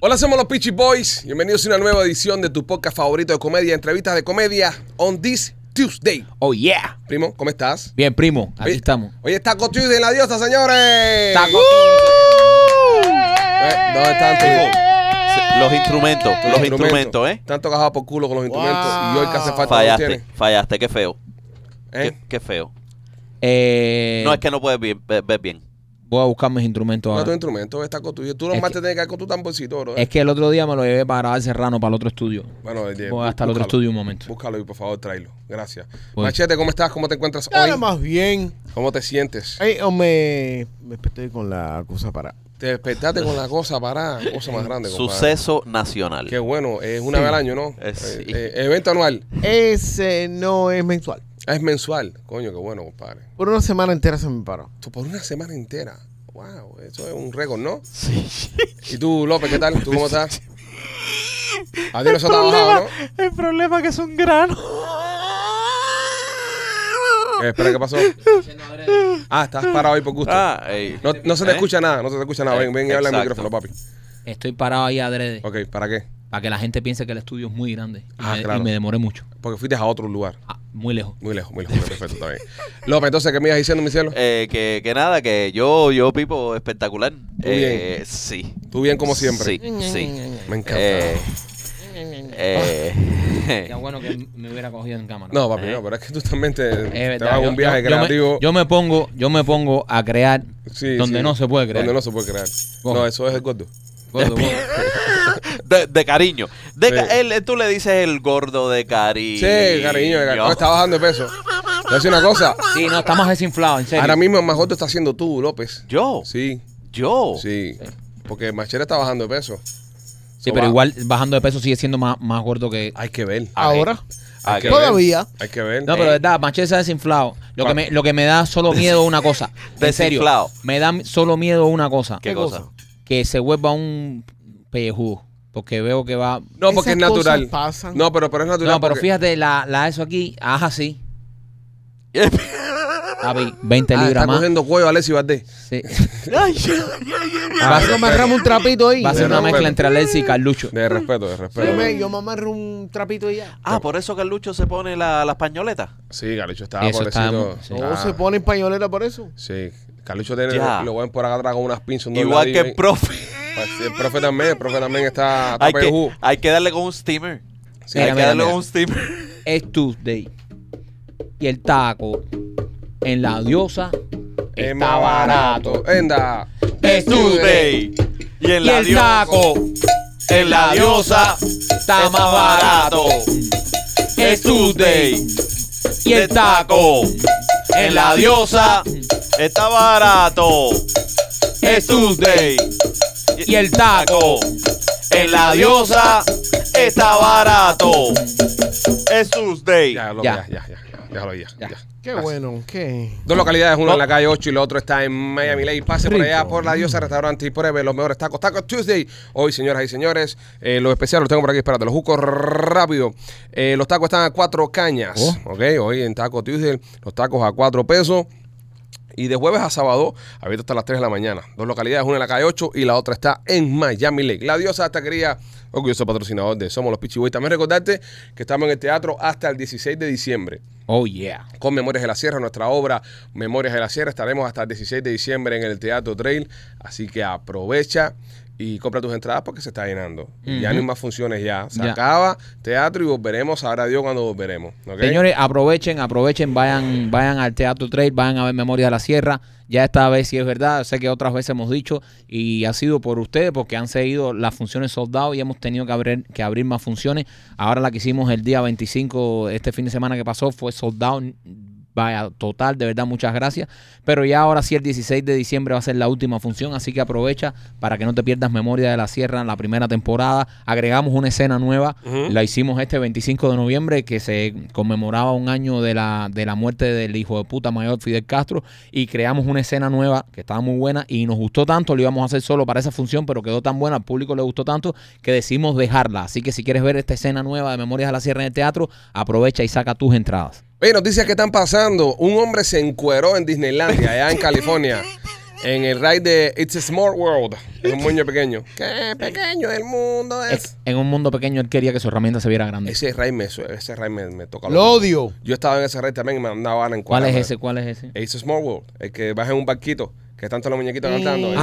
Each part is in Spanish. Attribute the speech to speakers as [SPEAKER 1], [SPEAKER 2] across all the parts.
[SPEAKER 1] Hola, somos los Peachy Boys. Bienvenidos a una nueva edición de tu podcast favorito de comedia, entrevistas de comedia on this Tuesday.
[SPEAKER 2] Oh, yeah.
[SPEAKER 1] Primo, ¿cómo estás?
[SPEAKER 2] Bien, primo, aquí
[SPEAKER 1] Oye-
[SPEAKER 2] estamos.
[SPEAKER 1] Hoy está Taco Tuesday en la diosa, señores.
[SPEAKER 2] Taco
[SPEAKER 1] Eh, ¿Dónde están primo?
[SPEAKER 3] Se- Los instrumentos, los instrumentos, ¿eh?
[SPEAKER 1] Están tocados por culo con los instrumentos. Y hoy que hace falta
[SPEAKER 3] Fallaste,
[SPEAKER 1] los tienes.
[SPEAKER 3] fallaste, qué feo.
[SPEAKER 1] ¿Eh?
[SPEAKER 3] Qué, qué feo.
[SPEAKER 2] Eh,
[SPEAKER 3] No, es que no puedes bien- ver, ver bien.
[SPEAKER 2] Voy a buscar mis instrumentos
[SPEAKER 1] No,
[SPEAKER 2] ahora.
[SPEAKER 1] tu instrumento es Taco Tuesday. Tú nomás
[SPEAKER 2] Es
[SPEAKER 1] te
[SPEAKER 2] que-
[SPEAKER 1] tienes que ir con tu tamborcito, bro. ¿eh?
[SPEAKER 2] Es que el otro día me lo llevé para grabar Serrano, para el otro estudio.
[SPEAKER 1] Bueno, eh,
[SPEAKER 2] Voy hasta el
[SPEAKER 1] búscalo.
[SPEAKER 2] otro estudio un momento.
[SPEAKER 1] Búscalo y por favor tráelo. Gracias.
[SPEAKER 2] Voy.
[SPEAKER 1] Machete, ¿cómo estás? ¿Cómo te encuentras
[SPEAKER 4] Nada
[SPEAKER 1] hoy?
[SPEAKER 4] más bien.
[SPEAKER 1] ¿Cómo te sientes?
[SPEAKER 4] Ay, o me, me estoy con la cosa para.
[SPEAKER 1] Te despertaste con la cosa parada, cosa más grande. compadre.
[SPEAKER 3] Eh, Suceso nacional.
[SPEAKER 1] Qué bueno, es una vez al año, ¿no?
[SPEAKER 3] Eh, sí.
[SPEAKER 1] Eh, eh, evento anual.
[SPEAKER 4] Ese no es mensual.
[SPEAKER 1] Ah, es mensual. Coño, qué bueno, compadre.
[SPEAKER 4] Por una semana entera se me paró.
[SPEAKER 1] Tú por una semana entera. Wow, eso es un récord, ¿no?
[SPEAKER 3] Sí.
[SPEAKER 1] ¿Y tú, López, qué tal? ¿Tú cómo estás? A ti no se te ha bajado,
[SPEAKER 2] El problema es que son granos.
[SPEAKER 1] ¿no? Eh, espera, ¿qué pasó? Ah, estás parado ahí por gusto.
[SPEAKER 3] Ah, ey.
[SPEAKER 1] No, no se te
[SPEAKER 3] ¿Eh?
[SPEAKER 1] escucha nada, no se te escucha nada. Ven, ven y habla al
[SPEAKER 3] Exacto.
[SPEAKER 1] micrófono, papi.
[SPEAKER 2] Estoy parado ahí adrede
[SPEAKER 1] Ok, ¿para qué?
[SPEAKER 2] para que la gente piense que el estudio es muy grande. Y,
[SPEAKER 1] Ah,
[SPEAKER 2] me, y
[SPEAKER 1] claro.
[SPEAKER 2] me demoré mucho.
[SPEAKER 1] Porque fuiste a otro lugar.
[SPEAKER 2] Ah, muy lejos.
[SPEAKER 1] Muy lejos, muy lejos. Perfecto, está bien. López, entonces, ¿qué me ibas diciendo, mi cielo?
[SPEAKER 3] Eh, que, que nada, que yo, yo pipo espectacular. Eh, Sí.
[SPEAKER 1] Tú bien como siempre.
[SPEAKER 3] Sí, sí.
[SPEAKER 1] Me encanta.
[SPEAKER 3] Eh, eh,
[SPEAKER 2] Ya bueno que me hubiera cogido en cámara.
[SPEAKER 1] No, papi,
[SPEAKER 3] Eh.
[SPEAKER 1] no, pero es que tú también te,
[SPEAKER 2] Es
[SPEAKER 1] te
[SPEAKER 2] verdad,
[SPEAKER 1] vas a
[SPEAKER 2] yo-
[SPEAKER 1] un viaje
[SPEAKER 2] yo- yo me-
[SPEAKER 1] creativo.
[SPEAKER 2] Yo me, pongo, yo me pongo a crear
[SPEAKER 1] Sí,
[SPEAKER 2] donde
[SPEAKER 1] sí.
[SPEAKER 2] no se puede crear.
[SPEAKER 1] Donde no se puede crear.
[SPEAKER 2] Coge.
[SPEAKER 1] No, eso es el gordo.
[SPEAKER 2] Gordo, gordo.
[SPEAKER 3] de, de cariño. De
[SPEAKER 1] Sí.
[SPEAKER 3] ca- él, tú le dices el gordo de cariño.
[SPEAKER 1] Sí, cariño, el gordo está bajando de peso. Te voy a decir una cosa.
[SPEAKER 2] Sí, no, estamos desinflados, en serio.
[SPEAKER 1] Ahora mismo el más gordo está siendo tú, López.
[SPEAKER 3] Yo,
[SPEAKER 1] Sí,
[SPEAKER 3] yo.
[SPEAKER 1] sí. Porque Machera está bajando de peso.
[SPEAKER 2] Sí,
[SPEAKER 1] So,
[SPEAKER 2] pero
[SPEAKER 1] va-
[SPEAKER 2] igual bajando de peso sigue siendo más, más gordo que.
[SPEAKER 1] Hay que ver.
[SPEAKER 4] Ahora.
[SPEAKER 1] Hay que ver.
[SPEAKER 4] Todavía.
[SPEAKER 1] Hay que ver.
[SPEAKER 2] No, pero de verdad, Machete se ha desinflado. Lo que, me, lo que me da solo miedo es una cosa. En serio.
[SPEAKER 3] Desinflado.
[SPEAKER 2] Me da solo miedo una cosa.
[SPEAKER 3] ¿Qué
[SPEAKER 4] ¿Qué
[SPEAKER 3] cosa?
[SPEAKER 4] cosa?
[SPEAKER 2] Que se vuelva un pellejudo. Porque veo que va.
[SPEAKER 1] No, porque es
[SPEAKER 4] Esas cosas
[SPEAKER 1] natural.
[SPEAKER 4] pasan.
[SPEAKER 1] No, pero, pero es natural.
[SPEAKER 2] No, pero
[SPEAKER 1] porque-
[SPEAKER 2] fíjate, la, la eso aquí, ajá, sí. Papi, 20
[SPEAKER 1] Ah,
[SPEAKER 2] libras
[SPEAKER 1] está
[SPEAKER 2] más.
[SPEAKER 1] cogiendo cuello Alessi Valdés.
[SPEAKER 2] Sí.
[SPEAKER 3] Ay,
[SPEAKER 1] Ah,
[SPEAKER 2] Va a
[SPEAKER 4] Yo
[SPEAKER 2] ser,
[SPEAKER 4] amarramos un trapito ahí.
[SPEAKER 2] va a ser
[SPEAKER 1] Pero,
[SPEAKER 2] una mezcla
[SPEAKER 1] pero-
[SPEAKER 2] entre Alexi y Carlucho.
[SPEAKER 1] De respeto, de respeto.
[SPEAKER 4] Yo Mm. me- yo me amarro un trapito y ya.
[SPEAKER 3] Ah, por eso Carlucho se pone la, las pañoletas.
[SPEAKER 1] Sí, Carlucho estaba
[SPEAKER 2] Eso está
[SPEAKER 1] pobrecito.
[SPEAKER 2] mu- sí.
[SPEAKER 4] No
[SPEAKER 1] Ah,
[SPEAKER 4] se pone en pañoleta por eso.
[SPEAKER 1] Sí, Carlucho tiene
[SPEAKER 3] Ya.
[SPEAKER 1] lo ven por acá atrás con unas pinzas. un doble
[SPEAKER 3] Igual
[SPEAKER 1] ahí,
[SPEAKER 3] que
[SPEAKER 1] ven.
[SPEAKER 3] el profe.
[SPEAKER 1] Pues, sí, el profe también, el profe también está a
[SPEAKER 3] Hay
[SPEAKER 1] tope de
[SPEAKER 3] que,
[SPEAKER 1] jugo.
[SPEAKER 3] hay que darle con un steamer.
[SPEAKER 1] Sí,
[SPEAKER 3] hay
[SPEAKER 2] Mira,
[SPEAKER 3] que
[SPEAKER 2] mira,
[SPEAKER 3] darle
[SPEAKER 2] mira.
[SPEAKER 3] con un steamer.
[SPEAKER 2] Es Tuesday. Y el taco en la diosa
[SPEAKER 1] Es
[SPEAKER 2] está
[SPEAKER 1] más
[SPEAKER 2] barato.
[SPEAKER 1] barato. Enda.
[SPEAKER 2] Es Tuesday.
[SPEAKER 3] Y en
[SPEAKER 2] Y
[SPEAKER 3] la
[SPEAKER 2] el
[SPEAKER 3] diosa.
[SPEAKER 2] taco
[SPEAKER 3] En la diosa.
[SPEAKER 2] está más barato.
[SPEAKER 3] Es Tuesday.
[SPEAKER 2] Y el taco
[SPEAKER 3] En la diosa. Está barato. Es Tuesday.
[SPEAKER 2] y el taco.
[SPEAKER 3] En la diosa. Está barato. Es Tuesday.
[SPEAKER 1] Ya, lo, ya,
[SPEAKER 2] Ya.
[SPEAKER 1] ya, ya, ya, déjalo ahí, ya,
[SPEAKER 2] Ya.
[SPEAKER 1] ya.
[SPEAKER 4] Qué bueno, qué.
[SPEAKER 1] Dos localidades, uno en la calle 8 y la otra está en Miami Lake. Pase por allá por la diosa restaurante y pruebe los mejores tacos. Tacos Tuesday. Hoy, señoras y señores, eh, lo especial lo tengo por aquí. Espérate, los juco rápido. Eh, los tacos están a cuatro cañas.
[SPEAKER 2] Oh.
[SPEAKER 1] Ok, hoy en Taco Tuesday, los tacos a cuatro pesos. Y de jueves a sábado, abierto hasta las 3 de la mañana. Dos localidades, una en la calle 8 y la otra está en Miami Lake. La diosa hasta quería, orgulloso patrocinador de Somos los Pichiboy. También recordarte que estamos en el teatro hasta el 16 de diciembre
[SPEAKER 2] Oh yeah.
[SPEAKER 1] con Memorias de la Sierra, nuestra obra Memorias de la Sierra. Estaremos hasta el 16 de diciembre en el Teatro Trail, así que aprovecha y compra tus entradas porque se está llenando. Ya no hay más funciones ya. Se
[SPEAKER 2] Ya.
[SPEAKER 1] acaba teatro y volveremos, ahora Dios cuando volveremos. ¿ok?
[SPEAKER 2] Señores, aprovechen, aprovechen, vayan, vayan al Teatro Trail, vayan a ver Memoria de la Sierra. Ya esta vez sí es verdad, sé que otras veces hemos dicho y ha sido por ustedes porque han seguido las funciones soldados y hemos tenido que abrir, que abrir más funciones. Ahora la que hicimos el día 25, este fin de semana que pasó, fue soldado. Vaya, total, de verdad, muchas gracias. Pero ya ahora sí, el 16 de diciembre va a ser la última función, así que aprovecha para que no te pierdas Memoria de la Sierra, la primera temporada. Agregamos una escena nueva, la hicimos este 25 de noviembre, que se conmemoraba un año de la, de la muerte del hijo de puta mayor Fidel Castro, y creamos una escena nueva que estaba muy buena y nos gustó tanto, lo íbamos a hacer solo para esa función, pero quedó tan buena, al público le gustó tanto, que decidimos dejarla. Así que si quieres ver esta escena nueva de Memorias de la Sierra en el teatro, aprovecha y saca tus entradas.
[SPEAKER 1] Oye, noticias que están pasando. Un hombre se encueró en Disneylandia, allá en California. en el ride de It's a Small World. Es un moño pequeño. Qué pequeño el mundo
[SPEAKER 2] Es-
[SPEAKER 1] es.
[SPEAKER 2] en un mundo pequeño él quería que su herramienta se viera grande.
[SPEAKER 1] Ese ride me, su- ese ride me, me toca.
[SPEAKER 4] Lo
[SPEAKER 1] loco.
[SPEAKER 4] odio.
[SPEAKER 1] Yo estaba en ese ride también y me andaba en
[SPEAKER 2] ¿Cuál es
[SPEAKER 1] cuadra.
[SPEAKER 2] ese? ¿Cuál es ese?
[SPEAKER 1] It's a Small World. El que baja en un barquito. Que están todos los muñequitos
[SPEAKER 4] Mm.
[SPEAKER 1] cantando. It's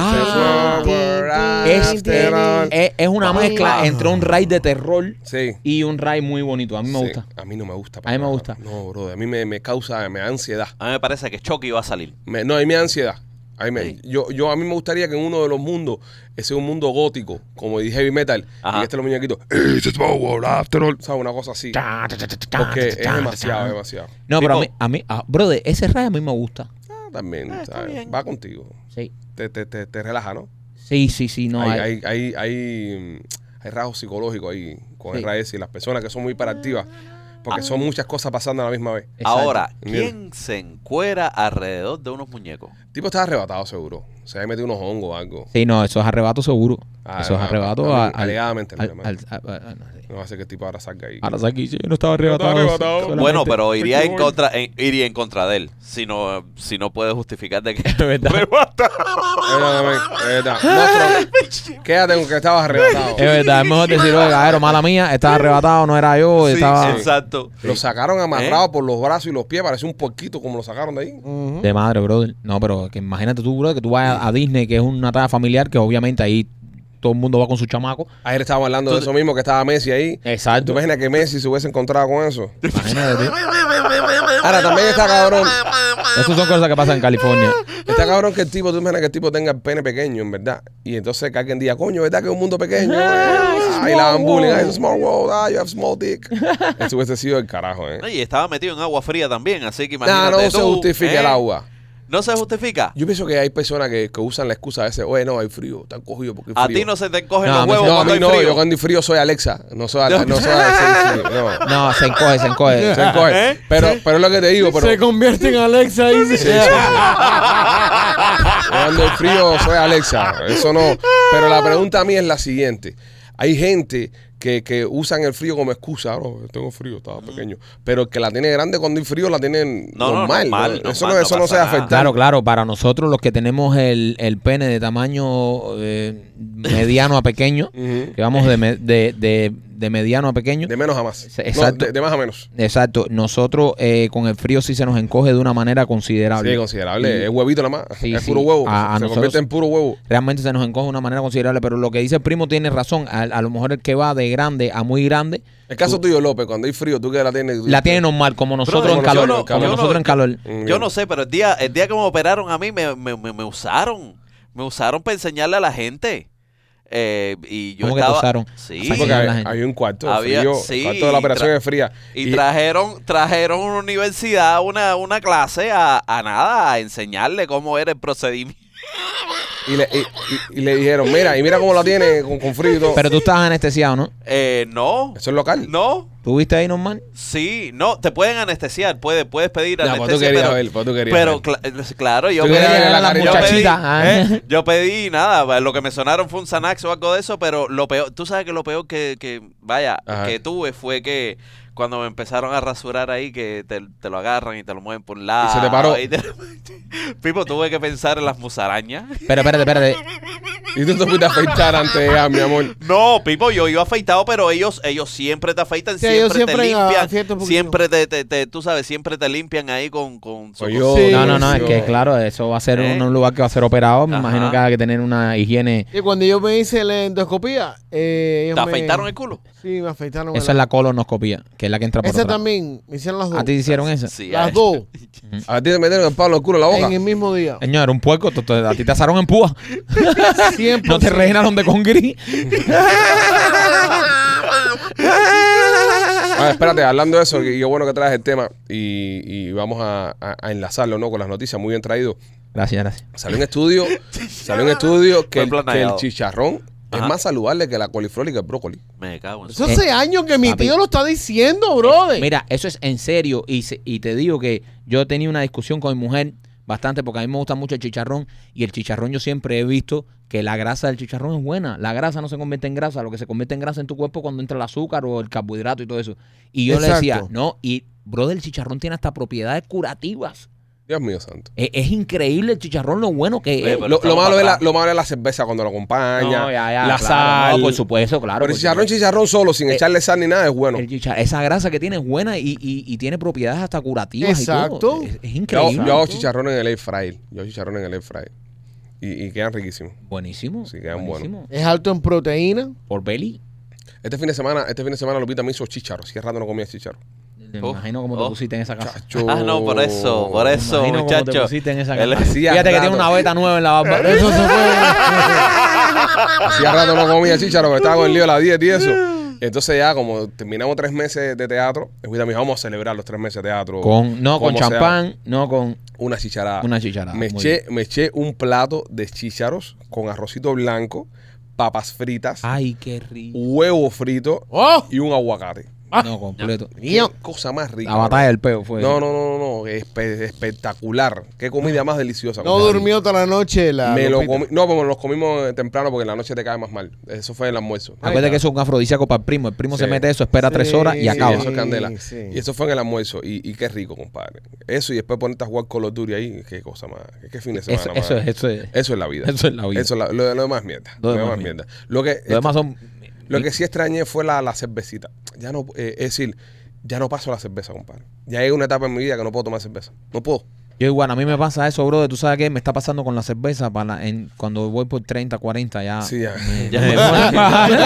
[SPEAKER 1] a
[SPEAKER 2] Ah.
[SPEAKER 1] small world
[SPEAKER 2] Es,
[SPEAKER 1] after all.
[SPEAKER 2] es- es una
[SPEAKER 4] Vamos.
[SPEAKER 2] mezcla entre un raid de terror
[SPEAKER 1] Sí.
[SPEAKER 2] y un raid muy bonito. A mí me
[SPEAKER 1] Sí.
[SPEAKER 2] gusta.
[SPEAKER 1] A mí no me gusta.
[SPEAKER 2] A mí me
[SPEAKER 1] para
[SPEAKER 2] gusta.
[SPEAKER 1] nada. No, bro. A mí me, me causa, me da ansiedad.
[SPEAKER 3] A mí me parece que Chucky va a salir.
[SPEAKER 1] Me- no, a mí me da ansiedad. A mí, me-
[SPEAKER 3] Sí.
[SPEAKER 1] yo, yo, a mí me gustaría que en uno de los mundos, ese es un mundo gótico, como de heavy metal,
[SPEAKER 3] Ajá.
[SPEAKER 1] y este es los muñequitos, It's a small world after all. ¿Sabes? Una cosa así. Porque es demasiado, es demasiado.
[SPEAKER 2] No, pero a mí,
[SPEAKER 3] Tipo-
[SPEAKER 2] a mí, ah, brother, ese raid a mí me gusta.
[SPEAKER 1] Ah, también, ¿sabes? Va contigo.
[SPEAKER 2] Sí,
[SPEAKER 1] Te, te, te, te relaja, ¿no?
[SPEAKER 2] sí, sí, sí, no
[SPEAKER 1] hay,
[SPEAKER 2] hay.
[SPEAKER 1] hay, hay, hay, mm, hay rasgos psicológicos ahí con
[SPEAKER 2] Sí. Ah.
[SPEAKER 1] el RAES y las personas que son muy hiperactivas, porque son muchas cosas pasando a la misma vez.
[SPEAKER 2] Exacto.
[SPEAKER 3] Ahora,
[SPEAKER 1] Bien.
[SPEAKER 3] ¿quién se encuera alrededor de unos muñecos?
[SPEAKER 1] El tipo está arrebatado, seguro. Se ha metido unos hongos o algo.
[SPEAKER 2] Sí, no, eso es arrebato seguro.
[SPEAKER 1] Ah,
[SPEAKER 2] eso es
[SPEAKER 1] ah,
[SPEAKER 2] arrebato
[SPEAKER 1] ah,
[SPEAKER 2] a- al-
[SPEAKER 1] alegadamente,
[SPEAKER 2] al-
[SPEAKER 1] alegadamente.
[SPEAKER 2] al- a- a- no sé.
[SPEAKER 1] No va a ser que el tipo ahora salga ahí. Eh,
[SPEAKER 2] Ahora Saki, yo no estaba arrebatado.
[SPEAKER 1] No estaba arrebatado.
[SPEAKER 3] Bueno, pero iría en
[SPEAKER 1] Porque voy.
[SPEAKER 3] contra, en- iría en contra de él. Si no, si no puede justificar de que
[SPEAKER 2] De verdad.
[SPEAKER 3] Pero basta.
[SPEAKER 1] Es verdad, man, es verdad. No, Trump. quédate con que estabas arrebatado.
[SPEAKER 2] Es verdad, es mejor decir, oye, cabrero, mala mía, estaba arrebatado, no era yo,
[SPEAKER 3] Sí,
[SPEAKER 2] estaba
[SPEAKER 3] exacto.
[SPEAKER 1] Lo
[SPEAKER 2] ¿Eh?
[SPEAKER 1] sacaron amarrado por los brazos y los pies, parece un puerquito como lo sacaron de ahí.
[SPEAKER 4] Ujú.
[SPEAKER 2] de madre, brother. No, pero que imagínate tú, brother, que tú vas a, a Disney, que es una tarea familiar, que obviamente ahí todo el mundo va con su chamaco.
[SPEAKER 1] Ayer estábamos hablando de eso mismo, que estaba Messi ahí. ¿Tú
[SPEAKER 2] Exacto.
[SPEAKER 1] imaginas que Messi se hubiese encontrado con eso?
[SPEAKER 2] Imagínate tú.
[SPEAKER 1] Ahora, también está cabrón.
[SPEAKER 2] Esas son cosas que pasan en California.
[SPEAKER 1] Está cabrón que el tipo, tú imaginas que el tipo tenga el pene pequeño, en verdad. Y entonces que alguien diga, coño, ¿verdad que es un mundo pequeño? Eh, Ay,
[SPEAKER 2] it's a Ah, small
[SPEAKER 1] la van bullying.
[SPEAKER 2] world.
[SPEAKER 1] Ay, it's a small world. Ah, you have small dick. Eso hubiese sido el carajo, ¿eh?
[SPEAKER 3] No, Y estaba metido en agua fría también, así que
[SPEAKER 1] Nah,
[SPEAKER 3] imagínate
[SPEAKER 1] no se
[SPEAKER 3] tú,
[SPEAKER 1] justifica
[SPEAKER 3] ¿eh?
[SPEAKER 1] el agua.
[SPEAKER 3] No se justifica.
[SPEAKER 1] Yo pienso que hay personas que, que usan la excusa a veces, oye, no, hay frío, están cogidos porque hay
[SPEAKER 3] A
[SPEAKER 1] frío.
[SPEAKER 3] ti no se te cogen
[SPEAKER 2] No, a
[SPEAKER 3] los
[SPEAKER 2] mí
[SPEAKER 3] huevos
[SPEAKER 1] No,
[SPEAKER 2] se-
[SPEAKER 1] a
[SPEAKER 3] cuando
[SPEAKER 1] mí
[SPEAKER 3] hay
[SPEAKER 1] no,
[SPEAKER 3] frío.
[SPEAKER 1] yo cuando hay frío soy Alexa, no soy, Ale- no soy Alexa, sí, sí, no.
[SPEAKER 2] No, se encoge, se encoge.
[SPEAKER 1] Se encoge.
[SPEAKER 3] ¿Eh?
[SPEAKER 1] Pero, pero es lo que te digo, pero
[SPEAKER 4] Se convierte en Alexa y
[SPEAKER 1] Sí, sí. Cuando el frío soy Alexa, eso no. Pero la pregunta a mí es la siguiente. Hay gente que, que usan el frío como excusa, Ah, no, tengo frío, estaba pequeño. Pero el que la tiene grande cuando hay frío la tiene
[SPEAKER 3] No, no,
[SPEAKER 1] normal.
[SPEAKER 3] normal,
[SPEAKER 1] ¿no? Eso no,
[SPEAKER 3] normal, no
[SPEAKER 1] eso no
[SPEAKER 3] pasa
[SPEAKER 1] se
[SPEAKER 3] nada.
[SPEAKER 1] afecta.
[SPEAKER 2] Claro, claro, para nosotros los que tenemos el, el pene de tamaño eh, mediano a pequeño,
[SPEAKER 1] Ujú.
[SPEAKER 2] que vamos de, me- de, de- de mediano a pequeño,
[SPEAKER 1] De menos a más.
[SPEAKER 2] Sí,
[SPEAKER 1] No,
[SPEAKER 2] exacto.
[SPEAKER 1] de, de más a menos.
[SPEAKER 2] exacto, nosotros eh, con el frío sí se nos encoge de una manera considerable.
[SPEAKER 1] Sí, considerable.
[SPEAKER 2] Y-
[SPEAKER 1] es huevito nada más.
[SPEAKER 2] Sí,
[SPEAKER 1] es
[SPEAKER 2] sí.
[SPEAKER 1] puro huevo.
[SPEAKER 2] A- a
[SPEAKER 1] se
[SPEAKER 2] nosotros-
[SPEAKER 1] convierte en puro huevo.
[SPEAKER 2] Realmente se nos encoge de una manera considerable, pero lo que dice el primo tiene razón. A, a lo mejor el que va de grande a muy grande
[SPEAKER 1] El caso tuyo, López, cuando hay frío, tú que la tienes.
[SPEAKER 2] la tiene normal, como nosotros
[SPEAKER 3] Brother,
[SPEAKER 2] en
[SPEAKER 1] yo
[SPEAKER 2] calor.
[SPEAKER 1] no-
[SPEAKER 2] como
[SPEAKER 1] yo no-
[SPEAKER 2] nosotros en calor.
[SPEAKER 1] Mm,
[SPEAKER 3] Yo
[SPEAKER 1] bien.
[SPEAKER 3] no sé, pero el día, el día que me operaron a mí me, me- me- me usaron. Me usaron para enseñarle a la gente. Eh, y yo
[SPEAKER 2] ¿Cómo que te
[SPEAKER 3] estaba,
[SPEAKER 2] usaron?
[SPEAKER 3] Sí.
[SPEAKER 1] Sí,
[SPEAKER 2] Para
[SPEAKER 1] porque
[SPEAKER 2] enseñar a la
[SPEAKER 1] hay,
[SPEAKER 2] gente.
[SPEAKER 1] hay un cuarto de
[SPEAKER 3] Había-
[SPEAKER 1] frío.
[SPEAKER 3] sí,
[SPEAKER 1] cuarto de la operación
[SPEAKER 3] tra-
[SPEAKER 1] es fría.
[SPEAKER 3] Y, trajeron, trajeron una universidad, una, una clase a, a nada, a enseñarle cómo era el procedimiento.
[SPEAKER 1] Y le, y- y- y le dijeron, mira, y mira cómo la tiene con, con frío y todo.
[SPEAKER 2] Pero tú estabas anestesiado, ¿no?
[SPEAKER 3] Eh, no,
[SPEAKER 1] Eso es local.
[SPEAKER 3] no,
[SPEAKER 2] ¿Tuviste ahí normal?
[SPEAKER 3] sí, no, te pueden anestesiar, puedes, puedes pedir
[SPEAKER 1] No, pues tú
[SPEAKER 3] anestesia.
[SPEAKER 1] querías
[SPEAKER 3] pero,
[SPEAKER 1] ver, pues tú querías
[SPEAKER 3] pero
[SPEAKER 1] ver.
[SPEAKER 3] cla- eh, claro, yo
[SPEAKER 1] Tú
[SPEAKER 3] pedí,
[SPEAKER 1] querías ver a la
[SPEAKER 3] yo
[SPEAKER 2] muchachita,
[SPEAKER 3] pedí,
[SPEAKER 2] ah.
[SPEAKER 3] eh, yo pedí nada, pues, lo que me sonaron fue un Xanax o algo de eso, pero lo peor, tú sabes que lo peor que, que vaya,
[SPEAKER 1] Ajá.
[SPEAKER 3] que tuve fue que cuando me empezaron a rasurar ahí, que te, te lo agarran y te lo mueven por un lado.
[SPEAKER 1] se te paró.
[SPEAKER 3] y te- Pipo, tuve que pensar en las musarañas.
[SPEAKER 2] Pero espérate, espérate.
[SPEAKER 1] Y tú te fuiste a afeitar antes de llegar, mi amor.
[SPEAKER 3] No, Pipo, yo iba afeitado, pero ellos ellos siempre te afeitan,
[SPEAKER 4] Sí, ellos
[SPEAKER 3] siempre,
[SPEAKER 4] siempre
[SPEAKER 3] te limpian,
[SPEAKER 4] afeitan un poquito.
[SPEAKER 3] siempre te, te- te- tú sabes, siempre te limpian ahí con, con su
[SPEAKER 1] Pues yo-
[SPEAKER 3] cosa.
[SPEAKER 4] Sí,
[SPEAKER 2] No, no, no, es
[SPEAKER 1] yo-
[SPEAKER 2] que claro, eso va a ser
[SPEAKER 3] ¿Eh?
[SPEAKER 2] un, un lugar que va a ser operado. Me
[SPEAKER 3] Ajá.
[SPEAKER 2] imagino que hay que tener una higiene.
[SPEAKER 4] Y cuando yo me hice la endoscopía, eh, ellos
[SPEAKER 3] ¿Te
[SPEAKER 4] me-
[SPEAKER 3] afeitaron el culo?
[SPEAKER 4] Sí, me afeitaron.
[SPEAKER 2] Esa es la colonoscopía, que es la que entra por
[SPEAKER 4] Esa
[SPEAKER 2] atrás.
[SPEAKER 4] también, me hicieron las dos.
[SPEAKER 2] ¿A ti te hicieron esa?
[SPEAKER 3] Sí,
[SPEAKER 4] Las
[SPEAKER 3] eh.
[SPEAKER 4] dos,
[SPEAKER 1] A ti te metieron el palo al culo en la boca.
[SPEAKER 4] en el mismo día.
[SPEAKER 2] Señor, era un puerco, entonces, a ti te asaron en púa. No te
[SPEAKER 4] 100%.
[SPEAKER 2] rellenaron de con gris.
[SPEAKER 1] Ah, espérate, hablando de eso, y qué bueno que traes el tema y, y vamos a, a- a enlazarlo ¿no? con las noticias, muy bien traído.
[SPEAKER 2] Gracias, gracias.
[SPEAKER 1] Salió un estudio, salió un estudio que,
[SPEAKER 3] Buen
[SPEAKER 1] el, que el
[SPEAKER 3] planeado.
[SPEAKER 1] chicharrón
[SPEAKER 3] Ajá.
[SPEAKER 1] es más saludable que la coliflor y que el brócoli.
[SPEAKER 3] Me cago en su-
[SPEAKER 4] Eso hace años que mi
[SPEAKER 2] papi.
[SPEAKER 4] tío lo está diciendo, brother.
[SPEAKER 2] Mira, eso es en serio. Y, se- y te digo que yo he tenido una discusión con mi mujer bastante porque a mí me gusta mucho el chicharrón. Y el chicharrón yo siempre he visto que la grasa del chicharrón es buena. La grasa no se convierte en grasa. Lo que se convierte en grasa en tu cuerpo cuando entra el azúcar o el carbohidrato y todo eso. Y yo le decía,
[SPEAKER 4] Exacto.
[SPEAKER 2] no, y brother, el chicharrón tiene hasta propiedades curativas.
[SPEAKER 1] Dios mío santo.
[SPEAKER 2] Es, es increíble el chicharrón, lo bueno que
[SPEAKER 3] Oye,
[SPEAKER 2] es.
[SPEAKER 3] pero
[SPEAKER 1] Lo, lo
[SPEAKER 3] estamos
[SPEAKER 1] malo es la,
[SPEAKER 3] atrás.
[SPEAKER 1] lo malo es la cerveza cuando lo acompaña,
[SPEAKER 2] No, ya, ya,
[SPEAKER 1] la
[SPEAKER 2] claro,
[SPEAKER 1] sal.
[SPEAKER 2] no, por supuesto, claro.
[SPEAKER 1] pero
[SPEAKER 2] por
[SPEAKER 1] el chicharrón,
[SPEAKER 2] supuesto.
[SPEAKER 1] chicharrón solo, sin
[SPEAKER 2] Eh,
[SPEAKER 1] echarle sal ni nada, es bueno.
[SPEAKER 2] El chicha- esa grasa que tiene es buena y, y- y tiene propiedades hasta curativas. y todo.
[SPEAKER 4] Exacto.
[SPEAKER 2] Es, es
[SPEAKER 1] Yo, hago-
[SPEAKER 2] increíble.
[SPEAKER 1] yo hago chicharrón en el air fryer. Yo hago chicharrón en el air fryer. Y, y quedan riquísimos.
[SPEAKER 2] Buenísimo.
[SPEAKER 1] Sí, quedan
[SPEAKER 2] buenísimo.
[SPEAKER 4] Es alto en proteína.
[SPEAKER 2] Por Belly.
[SPEAKER 1] Este fin de semana, este fin de semana Lupita me hizo chicharro. Si rato no comía chicharro.
[SPEAKER 2] Me
[SPEAKER 3] Oh,
[SPEAKER 2] imagino cómo te
[SPEAKER 3] oh.
[SPEAKER 2] pusiste en esa casa.
[SPEAKER 3] Ah, no, por eso, por
[SPEAKER 2] Me
[SPEAKER 3] eso,
[SPEAKER 2] imagino cómo te
[SPEAKER 3] muchacho.
[SPEAKER 2] pusiste en esa
[SPEAKER 3] Él-
[SPEAKER 2] casa.
[SPEAKER 1] Hacía
[SPEAKER 2] Fíjate que
[SPEAKER 1] rato.
[SPEAKER 2] tiene una beta nueva en la barba.
[SPEAKER 4] Eso se fue.
[SPEAKER 1] Hacía rato no comía chícharo, porque estaba con el lío de la 10 y eso. Y entonces ya, como terminamos tres meses de teatro, eh, me dijo, "Mija, vamos a celebrar los tres meses de teatro.
[SPEAKER 2] Con, no con
[SPEAKER 1] como sea,
[SPEAKER 2] champán, no con
[SPEAKER 1] Una chicharada.
[SPEAKER 2] una chicharada.
[SPEAKER 1] me,
[SPEAKER 2] Muy
[SPEAKER 1] eché,
[SPEAKER 2] bien.
[SPEAKER 1] me eché un plato de chícharos con arrocito blanco, papas fritas,
[SPEAKER 2] Ay, qué rico.
[SPEAKER 1] huevo frito
[SPEAKER 4] ¡Oh!
[SPEAKER 1] y un aguacate.
[SPEAKER 2] No, completo.
[SPEAKER 1] Qué
[SPEAKER 4] Mío.
[SPEAKER 1] cosa más rica.
[SPEAKER 2] La batalla pues. del peo fue.
[SPEAKER 1] Ah. No, no, no, no, no. espe- espectacular. Qué comida más deliciosa.
[SPEAKER 4] No
[SPEAKER 1] compadre.
[SPEAKER 4] durmió toda la noche la.
[SPEAKER 1] Me lo
[SPEAKER 4] Lupita.
[SPEAKER 1] comí- No, porque nos los comimos eh, temprano porque en la noche te cae más mal. Eso fue el almuerzo.
[SPEAKER 2] Acuérdate que eso es un afrodisíaco para el primo. El primo
[SPEAKER 1] Sí.
[SPEAKER 2] se mete eso, espera tres
[SPEAKER 4] Sí,
[SPEAKER 2] horas y
[SPEAKER 4] sí,
[SPEAKER 1] Y
[SPEAKER 2] acaba.
[SPEAKER 1] eso es candela.
[SPEAKER 4] sí.
[SPEAKER 1] Y eso fue en el almuerzo. Y, y qué rico, compadre. Eso y después ponerte a jugar Call of Duty ahí. Qué cosa más. Qué fin de semana.
[SPEAKER 2] Eso,
[SPEAKER 1] más.
[SPEAKER 2] eso es, eso es.
[SPEAKER 1] Eso es la vida.
[SPEAKER 2] Eso es la vida.
[SPEAKER 1] Eso es la- lo, lo demás mierda. Lo, demás mierda. Lo que,
[SPEAKER 2] Los demás son.
[SPEAKER 1] lo que sí extrañé fue la, la cervecita. Ya no, eh, es decir, ya no paso la cerveza, compadre. Ya hay una etapa en mi vida que no puedo tomar cerveza. No puedo.
[SPEAKER 2] Yo igual, a mí me pasa eso, brother. Tú sabes qué me está pasando con la cerveza para la- en, cuando voy por 30, 40 ya.
[SPEAKER 1] Sí, ya.
[SPEAKER 3] Ya.
[SPEAKER 2] me pone-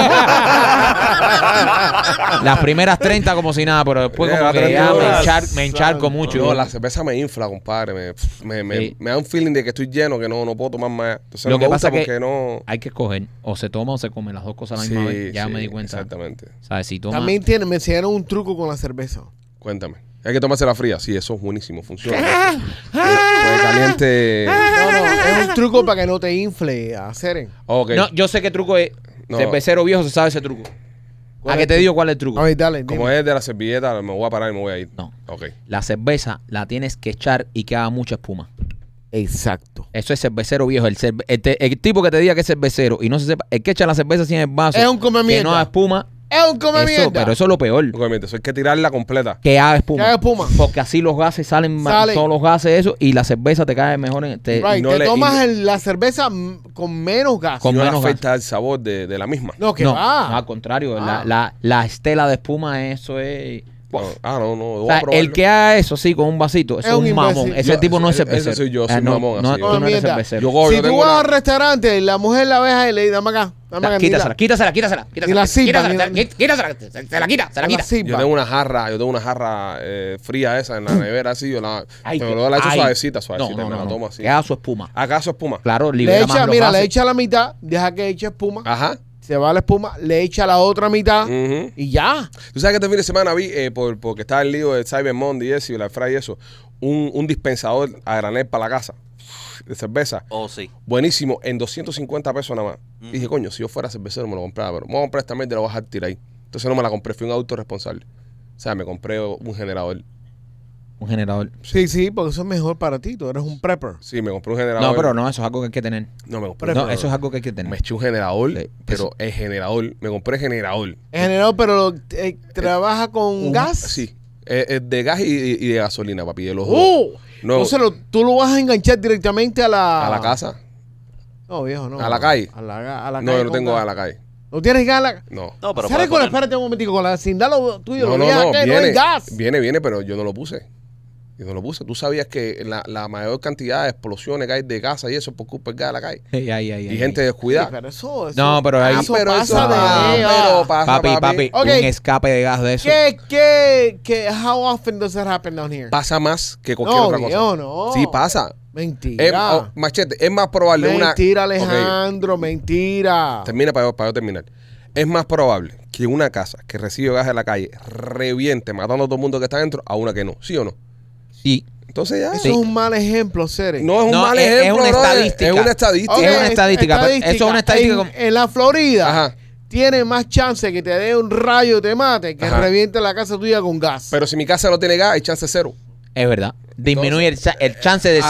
[SPEAKER 2] Las primeras 30 como si nada, pero después
[SPEAKER 1] Llega
[SPEAKER 2] como que
[SPEAKER 1] 30
[SPEAKER 2] ya me,
[SPEAKER 1] horas.
[SPEAKER 2] enchar- me encharco mucho.
[SPEAKER 1] No, la cerveza me infla, compadre. Me, me, me-
[SPEAKER 2] Sí.
[SPEAKER 1] me da un feeling de que estoy lleno, que no, no puedo tomar más. Entonces,
[SPEAKER 2] Lo
[SPEAKER 1] no
[SPEAKER 2] que
[SPEAKER 1] me
[SPEAKER 2] pasa
[SPEAKER 1] gusta
[SPEAKER 2] que-
[SPEAKER 1] porque no.
[SPEAKER 2] Hay que escoger, o se toma o se come, las dos cosas a la misma vez. Ya
[SPEAKER 1] sí,
[SPEAKER 2] me di cuenta.
[SPEAKER 1] Exactamente.
[SPEAKER 2] ¿Sabes? Si toma.
[SPEAKER 4] También tiene, me enseñaron un truco con la cerveza.
[SPEAKER 1] Cuéntame. Hay que tomarse la fría. Sí, eso es buenísimo. Funciona. Pues caliente.
[SPEAKER 4] No, no, es un truco para que no te infle a Seren.
[SPEAKER 1] Ok.
[SPEAKER 2] No, yo sé qué truco es.
[SPEAKER 1] No.
[SPEAKER 2] Cervecero viejo se sabe ese truco. ¿A
[SPEAKER 4] ¿Cuál es
[SPEAKER 2] qué
[SPEAKER 4] el
[SPEAKER 2] te
[SPEAKER 4] truco?
[SPEAKER 2] digo cuál es el truco?
[SPEAKER 4] A ver, dale. dime.
[SPEAKER 1] Como es de la servilleta, me voy a parar y me voy a ir.
[SPEAKER 2] No.
[SPEAKER 1] Ok.
[SPEAKER 2] La cerveza la tienes que echar y que haga mucha espuma.
[SPEAKER 4] Exacto.
[SPEAKER 2] Eso es cervecero viejo. El, cerve- el te- el tipo que te diga que es cervecero y no se sepa, el que echa la cerveza así en el vaso,
[SPEAKER 4] Es un come
[SPEAKER 2] que
[SPEAKER 4] mierda.
[SPEAKER 2] no haga espuma,
[SPEAKER 4] Es un come
[SPEAKER 2] eso,
[SPEAKER 4] mierda.
[SPEAKER 2] pero eso es lo peor.
[SPEAKER 1] Ok, mientras hay que tirarla completa.
[SPEAKER 2] Que haga espuma.
[SPEAKER 4] Que haga espuma.
[SPEAKER 2] Porque así los gases salen, más-
[SPEAKER 4] Salen.
[SPEAKER 2] todos los gases, eso, y la cerveza te cae mejor en este, te-
[SPEAKER 4] Right,
[SPEAKER 1] no
[SPEAKER 4] te
[SPEAKER 1] le-
[SPEAKER 4] tomas
[SPEAKER 1] y-
[SPEAKER 4] el- la cerveza mm, con menos gas.
[SPEAKER 2] Con-
[SPEAKER 1] y no le
[SPEAKER 2] menos gas.
[SPEAKER 1] afecta el sabor de, de la misma.
[SPEAKER 4] No, que
[SPEAKER 2] no,
[SPEAKER 4] va.
[SPEAKER 2] no, al contrario, la,
[SPEAKER 4] Ah.
[SPEAKER 2] la- la estela de espuma, eso es.
[SPEAKER 1] No. Ah, no, no.
[SPEAKER 2] O
[SPEAKER 1] voy a
[SPEAKER 2] sea, el
[SPEAKER 1] probarlo.
[SPEAKER 2] que haga eso sí con un vasito, eso
[SPEAKER 4] Es
[SPEAKER 2] es
[SPEAKER 4] un
[SPEAKER 2] un mamón.
[SPEAKER 4] imbécil.
[SPEAKER 2] Ese
[SPEAKER 1] Yo-
[SPEAKER 2] tipo no es
[SPEAKER 1] ese- ese
[SPEAKER 2] cervecero.
[SPEAKER 1] soy yo,
[SPEAKER 2] Eh,
[SPEAKER 1] soy un
[SPEAKER 2] no,
[SPEAKER 1] mamón,
[SPEAKER 2] no,
[SPEAKER 1] así.
[SPEAKER 2] tú no eres
[SPEAKER 4] Mierda.
[SPEAKER 2] cervecero.
[SPEAKER 1] Yo go-
[SPEAKER 4] si
[SPEAKER 1] yo
[SPEAKER 4] tú
[SPEAKER 1] tengo
[SPEAKER 4] vas
[SPEAKER 1] una-
[SPEAKER 4] al restaurante, la mujer la ves y le dice, dame acá, dame
[SPEAKER 2] Da-
[SPEAKER 4] acá.
[SPEAKER 2] quítasela, quítasela, quítasela,
[SPEAKER 4] Ni la
[SPEAKER 2] quítasela,
[SPEAKER 4] silba,
[SPEAKER 2] quítasela,
[SPEAKER 4] ni la-
[SPEAKER 2] quí- quítasela, se se la quita, se la
[SPEAKER 4] Ni la
[SPEAKER 2] quita.
[SPEAKER 4] silba.
[SPEAKER 1] Yo tengo una jarra, yo tengo una jarra eh, fría esa en la nevera así, yo la,
[SPEAKER 2] Mm. Ay,
[SPEAKER 1] pero
[SPEAKER 2] que-
[SPEAKER 1] luego la echo
[SPEAKER 2] ay.
[SPEAKER 1] suavecita, suavecita,
[SPEAKER 2] No, no,
[SPEAKER 1] me la
[SPEAKER 2] no,
[SPEAKER 1] tomo
[SPEAKER 2] no.
[SPEAKER 1] así.
[SPEAKER 2] Que haga su espuma.
[SPEAKER 1] ¿Acaso espuma?
[SPEAKER 2] Claro,
[SPEAKER 4] Le
[SPEAKER 2] libera
[SPEAKER 4] echa,
[SPEAKER 2] más los
[SPEAKER 4] mira, le
[SPEAKER 2] gases.
[SPEAKER 4] echa la mitad, deja que eche espuma,
[SPEAKER 1] Ajá.
[SPEAKER 4] se va la espuma, le echa la otra mitad
[SPEAKER 1] Ujú.
[SPEAKER 4] y ya.
[SPEAKER 1] Tú sabes que este fin de semana vi, eh, por, porque estaba el lío de Cyber Monday y eso, y la Fry y eso, un, un dispensador a granel para la casa de cerveza.
[SPEAKER 3] Oh, sí.
[SPEAKER 1] Buenísimo, en 250 pesos nada más.
[SPEAKER 2] Mm.
[SPEAKER 1] Y dije, coño, si yo fuera cervecero me lo compraba, pero me voy a comprar esta mierda y la voy a dejar tirar ahí. Entonces no me la compré, fui un adulto responsable. O sea, me compré un generador.
[SPEAKER 2] Un generador.
[SPEAKER 4] Sí, sí, porque eso es mejor para ti, tú eres un prepper.
[SPEAKER 1] Sí, me compré un generador.
[SPEAKER 2] No, pero no, eso es algo que hay que tener.
[SPEAKER 1] No, me compré.
[SPEAKER 2] No, eso es algo que hay que tener.
[SPEAKER 1] Me eché un generador,
[SPEAKER 2] Sí,
[SPEAKER 1] pero el generador, me compré el generador.
[SPEAKER 4] Es generador, pero lo- eh, trabaja con gas.
[SPEAKER 1] Sí, eh, eh, de gas y, y- y de gasolina, papi, de los dos.
[SPEAKER 4] ¡Oh!
[SPEAKER 1] No,
[SPEAKER 4] Entonces lo- tú lo vas a enganchar directamente a la...
[SPEAKER 1] a la casa.
[SPEAKER 4] No, viejo, no.
[SPEAKER 1] ¿A la calle?
[SPEAKER 4] A la, ga- a la
[SPEAKER 1] No,
[SPEAKER 4] calle
[SPEAKER 1] yo no
[SPEAKER 4] con
[SPEAKER 1] tengo
[SPEAKER 4] gas.
[SPEAKER 1] a la calle.
[SPEAKER 4] ¿No tienes gas a la
[SPEAKER 1] No.
[SPEAKER 3] No, pero
[SPEAKER 4] ¿Sabes
[SPEAKER 3] puedes
[SPEAKER 4] con la-
[SPEAKER 3] poner-
[SPEAKER 4] Espérate un momentico, con la vecindad lo tuyo,
[SPEAKER 1] No,
[SPEAKER 4] lo
[SPEAKER 1] no,
[SPEAKER 4] dejas
[SPEAKER 1] no,
[SPEAKER 4] que no
[SPEAKER 1] viene,
[SPEAKER 4] hay gas.
[SPEAKER 1] viene, viene, pero yo no lo puse. Yo no lo puse. Tú sabías que la, la mayor cantidad de explosiones que hay de gas y eso es por culpa del gas de la calle.
[SPEAKER 2] Ey, ay, ay,
[SPEAKER 1] Y
[SPEAKER 2] ay,
[SPEAKER 1] gente
[SPEAKER 2] ay.
[SPEAKER 4] Oye,
[SPEAKER 1] descuidada.
[SPEAKER 4] pero eso, eso-
[SPEAKER 2] No, pero ahí-
[SPEAKER 4] eso pasa de...
[SPEAKER 1] ah, pero pasa,
[SPEAKER 2] Papi, papi,
[SPEAKER 4] Ok.
[SPEAKER 2] un escape de gas de eso.
[SPEAKER 4] ¿Qué, qué, qué? How often does that happen down here?
[SPEAKER 1] Pasa más que cualquier
[SPEAKER 4] No,
[SPEAKER 1] otra cosa.
[SPEAKER 4] Dios, no.
[SPEAKER 1] Sí, pasa.
[SPEAKER 4] Mentira.
[SPEAKER 1] Es- oh, machete, es más probable una.
[SPEAKER 4] mentira,
[SPEAKER 1] Ok,
[SPEAKER 4] Alejandro, mentira.
[SPEAKER 1] Ah. Termina para, yo- para yo terminar. Es más probable que una casa que recibe gas de la calle reviente matando a todo el mundo que está dentro a una que no. ¿Sí o no?
[SPEAKER 2] Sí.
[SPEAKER 1] Entonces ya.
[SPEAKER 4] Eso
[SPEAKER 2] Sí.
[SPEAKER 4] es un mal ejemplo, Sere.
[SPEAKER 1] No es un
[SPEAKER 2] No,
[SPEAKER 1] mal
[SPEAKER 2] es- es
[SPEAKER 1] ejemplo.
[SPEAKER 2] una
[SPEAKER 1] brother.
[SPEAKER 2] estadística.
[SPEAKER 1] Es una estadística.
[SPEAKER 4] Ok,
[SPEAKER 2] es una estadística, pero eso es una estadística
[SPEAKER 4] En,
[SPEAKER 2] como-
[SPEAKER 4] en la Florida
[SPEAKER 1] Ajá.
[SPEAKER 4] tiene más chance que te dé un rayo y te mate que
[SPEAKER 1] Ajá.
[SPEAKER 4] reviente la casa tuya con gas.
[SPEAKER 1] Pero si mi casa no tiene gas, hay chance cero.
[SPEAKER 2] Es verdad. disminuye el, cha- el chance de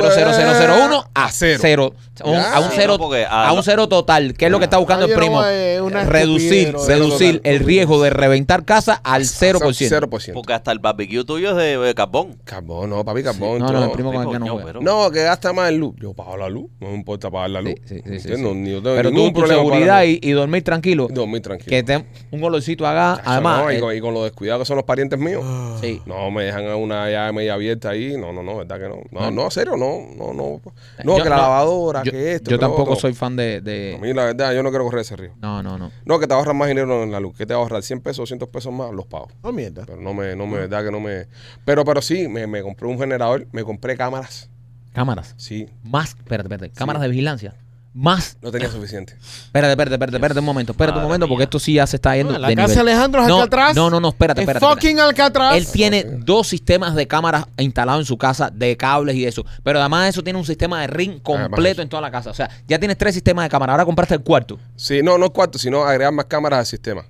[SPEAKER 2] 0.000001 a
[SPEAKER 1] Ah. A cero.
[SPEAKER 2] 0. A un
[SPEAKER 3] Sí, no,
[SPEAKER 2] 0
[SPEAKER 3] porque a
[SPEAKER 2] a un
[SPEAKER 3] la-
[SPEAKER 2] cero total. ¿Qué es lo que está buscando
[SPEAKER 4] Ah,
[SPEAKER 2] el
[SPEAKER 4] yo no
[SPEAKER 2] primo?
[SPEAKER 4] voy a- una
[SPEAKER 2] Reducir,
[SPEAKER 4] estupidez,
[SPEAKER 2] reducir
[SPEAKER 1] bro.
[SPEAKER 2] el riesgo de reventar casa al 0%.
[SPEAKER 1] 0%.
[SPEAKER 3] Porque hasta el barbecue tuyo es de, de carbón.
[SPEAKER 1] Carbón, no, papi, carbón.
[SPEAKER 2] No, no,
[SPEAKER 1] yo-
[SPEAKER 2] el primo con el que no
[SPEAKER 3] Coño,
[SPEAKER 2] juega.
[SPEAKER 3] pero-
[SPEAKER 1] No, que gasta más en luz. Yo pago la luz, no me importa pagar la luz.
[SPEAKER 2] Sí, sí, sí, sí,
[SPEAKER 1] ¿Entiendes?
[SPEAKER 2] sí.
[SPEAKER 1] No, ni yo tengo
[SPEAKER 2] Pero
[SPEAKER 1] ningún
[SPEAKER 2] tú, tu
[SPEAKER 1] problema para
[SPEAKER 2] seguridad
[SPEAKER 1] la
[SPEAKER 2] y, y dormir tranquilo.
[SPEAKER 1] luz. Dormir tranquilo.
[SPEAKER 2] Que te un olorcito acá.
[SPEAKER 1] Eso
[SPEAKER 2] Además,
[SPEAKER 1] no, y,
[SPEAKER 2] eh,
[SPEAKER 1] con, y con lo descuidado que son los parientes míos.
[SPEAKER 2] sí.
[SPEAKER 1] No, me dejan a una llave media abierta ahí. No, no, no, verdad que no. No, no, serio, no, no, no. No,
[SPEAKER 2] Yo-
[SPEAKER 1] que la
[SPEAKER 2] no,
[SPEAKER 1] lavadora,
[SPEAKER 2] yo,
[SPEAKER 1] que esto.
[SPEAKER 2] yo
[SPEAKER 1] que lo
[SPEAKER 2] tampoco
[SPEAKER 1] otro.
[SPEAKER 2] soy fan de.
[SPEAKER 1] A
[SPEAKER 2] de
[SPEAKER 1] mí, la verdad, yo no quiero correr ese río.
[SPEAKER 2] no, no, no.
[SPEAKER 1] No, que te ahorras más dinero en la luz. Que te ahorras 100 pesos, 200 pesos más, los pago.
[SPEAKER 4] Oh, mierda.
[SPEAKER 1] Pero no me, no me, verdad que no me. Pero, pero sí, me, me compré un generador, me compré cámaras.
[SPEAKER 2] Cámaras.
[SPEAKER 1] Sí,
[SPEAKER 2] Más. Espérate, espérate. Cámaras de vigilancia. Más.
[SPEAKER 1] no tenía suficiente.
[SPEAKER 2] Espérate, espérate, espérate, espérate un momento. Espérate un
[SPEAKER 3] Madre
[SPEAKER 2] momento porque
[SPEAKER 3] mía.
[SPEAKER 2] esto sí ya se está yendo.
[SPEAKER 4] No, la
[SPEAKER 2] de
[SPEAKER 4] casa
[SPEAKER 2] nivel.
[SPEAKER 4] Alejandro es
[SPEAKER 2] no,
[SPEAKER 4] Alcatraz.
[SPEAKER 2] No, no, no, espérate,
[SPEAKER 4] Es
[SPEAKER 2] espérate. espérate.
[SPEAKER 4] fucking Alcatraz.
[SPEAKER 2] Él tiene dos sistemas de cámaras instalados en su casa, de cables y eso. Pero además de eso, tiene un sistema de ring
[SPEAKER 1] Ah, Además
[SPEAKER 2] completo en toda la casa. O sea, ya tienes tres sistemas de cámara. Ahora compraste el cuarto.
[SPEAKER 1] Sí, no, no cuarto, sino agregar más cámaras al sistema.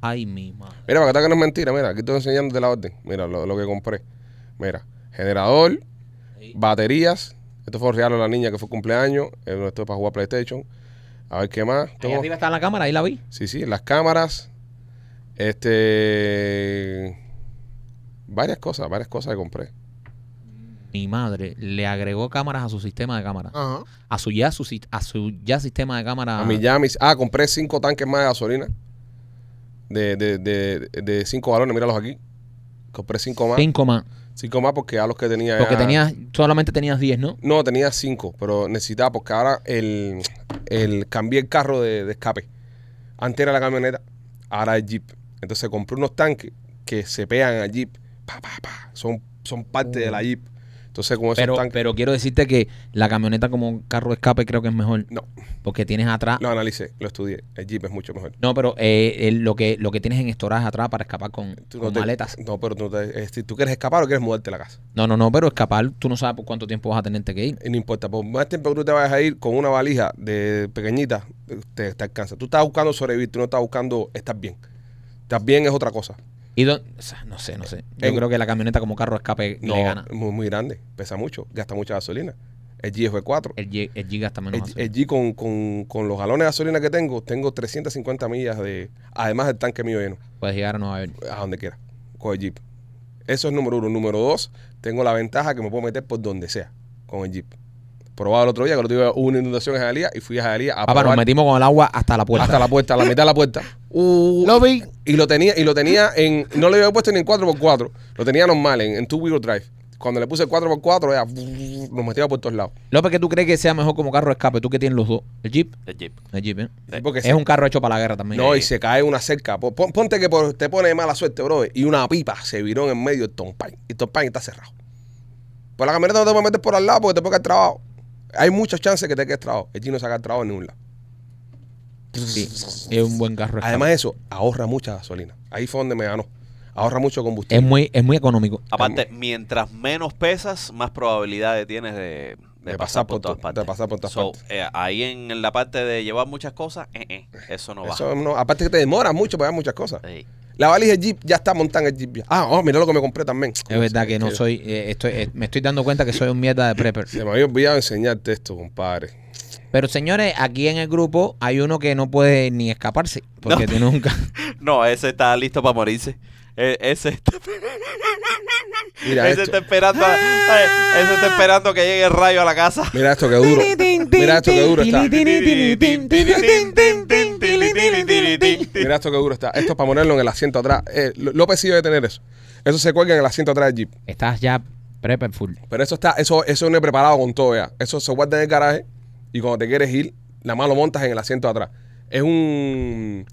[SPEAKER 2] Ay, mi madre.
[SPEAKER 1] Mira, para que te hagas que no es mentira, mira, aquí estoy enseñándote la orden. Mira lo, lo que compré. Mira, generador, baterías. Esto fue un regalo a la niña que fue cumpleaños. Eh, Esto es para jugar PlayStation. A ver qué más.
[SPEAKER 2] Ahí
[SPEAKER 1] Tengo-
[SPEAKER 2] arriba está la cámara, ahí la vi.
[SPEAKER 1] Sí, sí, las cámaras. Este. Varias cosas, varias cosas que compré.
[SPEAKER 2] Mi madre le agregó cámaras a su sistema de cámara.
[SPEAKER 4] Ajá.
[SPEAKER 2] A su ya, su, si- a su ya sistema de cámara.
[SPEAKER 1] A mi Yamis. Ah, compré cinco tanques más de gasolina. De, de, de, de cinco galones, míralos aquí. Compré cinco más.
[SPEAKER 2] Cinco más.
[SPEAKER 1] Cinco más porque a los que tenía.
[SPEAKER 2] Porque
[SPEAKER 1] ya-
[SPEAKER 2] tenías, solamente tenías 10, ¿no?
[SPEAKER 1] No, tenía cinco, pero necesitaba porque ahora el, el cambié el carro de, de escape. Antes era la camioneta, ahora el jeep. Entonces compré unos tanques que se pegan al jeep. Pa, pa, pa. Son, son parte de la jeep. Entonces con esos
[SPEAKER 2] Pero,
[SPEAKER 1] tanques...
[SPEAKER 2] pero quiero decirte que la camioneta como un carro de escape creo que es mejor.
[SPEAKER 1] No,
[SPEAKER 2] Porque tienes atrás. No,
[SPEAKER 1] lo analicé, lo estudié. El jeep es mucho mejor.
[SPEAKER 2] pero eh, eh, lo, que, lo que tienes en estoraje atrás para escapar con,
[SPEAKER 1] Tú
[SPEAKER 2] con
[SPEAKER 1] no te-
[SPEAKER 2] maletas.
[SPEAKER 1] No, pero tú, no te- este, tú quieres escapar o quieres mudarte a la casa.
[SPEAKER 2] No, no, no, pero escapar, tú no sabes por cuánto tiempo vas a tenerte que ir.
[SPEAKER 1] Y no importa, por más tiempo que tú te vayas a ir con una valija de pequeñita, te, te alcanza. Tú estás buscando sobrevivir, tú no estás buscando estar bien. Estar bien es otra cosa.
[SPEAKER 2] Y don- o sea, no sé, no sé. Yo
[SPEAKER 1] En-
[SPEAKER 2] creo que la camioneta como carro de escape
[SPEAKER 1] No,
[SPEAKER 2] le gana.
[SPEAKER 1] es muy, muy grande, pesa mucho, gasta mucha gasolina. El G fue 4.
[SPEAKER 2] El, G- el Giga está menos
[SPEAKER 1] El,
[SPEAKER 2] así.
[SPEAKER 1] el G con, con- con los galones de gasolina que tengo, tengo 350 millas de, además del tanque mío lleno,
[SPEAKER 2] Puedes llegar a Nueva York.
[SPEAKER 1] a donde quiera, con el Jeep. Eso es número uno. Número dos, tengo la ventaja que me puedo meter por donde sea con el Jeep. Probado el otro día, que el otro día hubo una inundación en Jalía y fui a Jalía a
[SPEAKER 2] Ah, pero nos
[SPEAKER 1] probar
[SPEAKER 2] metimos con el agua hasta la puerta.
[SPEAKER 1] hasta la puerta, a la mitad de la puerta. Uh,
[SPEAKER 4] Lo vi.
[SPEAKER 1] Y lo tenía, y lo tenía en, no le había puesto ni en 4x4, lo tenía normal, en, en two wheel drive. Cuando le puse 4x4, ya, nos metía por todos lados.
[SPEAKER 2] López, ¿qué tú crees que sea mejor como carro de escape? ¿Tú que tienes los dos? ¿El Jeep?
[SPEAKER 3] El Jeep.
[SPEAKER 2] El Jeep, ¿eh?
[SPEAKER 1] Sí, porque
[SPEAKER 2] es
[SPEAKER 1] se-
[SPEAKER 2] un carro hecho para la guerra también. Eh,
[SPEAKER 1] no, y se cae una cerca. Po- pon- Ponte que por- te pone de mala suerte, bro. Y una pipa se viró en el medio del Tompan. Y el Tompan está cerrado. Por la camioneta no te puedes meter por al lado porque te puede caer trabajo. Hay muchas chances que te quedes trabado. El chino saca trabajo en ningún lado.
[SPEAKER 2] Sí, es un buen carro de escape.
[SPEAKER 1] Además de eso, ahorra mucha gasolina. Ahí fue donde me ganó. Ahorra mucho combustible.
[SPEAKER 2] es muy, es muy económico.
[SPEAKER 3] Aparte, mientras menos pesas, más probabilidades tienes de, de
[SPEAKER 1] De
[SPEAKER 3] pasar por todas
[SPEAKER 1] to-
[SPEAKER 3] partes.
[SPEAKER 1] de pasar por todas
[SPEAKER 3] So,
[SPEAKER 1] partes.
[SPEAKER 3] eh, ahí en, en la parte de llevar muchas cosas, eh, eh, eso no va.
[SPEAKER 1] Eso no- aparte que te demora mucho para ver muchas cosas.
[SPEAKER 3] Sí.
[SPEAKER 1] La valija del Jeep ya está montada en el Jeep. ya. Ah, oh, mira lo que me compré también.
[SPEAKER 2] Es verdad que no soy. eh, estoy, eh, me estoy dando cuenta que soy un mierda de prepper.
[SPEAKER 1] Se me había olvidado enseñarte esto, compadre.
[SPEAKER 2] Pero señores, aquí en el grupo hay uno que no puede ni escaparse. Porque
[SPEAKER 3] No.
[SPEAKER 2] tiene un carro.
[SPEAKER 3] No, ese está listo para morirse. E- ese está,
[SPEAKER 1] Mira esto.
[SPEAKER 3] ese está esperando, a- eh, ese está esperando que llegue el rayo a la casa.
[SPEAKER 1] Mira esto que duro. Mira esto que duro está. Mira esto que duro está. Esto es para ponerlo en el asiento atrás. Eh, L- López sí debe tener eso. Eso se cuelga en el asiento atrás del Jeep.
[SPEAKER 2] Estás ya prepper full.
[SPEAKER 1] Pero eso está, eso, eso no he preparado con todo ya. Eso se guarda en el garaje y cuando te quieres ir, la mano lo montas en el asiento atrás. Es un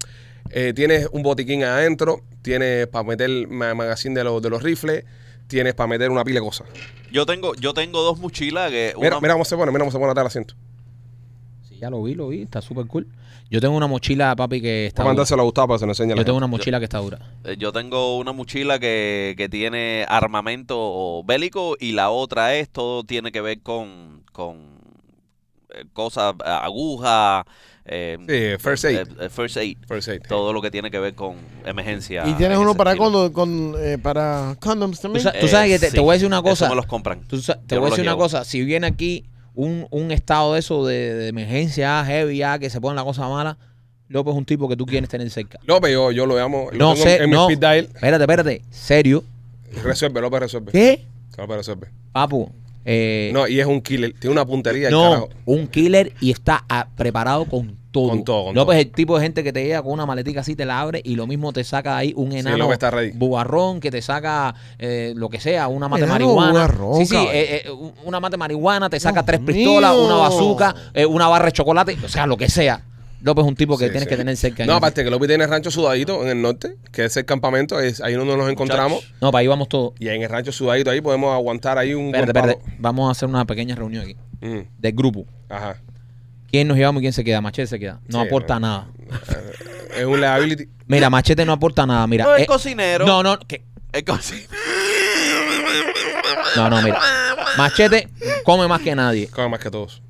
[SPEAKER 1] eh, tienes un botiquín adentro, tienes para meter el ma- magazine de los, de los rifles, tienes para meter una pila de cosas.
[SPEAKER 3] Yo tengo, yo tengo dos mochilas que
[SPEAKER 1] Mira,
[SPEAKER 3] una-
[SPEAKER 1] mira cómo se pone, mira cómo se pone atrás el asiento.
[SPEAKER 2] Sí, ya lo vi, lo vi. Está súper cool. Yo tengo una mochila, papi, que está.
[SPEAKER 1] Para
[SPEAKER 2] dura.
[SPEAKER 1] mandárselo a Gustavo para que se lo enseñe. a la
[SPEAKER 2] Yo tengo
[SPEAKER 1] gente.
[SPEAKER 2] una mochila que está dura.
[SPEAKER 3] eh, yo tengo una mochila que, que tiene armamento bélico y la otra es todo tiene que ver con, con eh, cosas, eh, agujas, eh,
[SPEAKER 1] Sí, first aid.
[SPEAKER 3] eh, eh, first aid,
[SPEAKER 1] First aid.
[SPEAKER 3] todo lo que tiene que ver con emergencia.
[SPEAKER 4] Y tienes
[SPEAKER 3] en
[SPEAKER 4] uno
[SPEAKER 3] ese
[SPEAKER 4] para,
[SPEAKER 3] estilo.
[SPEAKER 4] condo- con, eh, para condoms
[SPEAKER 2] Tú,
[SPEAKER 4] también.
[SPEAKER 2] sa- tú
[SPEAKER 3] Eh,
[SPEAKER 2] sabes que te, te
[SPEAKER 3] sí,
[SPEAKER 2] voy a decir una
[SPEAKER 3] eso
[SPEAKER 2] cosa.
[SPEAKER 3] me los compran.
[SPEAKER 2] Tú sa- te
[SPEAKER 3] Yo
[SPEAKER 2] voy a
[SPEAKER 3] me los
[SPEAKER 2] decir una
[SPEAKER 3] llevo.
[SPEAKER 2] cosa. Si viene aquí un, un estado de eso de, de emergencia ah, heavy, ah, que se pone la cosa mala, López es un tipo que tú quieres tener cerca.
[SPEAKER 1] López, yo, yo lo llamo. lo
[SPEAKER 2] No
[SPEAKER 1] tengo
[SPEAKER 2] sé,
[SPEAKER 1] En mi
[SPEAKER 2] no.
[SPEAKER 1] speed dial.
[SPEAKER 2] Espérate, espérate. ¿Serio?
[SPEAKER 1] Resuelve, López resuelve.
[SPEAKER 2] ¿Qué?
[SPEAKER 1] López resuelve.
[SPEAKER 2] Papu, eh, no,
[SPEAKER 1] No, y es un killer. Tiene una puntería. del carajo.
[SPEAKER 2] un killer y está ah, preparado con todo.
[SPEAKER 1] Con todo, con todo.
[SPEAKER 2] López es el tipo de gente que te llega con una maletica así, te la abre y lo mismo te saca de ahí un enano
[SPEAKER 1] López está ready.
[SPEAKER 2] bugarrón que te saca eh, lo que sea, una mata de
[SPEAKER 4] Enano
[SPEAKER 2] marihuana.
[SPEAKER 4] bugarrón,
[SPEAKER 2] sí, sí,
[SPEAKER 4] cabrón.
[SPEAKER 2] eh, eh, un- una mata de marihuana, te saca
[SPEAKER 4] Dios
[SPEAKER 2] tres pistolas,
[SPEAKER 4] mío.
[SPEAKER 2] una bazuca, eh, una barra de chocolate, o sea, lo que sea. López es un tipo que
[SPEAKER 1] Sí,
[SPEAKER 2] tienes
[SPEAKER 1] sí.
[SPEAKER 2] que tener cerca. en
[SPEAKER 1] No,
[SPEAKER 2] ese-
[SPEAKER 1] aparte que López tiene el rancho sudadito en el norte, que es el campamento, es ahí donde nos encontramos.
[SPEAKER 2] No, para ahí vamos todos.
[SPEAKER 1] Y en el rancho sudadito ahí podemos aguantar ahí un
[SPEAKER 2] Espérate,
[SPEAKER 1] buen
[SPEAKER 2] espérate. Vamos a hacer una pequeña reunión aquí,
[SPEAKER 1] palo. Mm,
[SPEAKER 2] del grupo.
[SPEAKER 1] ajá.
[SPEAKER 2] ¿Quién nos llevamos y quién se queda? Machete se queda. No
[SPEAKER 1] Sí,
[SPEAKER 2] aporta
[SPEAKER 1] no.
[SPEAKER 2] nada.
[SPEAKER 1] Es un liability.
[SPEAKER 2] Mira, Machete no aporta nada. Mira,
[SPEAKER 3] No, el
[SPEAKER 2] Eh,
[SPEAKER 3] cocinero.
[SPEAKER 2] No, no, que-
[SPEAKER 3] El cocinero.
[SPEAKER 2] no, no, mira. Machete come más que nadie.
[SPEAKER 1] Come más que todos.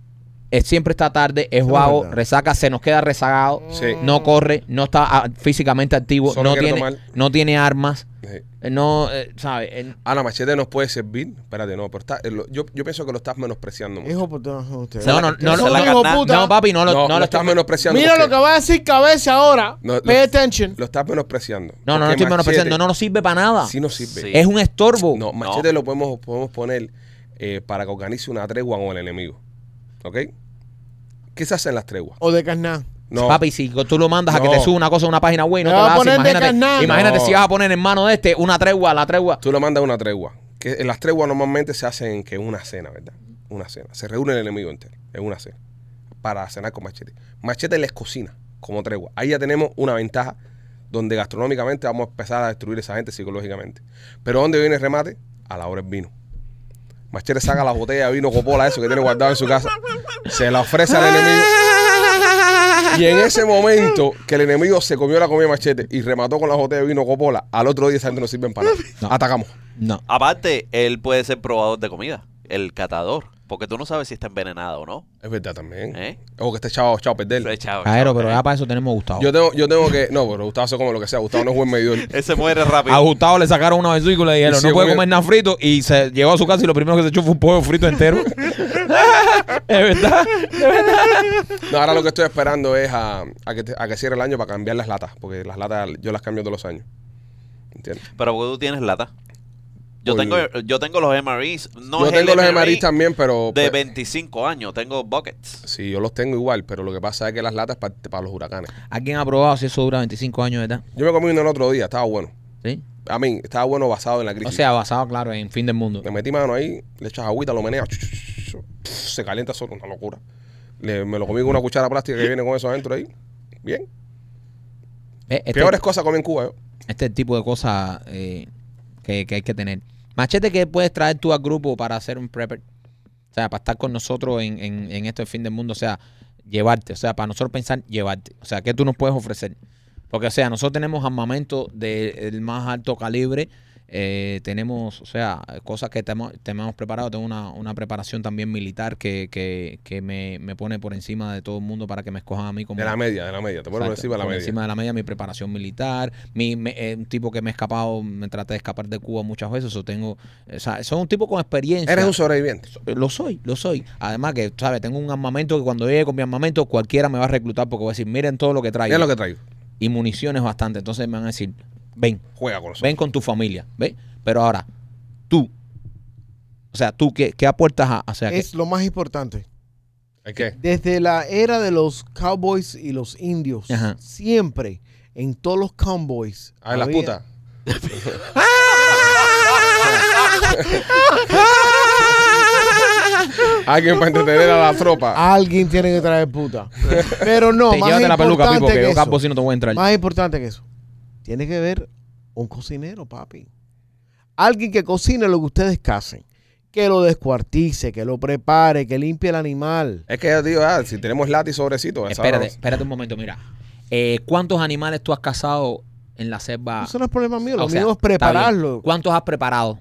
[SPEAKER 2] Eh, siempre está tarde, es
[SPEAKER 4] es
[SPEAKER 2] guavo,
[SPEAKER 4] verdad.
[SPEAKER 2] resaca, se nos queda rezagado.
[SPEAKER 1] Sí.
[SPEAKER 2] No corre, no está ah, físicamente activo,
[SPEAKER 1] Solo
[SPEAKER 2] no
[SPEAKER 1] quiere
[SPEAKER 2] tiene,
[SPEAKER 1] tomar.
[SPEAKER 2] no tiene armas,
[SPEAKER 1] Sí.
[SPEAKER 2] eh, no, eh, ¿sabes? Eh,
[SPEAKER 1] Ah, la machete nos puede servir. Espérate, no, pero está, eh, lo- yo, yo pienso que lo estás menospreciando mucho.
[SPEAKER 4] Hijo puta, usted.
[SPEAKER 2] No, no, no,
[SPEAKER 4] Son
[SPEAKER 2] no,
[SPEAKER 3] la
[SPEAKER 4] hijo
[SPEAKER 3] gana-
[SPEAKER 4] puta.
[SPEAKER 2] no, papi,
[SPEAKER 1] No,
[SPEAKER 2] no lo, no, lo
[SPEAKER 1] estás
[SPEAKER 2] estoy-
[SPEAKER 1] menospreciando.
[SPEAKER 4] Mira lo
[SPEAKER 1] porque
[SPEAKER 4] que va a decir cabeza ahora.
[SPEAKER 1] No,
[SPEAKER 4] Pay
[SPEAKER 1] lo-
[SPEAKER 4] attention.
[SPEAKER 1] Lo estás menospreciando.
[SPEAKER 2] No, no, no
[SPEAKER 1] Porque
[SPEAKER 2] estoy menospreciando,
[SPEAKER 1] Machete
[SPEAKER 2] no nos sirve para nada.
[SPEAKER 1] Sí nos sirve.
[SPEAKER 3] Sí.
[SPEAKER 2] Es un estorbo.
[SPEAKER 1] No, machete lo podemos, podemos poner eh, para que organice una tregua con el enemigo. ¿Ok? ¿Qué se hacen las treguas?
[SPEAKER 4] O de carnal.
[SPEAKER 1] No.
[SPEAKER 2] Papi, si tú lo mandas a que
[SPEAKER 1] No.
[SPEAKER 2] te suba una cosa a una página web, y no
[SPEAKER 4] Me
[SPEAKER 2] te
[SPEAKER 4] va
[SPEAKER 2] la
[SPEAKER 4] a
[SPEAKER 2] hace,
[SPEAKER 4] poner de carnal.
[SPEAKER 2] imagínate, imagínate
[SPEAKER 1] No.
[SPEAKER 2] si vas a poner en mano de este una tregua, la tregua.
[SPEAKER 1] Tú lo mandas a una tregua. Que las treguas normalmente se hacen que en una cena, ¿verdad? Una cena. Se reúne el enemigo entero en una cena para cenar con Machete. Machete les cocina como tregua. Ahí ya tenemos una ventaja donde gastronómicamente vamos a empezar a destruir a esa gente psicológicamente. Pero ¿dónde viene el remate? A la hora del vino. Machete saca la botella de vino copola, eso que tiene guardado en su casa. Se la ofrece al enemigo. Y en ese momento que el enemigo se comió la comida de machete y remató con la botella de vino copola, al otro día esa gente no sirve para nada.
[SPEAKER 2] No.
[SPEAKER 1] Atacamos.
[SPEAKER 2] No.
[SPEAKER 3] Aparte, él puede ser probador de comida, el catador, porque tú no sabes si está envenenado o no.
[SPEAKER 1] Es verdad también.
[SPEAKER 3] ¿Eh?
[SPEAKER 1] O que este chavo, chavo, perderlo.
[SPEAKER 3] Pero, chavo,
[SPEAKER 2] Caero,
[SPEAKER 3] chavo,
[SPEAKER 2] pero
[SPEAKER 3] eh.
[SPEAKER 2] ya para eso tenemos a Gustavo.
[SPEAKER 1] Yo tengo, yo tengo que. No, pero Gustavo se come lo que sea. Gustavo no es buen medidor.
[SPEAKER 3] Ese muere
[SPEAKER 2] A
[SPEAKER 3] rápido.
[SPEAKER 2] Gustavo le sacaron una vesícula y le
[SPEAKER 1] Y
[SPEAKER 2] dijeron,
[SPEAKER 1] sigue
[SPEAKER 2] no puede
[SPEAKER 1] comiendo.
[SPEAKER 2] comer nada frito. Y se llegó a su casa y lo primero que se echó fue un pollo frito entero. es verdad.
[SPEAKER 1] No, ahora lo que estoy esperando es a, a que, te- a que cierre el año para cambiar las latas. Porque las latas yo las cambio todos los años. ¿Entiendes?
[SPEAKER 3] Pero porque tú tienes lata. Yo
[SPEAKER 1] Por-
[SPEAKER 3] tengo, yo tengo los MREs. No
[SPEAKER 1] yo
[SPEAKER 3] es el
[SPEAKER 1] tengo los
[SPEAKER 3] MRE
[SPEAKER 1] emaris también, pero.
[SPEAKER 3] De
[SPEAKER 1] pues,
[SPEAKER 3] 25 años, tengo buckets.
[SPEAKER 1] sí, yo los tengo igual, pero lo que pasa es que las latas para, para los huracanes.
[SPEAKER 2] ¿Alguien ha probado si eso dura 25 años de edad?
[SPEAKER 1] Yo me comí uno el otro día, estaba bueno.
[SPEAKER 2] ¿Sí?
[SPEAKER 1] A mí, estaba bueno basado en la crisis.
[SPEAKER 2] O sea, basado, claro, en fin del mundo.
[SPEAKER 1] Le metí mano ahí, le echas agüita, lo meneas. chu, chu, chu, chu, pf, Se calienta solo, una locura. Le- me lo comí con una cuchara plástica que viene con eso adentro ahí. Bien.
[SPEAKER 2] Eh, Este,
[SPEAKER 1] Peores cosas comí en Cuba. ¿eh? yo.
[SPEAKER 2] este tipo de cosas eh, que, que hay que tener. Machete, ¿qué puedes traer tú al grupo para hacer un prepper? O sea, para estar con nosotros en, en, en esto del fin del mundo. O sea, llevarte. O sea, para nosotros pensar, llevarte. O sea, ¿qué tú nos puedes ofrecer? Porque, o sea, nosotros tenemos armamento del más alto calibre. eh, tenemos, o sea, cosas que tenemos, tenemos preparado. Tengo una, una preparación también militar que, que, que me, me pone por encima de todo el mundo para que me escojan a mí como,
[SPEAKER 1] De la media, de la media. Te pones por
[SPEAKER 2] Exacto,
[SPEAKER 1] encima de la
[SPEAKER 2] por
[SPEAKER 1] media.
[SPEAKER 2] encima de la media, mi preparación militar, mi, me- eh, un tipo que me he escapado, me traté de escapar de Cuba muchas veces, o tengo, o sea, soy un tipo con experiencia. Eh,
[SPEAKER 1] Eres un sobreviviente.
[SPEAKER 2] lo soy, lo soy. Además que, ¿sabes? Tengo un armamento que cuando llegue con mi armamento cualquiera me va a reclutar porque voy a decir, miren todo lo que traigo.
[SPEAKER 1] Mira lo que traigo.
[SPEAKER 2] Y municiones bastante. Entonces me van a decir, ven,
[SPEAKER 1] Juega con nosotros.
[SPEAKER 2] ven con tu familia, ¿ves? Pero ahora, tú, o sea, tú, ¿qué, qué aportas a, o sea, qué-
[SPEAKER 4] Es lo más importante.
[SPEAKER 1] ¿El qué?
[SPEAKER 4] Desde la era de los cowboys y los indios,
[SPEAKER 2] Ajá.
[SPEAKER 4] siempre en todos los cowboys.
[SPEAKER 1] A ver, las
[SPEAKER 4] había-
[SPEAKER 1] putas. Alguien para entretener a la tropa.
[SPEAKER 4] Alguien tiene que traer puta. Pero no,
[SPEAKER 2] te
[SPEAKER 4] más
[SPEAKER 2] llévate la peluca,
[SPEAKER 4] importante
[SPEAKER 2] Pipo, que
[SPEAKER 4] que
[SPEAKER 2] yo
[SPEAKER 4] eso.
[SPEAKER 2] capo si no te voy a entrar.
[SPEAKER 4] Más importante que eso. Tiene que ver un cocinero, papi. Alguien que cocine lo que ustedes casen. Que lo descuartice, que lo prepare, que limpie el animal.
[SPEAKER 1] Es que yo digo, ah, si tenemos lati sobrecito. esa
[SPEAKER 2] Espérate,
[SPEAKER 1] hora
[SPEAKER 2] espérate un momento, mira. Eh, ¿Cuántos animales tú has cazado en la selva?
[SPEAKER 4] Eso no es problema mío. Lo
[SPEAKER 2] Ah. O sea,
[SPEAKER 4] mío es
[SPEAKER 2] está bien.
[SPEAKER 4] prepararlo.
[SPEAKER 2] ¿Cuántos has preparado?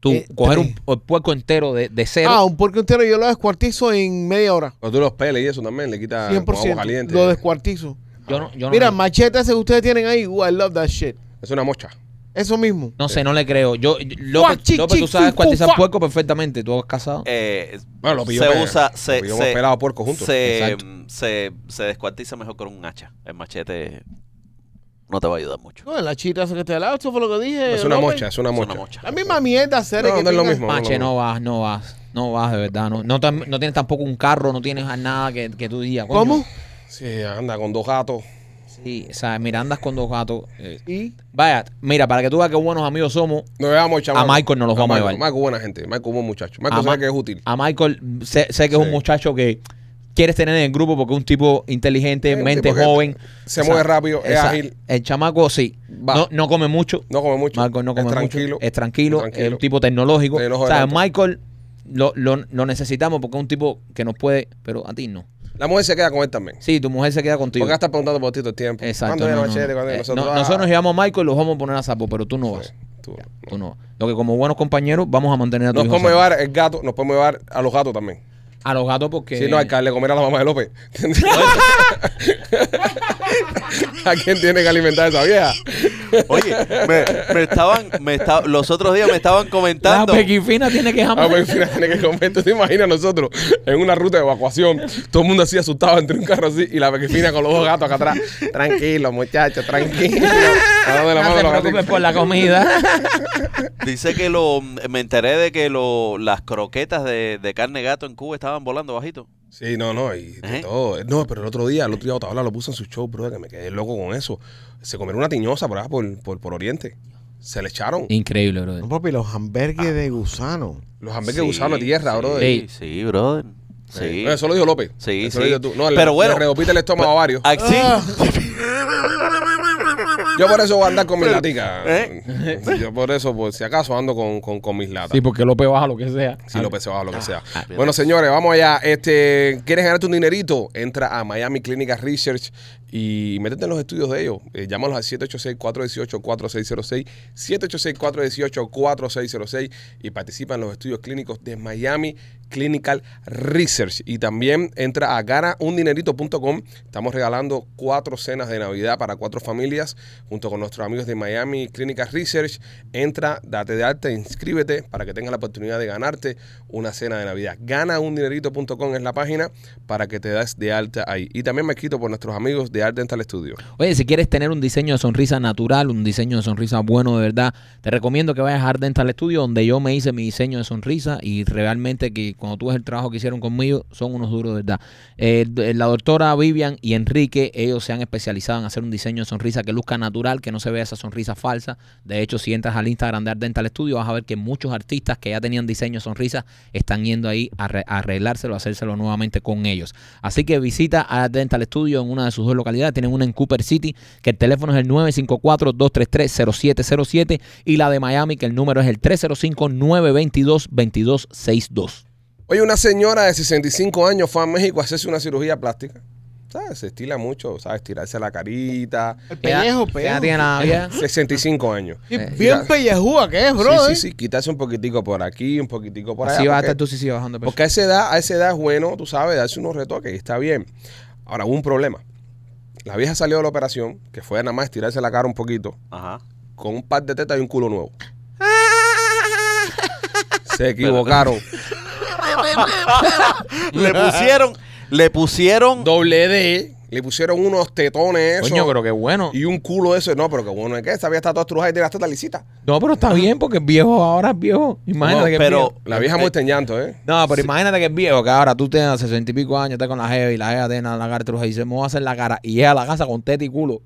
[SPEAKER 2] Tú
[SPEAKER 4] Eh,
[SPEAKER 2] coger
[SPEAKER 4] tres.
[SPEAKER 2] un, el puerco entero de, de cero.
[SPEAKER 4] Ah, un puerco entero yo lo descuartizo en media hora.
[SPEAKER 1] Cuando tú los peles y eso también le quita Ah, con agua
[SPEAKER 4] 100%.
[SPEAKER 1] caliente.
[SPEAKER 4] Lo descuartizo.
[SPEAKER 2] yo no, yo no-
[SPEAKER 4] Mira, machete ese que ustedes tienen ahí. uh, I love that shit.
[SPEAKER 1] Es una mocha.
[SPEAKER 4] Eso mismo.
[SPEAKER 2] no sé, no le creo. Yo, yo-
[SPEAKER 4] Fuck,
[SPEAKER 2] López,
[SPEAKER 4] chick,
[SPEAKER 2] López, tú
[SPEAKER 4] chick,
[SPEAKER 2] sabes
[SPEAKER 4] fuck,
[SPEAKER 2] cuartizar
[SPEAKER 4] fuck.
[SPEAKER 2] puerco perfectamente. Tú has casado.
[SPEAKER 3] Eh,
[SPEAKER 1] Bueno, lo pilló
[SPEAKER 3] se
[SPEAKER 1] pe-
[SPEAKER 3] usa,
[SPEAKER 1] lo
[SPEAKER 3] se,
[SPEAKER 1] pilló
[SPEAKER 3] se-
[SPEAKER 1] pelado puerco juntos.
[SPEAKER 3] Se,
[SPEAKER 1] Exacto.
[SPEAKER 3] se, se descuartiza mejor con un hacha. El machete no te va a ayudar mucho.
[SPEAKER 4] No, la chita esa que te lado, eso fue lo que dije.
[SPEAKER 1] Es una
[SPEAKER 4] López.
[SPEAKER 1] mocha, es una
[SPEAKER 3] Es
[SPEAKER 1] mocha.
[SPEAKER 3] una mocha.
[SPEAKER 4] La misma mierda hacer
[SPEAKER 1] No,
[SPEAKER 4] que
[SPEAKER 1] no es lo
[SPEAKER 4] tenga-
[SPEAKER 1] mismo.
[SPEAKER 2] Mache,
[SPEAKER 1] no,
[SPEAKER 2] no vas, no vas. No vas, de verdad. No, no, tam- no tienes tampoco un carro, no tienes a nada que, que tú digas. coño.
[SPEAKER 4] ¿Cómo?
[SPEAKER 1] Sí, anda con dos gatos.
[SPEAKER 2] Sí, o sea, mira, andas con dos gatos. eh,
[SPEAKER 4] Y
[SPEAKER 2] Vaya, mira, para que tú veas qué buenos amigos somos,
[SPEAKER 1] Nos llevamos, chamaco.
[SPEAKER 2] Michael no los vamos a
[SPEAKER 1] Michael.
[SPEAKER 2] llevar.
[SPEAKER 1] Michael, buena gente. Michael, buen muchacho.
[SPEAKER 2] A
[SPEAKER 1] Michael sabe
[SPEAKER 2] Ma-
[SPEAKER 1] que es útil.
[SPEAKER 2] a Michael sé, sé que es
[SPEAKER 1] Sí.
[SPEAKER 2] un muchacho que quieres tener en el grupo porque es un tipo inteligente,
[SPEAKER 1] Es un
[SPEAKER 2] mente
[SPEAKER 1] tipo que
[SPEAKER 2] joven.
[SPEAKER 1] se mueve rápido, es
[SPEAKER 2] esa-
[SPEAKER 1] ágil.
[SPEAKER 2] El chamaco, sí.
[SPEAKER 1] Va.
[SPEAKER 2] No, no come mucho.
[SPEAKER 1] No come mucho.
[SPEAKER 2] Michael no
[SPEAKER 1] es
[SPEAKER 2] come
[SPEAKER 1] tranquilo.
[SPEAKER 2] mucho. Es tranquilo.
[SPEAKER 1] Es tranquilo.
[SPEAKER 2] Es un tipo tecnológico.
[SPEAKER 1] Sí, el ojo
[SPEAKER 2] O sea,
[SPEAKER 1] adelante.
[SPEAKER 2] Michael lo, lo, lo necesitamos porque es un tipo que nos puede, pero a ti no.
[SPEAKER 1] La mujer se queda con él también.
[SPEAKER 2] Sí, tu mujer se queda contigo.
[SPEAKER 1] Porque está preguntando por ti todo el tiempo.
[SPEAKER 2] Exacto.
[SPEAKER 1] ¿Cuándo viene
[SPEAKER 2] no, no,
[SPEAKER 1] Machete?
[SPEAKER 2] no.
[SPEAKER 1] ¿Cuándo
[SPEAKER 2] Eh,
[SPEAKER 1] viene nosotros?
[SPEAKER 2] no-
[SPEAKER 1] Ah,
[SPEAKER 2] nosotros nos llevamos a Michael y los vamos a poner a sapo, pero tú no vas.
[SPEAKER 1] tú no.
[SPEAKER 2] Tú no. vas. Lo que como buenos compañeros vamos a mantener a tu
[SPEAKER 1] Nos
[SPEAKER 2] hijo
[SPEAKER 1] podemos
[SPEAKER 2] sano.
[SPEAKER 1] llevar el gato, nos podemos llevar a los gatos también.
[SPEAKER 2] a los gatos porque
[SPEAKER 1] Si no, hay que darle comer a la mamá de López. ¿Entiendes? ¿A quién tiene que alimentar esa vieja?
[SPEAKER 3] Oye, me, me estaban, me esta- los otros días me estaban
[SPEAKER 2] la
[SPEAKER 3] comentando.
[SPEAKER 2] pequifina tiene que
[SPEAKER 1] Ah,
[SPEAKER 2] jamás.
[SPEAKER 1] pues mira, tiene que comer. ¿Tú te imaginas nosotros en una ruta de evacuación? Todo el mundo así asustado entre un carro así y la pequefina con los dos gatos acá atrás. Tranquilo, muchachos, tranquilo. Dándole la
[SPEAKER 2] no
[SPEAKER 1] mano
[SPEAKER 2] se
[SPEAKER 1] a los
[SPEAKER 2] preocupes
[SPEAKER 1] gatitos.
[SPEAKER 2] por la comida.
[SPEAKER 3] Dice que lo, me enteré de que lo, las croquetas de, de carne gato en Cuba estaban volando bajito.
[SPEAKER 1] Sí, no, no, y de
[SPEAKER 3] Ajá.
[SPEAKER 1] todo. No, pero el otro día, el otro día Otaola lo puso en su show, bro, que me quedé loco con eso. Se comió una tiñosa por, allá por, por, por Oriente. Se le echaron
[SPEAKER 2] Increíble, brother.
[SPEAKER 4] no, papi, los hamburgues
[SPEAKER 1] Ah.
[SPEAKER 4] de gusano.
[SPEAKER 1] los hamburgues usaron la tierra,
[SPEAKER 3] sí,
[SPEAKER 1] bro. Eh,
[SPEAKER 3] Sí, sí, brother. Sí.
[SPEAKER 1] Eso lo dijo López.
[SPEAKER 3] Sí,
[SPEAKER 1] Eso lo
[SPEAKER 3] sí.
[SPEAKER 1] dijo tú. No, le-
[SPEAKER 3] Pero bueno,
[SPEAKER 1] le repite el estómago a varios.
[SPEAKER 3] Así,
[SPEAKER 4] Ah.
[SPEAKER 1] Yo por eso voy a andar con mis laticas.
[SPEAKER 3] ¿Eh?
[SPEAKER 1] Yo por eso, por si acaso, ando con, con, con mis latas.
[SPEAKER 2] Sí, porque López baja lo que sea.
[SPEAKER 1] Si López se baja, lo que sea.
[SPEAKER 3] bien.
[SPEAKER 1] bueno, señores, vamos allá. Este, ¿Quieres ganarte un dinerito? Entra a Miami Clinical Research y métete en los estudios de ellos. Eh, llámalos al 786-418-4606, 786-418-4606 y participa en los estudios clínicos de Miami Clinical Research. Y también entra a ganaundinerito.com. Estamos regalando cuatro cenas de Navidad para cuatro familias junto con nuestros amigos de Miami Clinical Research. Entra, date de alta, inscríbete para que tengas la oportunidad de ganarte una cena de Navidad. Ganaundinerito.com es la página para que te das de alta ahí. Y también me escrito por nuestros amigos de Art Dental Studio.
[SPEAKER 2] Oye, si quieres tener un diseño de sonrisa natural, un diseño de sonrisa bueno de verdad, te recomiendo que vayas a Art Dental Studio, donde yo me hice mi diseño de sonrisa y realmente que cuando tú ves el trabajo que hicieron conmigo, son unos duros de verdad. Eh, d- la doctora Vivian y Enrique, ellos se han especializado en hacer un diseño de sonrisa que luzca natural, que no se vea esa sonrisa falsa. De hecho, si entras al Instagram de Art Dental Studio, vas a ver que muchos artistas que ya tenían diseño de sonrisa están yendo ahí a arre- a arreglárselo, a hacérselo nuevamente con ellos. Así que visita a Dental Studio en una de sus dos localidades. Tienen una en Cooper City, que el teléfono es el 954-233-0707 y la de Miami, que el número es el 305-922-2262.
[SPEAKER 1] Oye, una señora de 65 años fue a México a hacerse una cirugía plástica. ¿Sabes? Se estila mucho, ¿sabes? Tirarse la carita.
[SPEAKER 4] El pellejo,
[SPEAKER 2] ¿Qué edad
[SPEAKER 4] pellejo.
[SPEAKER 2] tiene la vieja?
[SPEAKER 1] 65 años.
[SPEAKER 4] Sí, Bien
[SPEAKER 1] Ya.
[SPEAKER 4] pellejúa que es, bro.
[SPEAKER 1] Eh, sí,
[SPEAKER 4] ¿eh?
[SPEAKER 1] sí, sí. Quitarse un poquitico por aquí, un poquitico por allá.
[SPEAKER 2] Así va a
[SPEAKER 1] porque-
[SPEAKER 2] estar tú, sí, sí, bajando de peso.
[SPEAKER 1] Porque a esa edad, a esa edad es bueno, tú sabes, darse unos retoques y está bien. Ahora, hubo un problema. La vieja salió de la operación, que fue nada más estirarse la cara un poquito,
[SPEAKER 3] Ajá.
[SPEAKER 1] con un par de tetas y un culo nuevo. Se equivocaron.
[SPEAKER 3] le pusieron, le pusieron
[SPEAKER 1] Doble D. Le pusieron unos tetones esos,
[SPEAKER 2] Coño, pero qué bueno.
[SPEAKER 1] y un culo eso. No, pero que bueno es que esta vieja está toda estrujada y tiene las tetas lisitas.
[SPEAKER 2] No, pero está bien porque el viejo ahora es viejo. Imagínate
[SPEAKER 3] No,
[SPEAKER 2] que es
[SPEAKER 3] pero-
[SPEAKER 2] viejo.
[SPEAKER 1] La vieja muestra en llanto, ¿eh?
[SPEAKER 2] No, pero imagínate que es viejo, que ahora tú tengas sesenta y pico años, estás con la jeva y la jeva tiene la cartruja y se me va a hacer la cara y llega a la casa con teta y culo.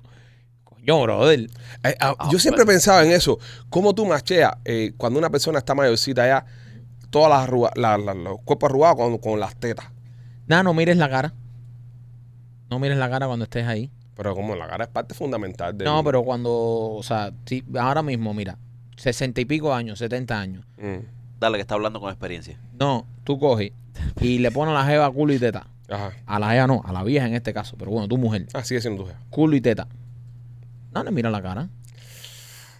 [SPEAKER 2] Coño, brother.
[SPEAKER 1] Eh, ah, yo siempre pensaba en eso. ¿Cómo tú macheas eh, cuando una persona está mayorcita ya, todas las arrugas, la- la- los cuerpos arrugados con, con las tetas?
[SPEAKER 2] Nada, no mires la cara. No mires la cara cuando estés ahí.
[SPEAKER 1] Pero como la cara es parte fundamental de...
[SPEAKER 2] No, pero cuando, o sea, sí, ahora mismo, mira, sesenta y pico años, setenta años.
[SPEAKER 1] Mm.
[SPEAKER 3] Dale, que está hablando con experiencia.
[SPEAKER 2] No, tú coges y le pones a la jeva culo y teta.
[SPEAKER 1] Ajá.
[SPEAKER 2] A la jeva no, a la vieja en este caso, pero bueno, tu mujer,
[SPEAKER 1] Ah, sigue siendo tu jefa.
[SPEAKER 2] culo y teta. No le mira la cara.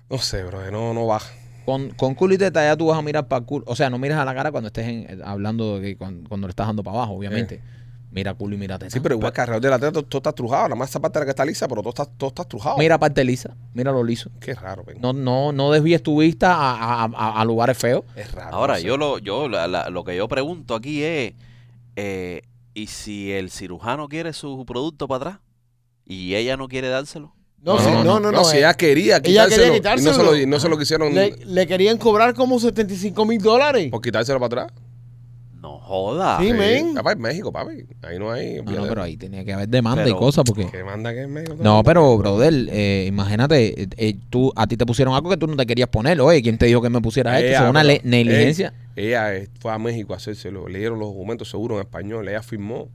[SPEAKER 1] No sé, bro, no, no baja.
[SPEAKER 2] Con, con culo y teta ya tú vas a mirar para culo. O sea, no miras a la cara cuando estés en- eh, hablando, de que cuan- cuando, le estás dando para abajo, obviamente. Mira culo y mira teta.
[SPEAKER 1] Eh. Sí, pero igual que alrededor de la teta, tú, tú estás trujado. La más parte de la que está lisa, pero tú estás, tú estás trujado.
[SPEAKER 2] Mira parte lisa, mira lo liso.
[SPEAKER 1] Qué raro, ven.
[SPEAKER 2] No, no, no desvíes tu vista a, a- a- a lugares feos.
[SPEAKER 1] Es raro.
[SPEAKER 3] Ahora,
[SPEAKER 1] no sé.
[SPEAKER 3] yo, lo, yo la- la- lo que yo pregunto aquí es, eh, ¿y si el cirujano quiere su producto para atrás y ella no quiere dárselo?
[SPEAKER 4] No,
[SPEAKER 1] No,
[SPEAKER 4] sí,
[SPEAKER 1] no, no, no, ah, si ella quería
[SPEAKER 4] Ella
[SPEAKER 1] quitárselo.
[SPEAKER 4] quería
[SPEAKER 1] y no, se lo,
[SPEAKER 4] quitárselo.
[SPEAKER 1] y no se lo quisieron
[SPEAKER 4] Le, le querían cobrar como 75 mil dólares.
[SPEAKER 1] por quitárselo para atrás.
[SPEAKER 3] No joda.
[SPEAKER 4] Sí, men.
[SPEAKER 1] Papá, en México, papi. Ahí no hay.
[SPEAKER 2] No, no, pero ahí tenía que haber demanda y
[SPEAKER 3] Pero-
[SPEAKER 2] cosas porque...
[SPEAKER 1] ¿Qué manda que es México?
[SPEAKER 2] No, pero, brother, eh, imagínate, eh, eh, tú, a ti te pusieron algo que tú no te querías poner. Oye, ¿quién te dijo que me pusiera esto?
[SPEAKER 1] Ella,
[SPEAKER 2] Eso es una
[SPEAKER 1] Eh, ah, pero-
[SPEAKER 2] le- negligencia.
[SPEAKER 1] Ella eh, fue a México a hacérselo. Le dieron los documentos seguros en español. Ella firmó.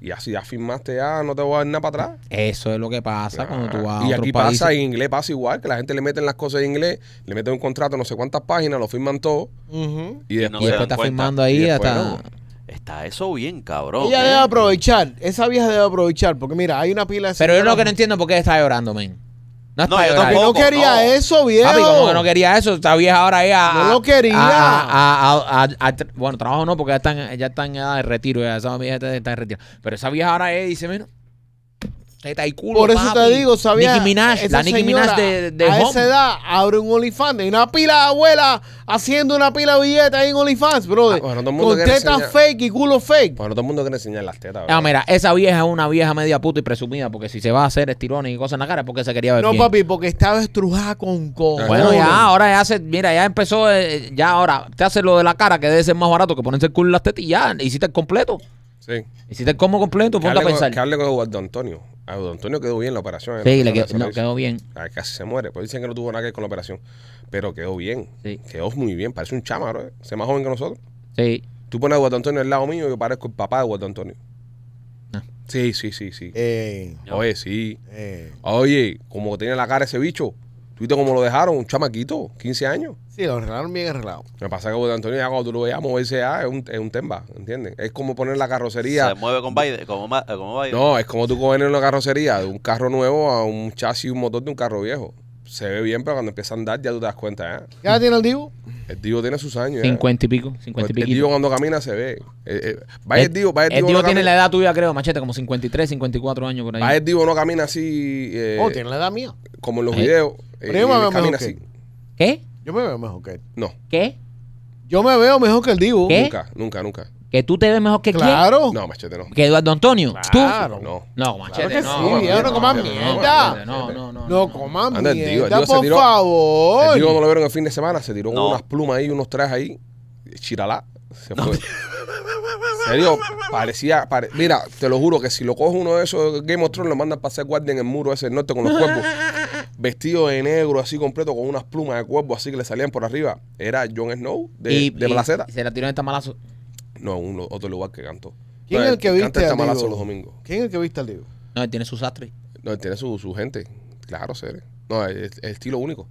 [SPEAKER 1] Y así ya firmaste, ya no te voy a dar nada para atrás. Ah.
[SPEAKER 2] Eso es lo que pasa cuando tú
[SPEAKER 1] y
[SPEAKER 2] vas a otros
[SPEAKER 1] aquí
[SPEAKER 2] países.
[SPEAKER 1] pasa, en inglés pasa igual, que la gente le meten las cosas en inglés, le meten un contrato, no sé cuántas páginas, lo firman todo.
[SPEAKER 4] Ujú.
[SPEAKER 1] Y
[SPEAKER 3] Y
[SPEAKER 1] después,
[SPEAKER 2] y
[SPEAKER 3] no
[SPEAKER 2] después
[SPEAKER 3] dan
[SPEAKER 2] estás
[SPEAKER 3] cuenta.
[SPEAKER 2] firmando
[SPEAKER 1] Y
[SPEAKER 2] ahí
[SPEAKER 1] después
[SPEAKER 2] hasta...
[SPEAKER 1] no.
[SPEAKER 3] Está eso bien, cabrón.
[SPEAKER 4] Ella
[SPEAKER 3] ¿eh?
[SPEAKER 4] debe aprovechar. Esa vieja debe aprovechar. Porque mira, hay una pila de.
[SPEAKER 2] Pero yo lo
[SPEAKER 4] señoras-
[SPEAKER 2] que no entiendo es por qué está llorando, men. No está
[SPEAKER 3] No, yo
[SPEAKER 2] llorando.
[SPEAKER 4] Que no
[SPEAKER 3] Tampoco,
[SPEAKER 4] quería
[SPEAKER 3] no.
[SPEAKER 4] eso, viejo.
[SPEAKER 2] Papi, como que no quería eso, esta vieja ahora ella.
[SPEAKER 4] No lo quería.
[SPEAKER 2] bueno, trabajo no, porque ya están, ya están en edad de retiro. Ya, esa vieja está, está en retiro. Pero esa vieja ahora ella dice, mira, teta y culo.
[SPEAKER 4] Por eso
[SPEAKER 2] papi".
[SPEAKER 4] te digo, sabía.
[SPEAKER 2] Nicki Minaj,
[SPEAKER 4] esa
[SPEAKER 2] la Nicki
[SPEAKER 4] señora
[SPEAKER 2] Minaj de, de
[SPEAKER 4] A
[SPEAKER 2] Home.
[SPEAKER 4] esa edad abre un OnlyFans. Y una pila de abuela haciendo una pila de billetes ahí en OnlyFans, brother.
[SPEAKER 1] Ah, bueno, todo el mundo
[SPEAKER 4] con
[SPEAKER 1] quiere
[SPEAKER 4] tetas
[SPEAKER 1] enseñar.
[SPEAKER 4] fake y culo
[SPEAKER 1] Bueno,
[SPEAKER 4] fake.
[SPEAKER 1] pues todo el mundo quiere enseñar las tetas.
[SPEAKER 2] Ah,
[SPEAKER 1] ¿verdad?
[SPEAKER 2] mira, esa vieja es una vieja media puta y presumida, porque si se va a hacer estirones y cosas en la cara es porque se quería ver
[SPEAKER 4] No,
[SPEAKER 2] bien.
[SPEAKER 4] papi, porque estaba estrujada con cojones.
[SPEAKER 2] Bueno, ya, ahora ya se, mira, ya empezó, eh, ya ahora, te hace lo de la cara que debe ser más barato que ponerse el culo en las tetas y ya, hiciste el completo.
[SPEAKER 1] Sí.
[SPEAKER 2] Hiciste el combo completo,
[SPEAKER 1] Que
[SPEAKER 2] ponte a
[SPEAKER 1] hable, con,
[SPEAKER 2] pensar.
[SPEAKER 1] que hable con Eduardo Antonio. A Eduardo Antonio quedó bien la operación.
[SPEAKER 2] Sí, le
[SPEAKER 1] La
[SPEAKER 2] quedó,
[SPEAKER 1] persona
[SPEAKER 2] no,
[SPEAKER 1] hizo-
[SPEAKER 2] quedó bien.
[SPEAKER 1] Ah, Casi se muere. Pues dicen que no tuvo nada que ver con la operación. Pero quedó bien.
[SPEAKER 2] Sí.
[SPEAKER 1] Quedó muy bien. Parece un chama, bro. Se más joven que nosotros.
[SPEAKER 2] Sí.
[SPEAKER 1] Tú pones a Eduardo Antonio al lado mío y yo parezco el papá de Eduardo Antonio.
[SPEAKER 2] Ah.
[SPEAKER 1] Sí, sí, sí, sí.
[SPEAKER 4] Eh,
[SPEAKER 1] Oye, sí.
[SPEAKER 4] eh.
[SPEAKER 1] Oye, como tenía la cara ese bicho. ¿Tú viste cómo lo dejaron? Un chamaquito, 15 años.
[SPEAKER 4] Sí, lo arreglaron bien arreglado.
[SPEAKER 1] Me pasa que Eduardo Antonio, ya cuando tú lo veas moverse, ya es un, es un temba, ¿entiendes? Es como poner la carrocería.
[SPEAKER 3] Se mueve con Biden. Como, ma- eh, como Biden.
[SPEAKER 1] No, es como tú coger una carrocería de un carro nuevo a un chasis y un motor de un carro viejo. Se ve bien, pero cuando empieza a andar ya tú te das cuenta, ¿eh?
[SPEAKER 4] ¿Ya tiene el Divo?
[SPEAKER 1] El tío tiene sus años. ¿eh?
[SPEAKER 2] Cincuenta y pico, cincuenta y
[SPEAKER 1] El tío
[SPEAKER 2] pico.
[SPEAKER 1] cuando camina se ve. Eh, eh, vaya el tío, vaya el tío. no
[SPEAKER 2] tiene la
[SPEAKER 1] camina-
[SPEAKER 2] edad tuya, creo, machete, como 53, 54 años por
[SPEAKER 1] vaya
[SPEAKER 2] ahí.
[SPEAKER 1] el tío Ah, no camina así eh,
[SPEAKER 4] Oh, tiene la edad mía.
[SPEAKER 1] como en los
[SPEAKER 2] Ahí.
[SPEAKER 1] videos. eh,
[SPEAKER 4] Pero yo me veo
[SPEAKER 1] camina
[SPEAKER 4] mejor que
[SPEAKER 1] así.
[SPEAKER 4] él.
[SPEAKER 2] ¿Qué?
[SPEAKER 4] Yo me veo mejor que él.
[SPEAKER 1] No,
[SPEAKER 2] ¿Qué?
[SPEAKER 4] Yo me veo mejor que el Divo.
[SPEAKER 2] ¿Qué?
[SPEAKER 1] nunca, nunca, nunca.
[SPEAKER 2] ¿Que tú te ves mejor que
[SPEAKER 4] Claro.
[SPEAKER 1] No, machete, no.
[SPEAKER 2] quién? ¿Que Eduardo Antonio? ¿Tú?
[SPEAKER 4] Claro.
[SPEAKER 1] No.
[SPEAKER 2] No, machete,
[SPEAKER 4] Claro que
[SPEAKER 2] no.
[SPEAKER 4] sí,
[SPEAKER 2] no,
[SPEAKER 4] viejo, no comas mierda.
[SPEAKER 2] No, no, no.
[SPEAKER 4] No coman
[SPEAKER 1] Anda, el Divo, el
[SPEAKER 4] mierda,
[SPEAKER 1] Divo se
[SPEAKER 4] por
[SPEAKER 1] tiró-
[SPEAKER 4] favor.
[SPEAKER 1] El tío no lo vieron el fin de semana, se tiró con
[SPEAKER 3] No.
[SPEAKER 1] unas plumas ahí, unos trajes ahí, eh, chiralá, se fue. En serio, parecía, pare- mira, te lo juro que si lo coge uno de esos Game of Thrones, lo mandan para hacer guardia en el muro ese del norte con los cuerpos, vestido de negro así completo, con unas plumas de cuerpo así que le salían por arriba. Era Jon Snow de,
[SPEAKER 2] Y-
[SPEAKER 1] de
[SPEAKER 2] y-
[SPEAKER 1] Placeta.
[SPEAKER 2] y Se la tiró en esta malazo.
[SPEAKER 1] No, un lu- otro lugar que cantó.
[SPEAKER 4] ¿Quién
[SPEAKER 1] No,
[SPEAKER 4] es el que
[SPEAKER 1] Canta
[SPEAKER 4] viste
[SPEAKER 1] el
[SPEAKER 4] al
[SPEAKER 1] tamalazo
[SPEAKER 4] Divo?
[SPEAKER 1] los domingos.
[SPEAKER 4] ¿Quién es el que viste al Divo?
[SPEAKER 2] No, él tiene su sastre.
[SPEAKER 1] No, él tiene su, su gente. Claro, seres. No, es, es estilo único.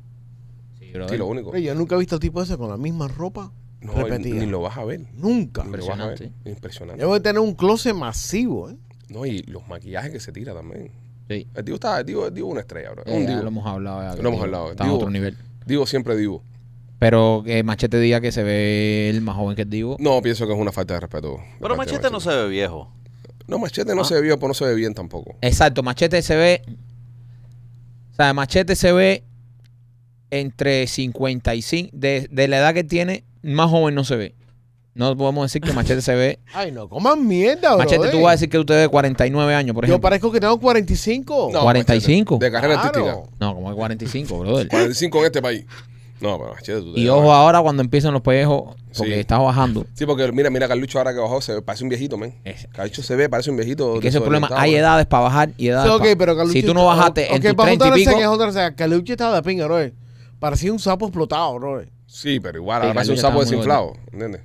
[SPEAKER 2] Sí, bro.
[SPEAKER 1] Estilo único.
[SPEAKER 4] Pero yo nunca he visto al tipo ese con la misma ropa
[SPEAKER 1] No,
[SPEAKER 4] repetida.
[SPEAKER 1] ni lo vas a ver.
[SPEAKER 4] Nunca.
[SPEAKER 1] Ni lo vas a ver.
[SPEAKER 2] Impresionante.
[SPEAKER 1] Impresionante.
[SPEAKER 4] Debo de tener un closet masivo, ¿eh?
[SPEAKER 1] No, y los maquillajes que se tira también.
[SPEAKER 2] Sí.
[SPEAKER 1] El divo está, el divo, el divo es una estrella, bro. Es
[SPEAKER 2] Eh,
[SPEAKER 1] un
[SPEAKER 2] ya
[SPEAKER 1] divo.
[SPEAKER 2] lo hemos hablado. ya, que
[SPEAKER 1] Lo hemos
[SPEAKER 2] digo,
[SPEAKER 1] hablado.
[SPEAKER 2] Está en
[SPEAKER 1] Digo-
[SPEAKER 2] otro nivel.
[SPEAKER 1] Divo siempre divo.
[SPEAKER 2] Pero que Machete diga que se ve el más joven que el Divo.
[SPEAKER 1] No, pienso que es una falta de respeto. de parte
[SPEAKER 3] Pero
[SPEAKER 1] de
[SPEAKER 3] Machete no ¿Ah? se ve viejo.
[SPEAKER 1] No, Machete no se vio, pero no se ve bien tampoco.
[SPEAKER 2] Exacto, Machete se ve. O sea, Machete se ve entre 55. De, de la edad que tiene, más joven no se ve. No podemos decir que Machete se ve.
[SPEAKER 4] Ay, no coman mierda, bro.
[SPEAKER 2] Machete,
[SPEAKER 1] eh.
[SPEAKER 2] tú vas a decir que usted ve 49 años, por
[SPEAKER 4] Yo
[SPEAKER 2] ejemplo.
[SPEAKER 4] parezco que tengo 45.
[SPEAKER 1] No,
[SPEAKER 2] 45.
[SPEAKER 1] Machete, de carrera
[SPEAKER 4] Claro.
[SPEAKER 1] artística.
[SPEAKER 2] No, como que 45, brother.
[SPEAKER 1] 45 en este país. No, pero Machete, tú te
[SPEAKER 2] Y
[SPEAKER 1] llamas.
[SPEAKER 2] ojo ahora cuando empiezan los pellejos, porque
[SPEAKER 1] Sí.
[SPEAKER 2] está bajando.
[SPEAKER 1] Sí, porque mira, mira, Carlucho ahora que bajó, se ve- parece un viejito, men.
[SPEAKER 2] Es-
[SPEAKER 1] Carlucho se ve, parece un viejito.
[SPEAKER 2] Que ese es el problema.
[SPEAKER 1] desorientado,
[SPEAKER 2] Hay
[SPEAKER 1] men.
[SPEAKER 2] edades para bajar y edades
[SPEAKER 4] Sí, ok,
[SPEAKER 2] pa-
[SPEAKER 4] pero Carlucho-
[SPEAKER 2] Si tú no bajaste
[SPEAKER 4] ok,
[SPEAKER 2] en tus
[SPEAKER 4] para
[SPEAKER 2] 30 y
[SPEAKER 4] juntarse
[SPEAKER 2] pico...
[SPEAKER 4] que es otra cosa. Carlucho estaba de pinga, bro. Parecía un sapo explotado, bro.
[SPEAKER 1] Sí, pero igual,
[SPEAKER 2] Sí,
[SPEAKER 1] ahora parece un sapo
[SPEAKER 2] Carlucho estaba muy
[SPEAKER 1] desinflado. ¿Entiendes?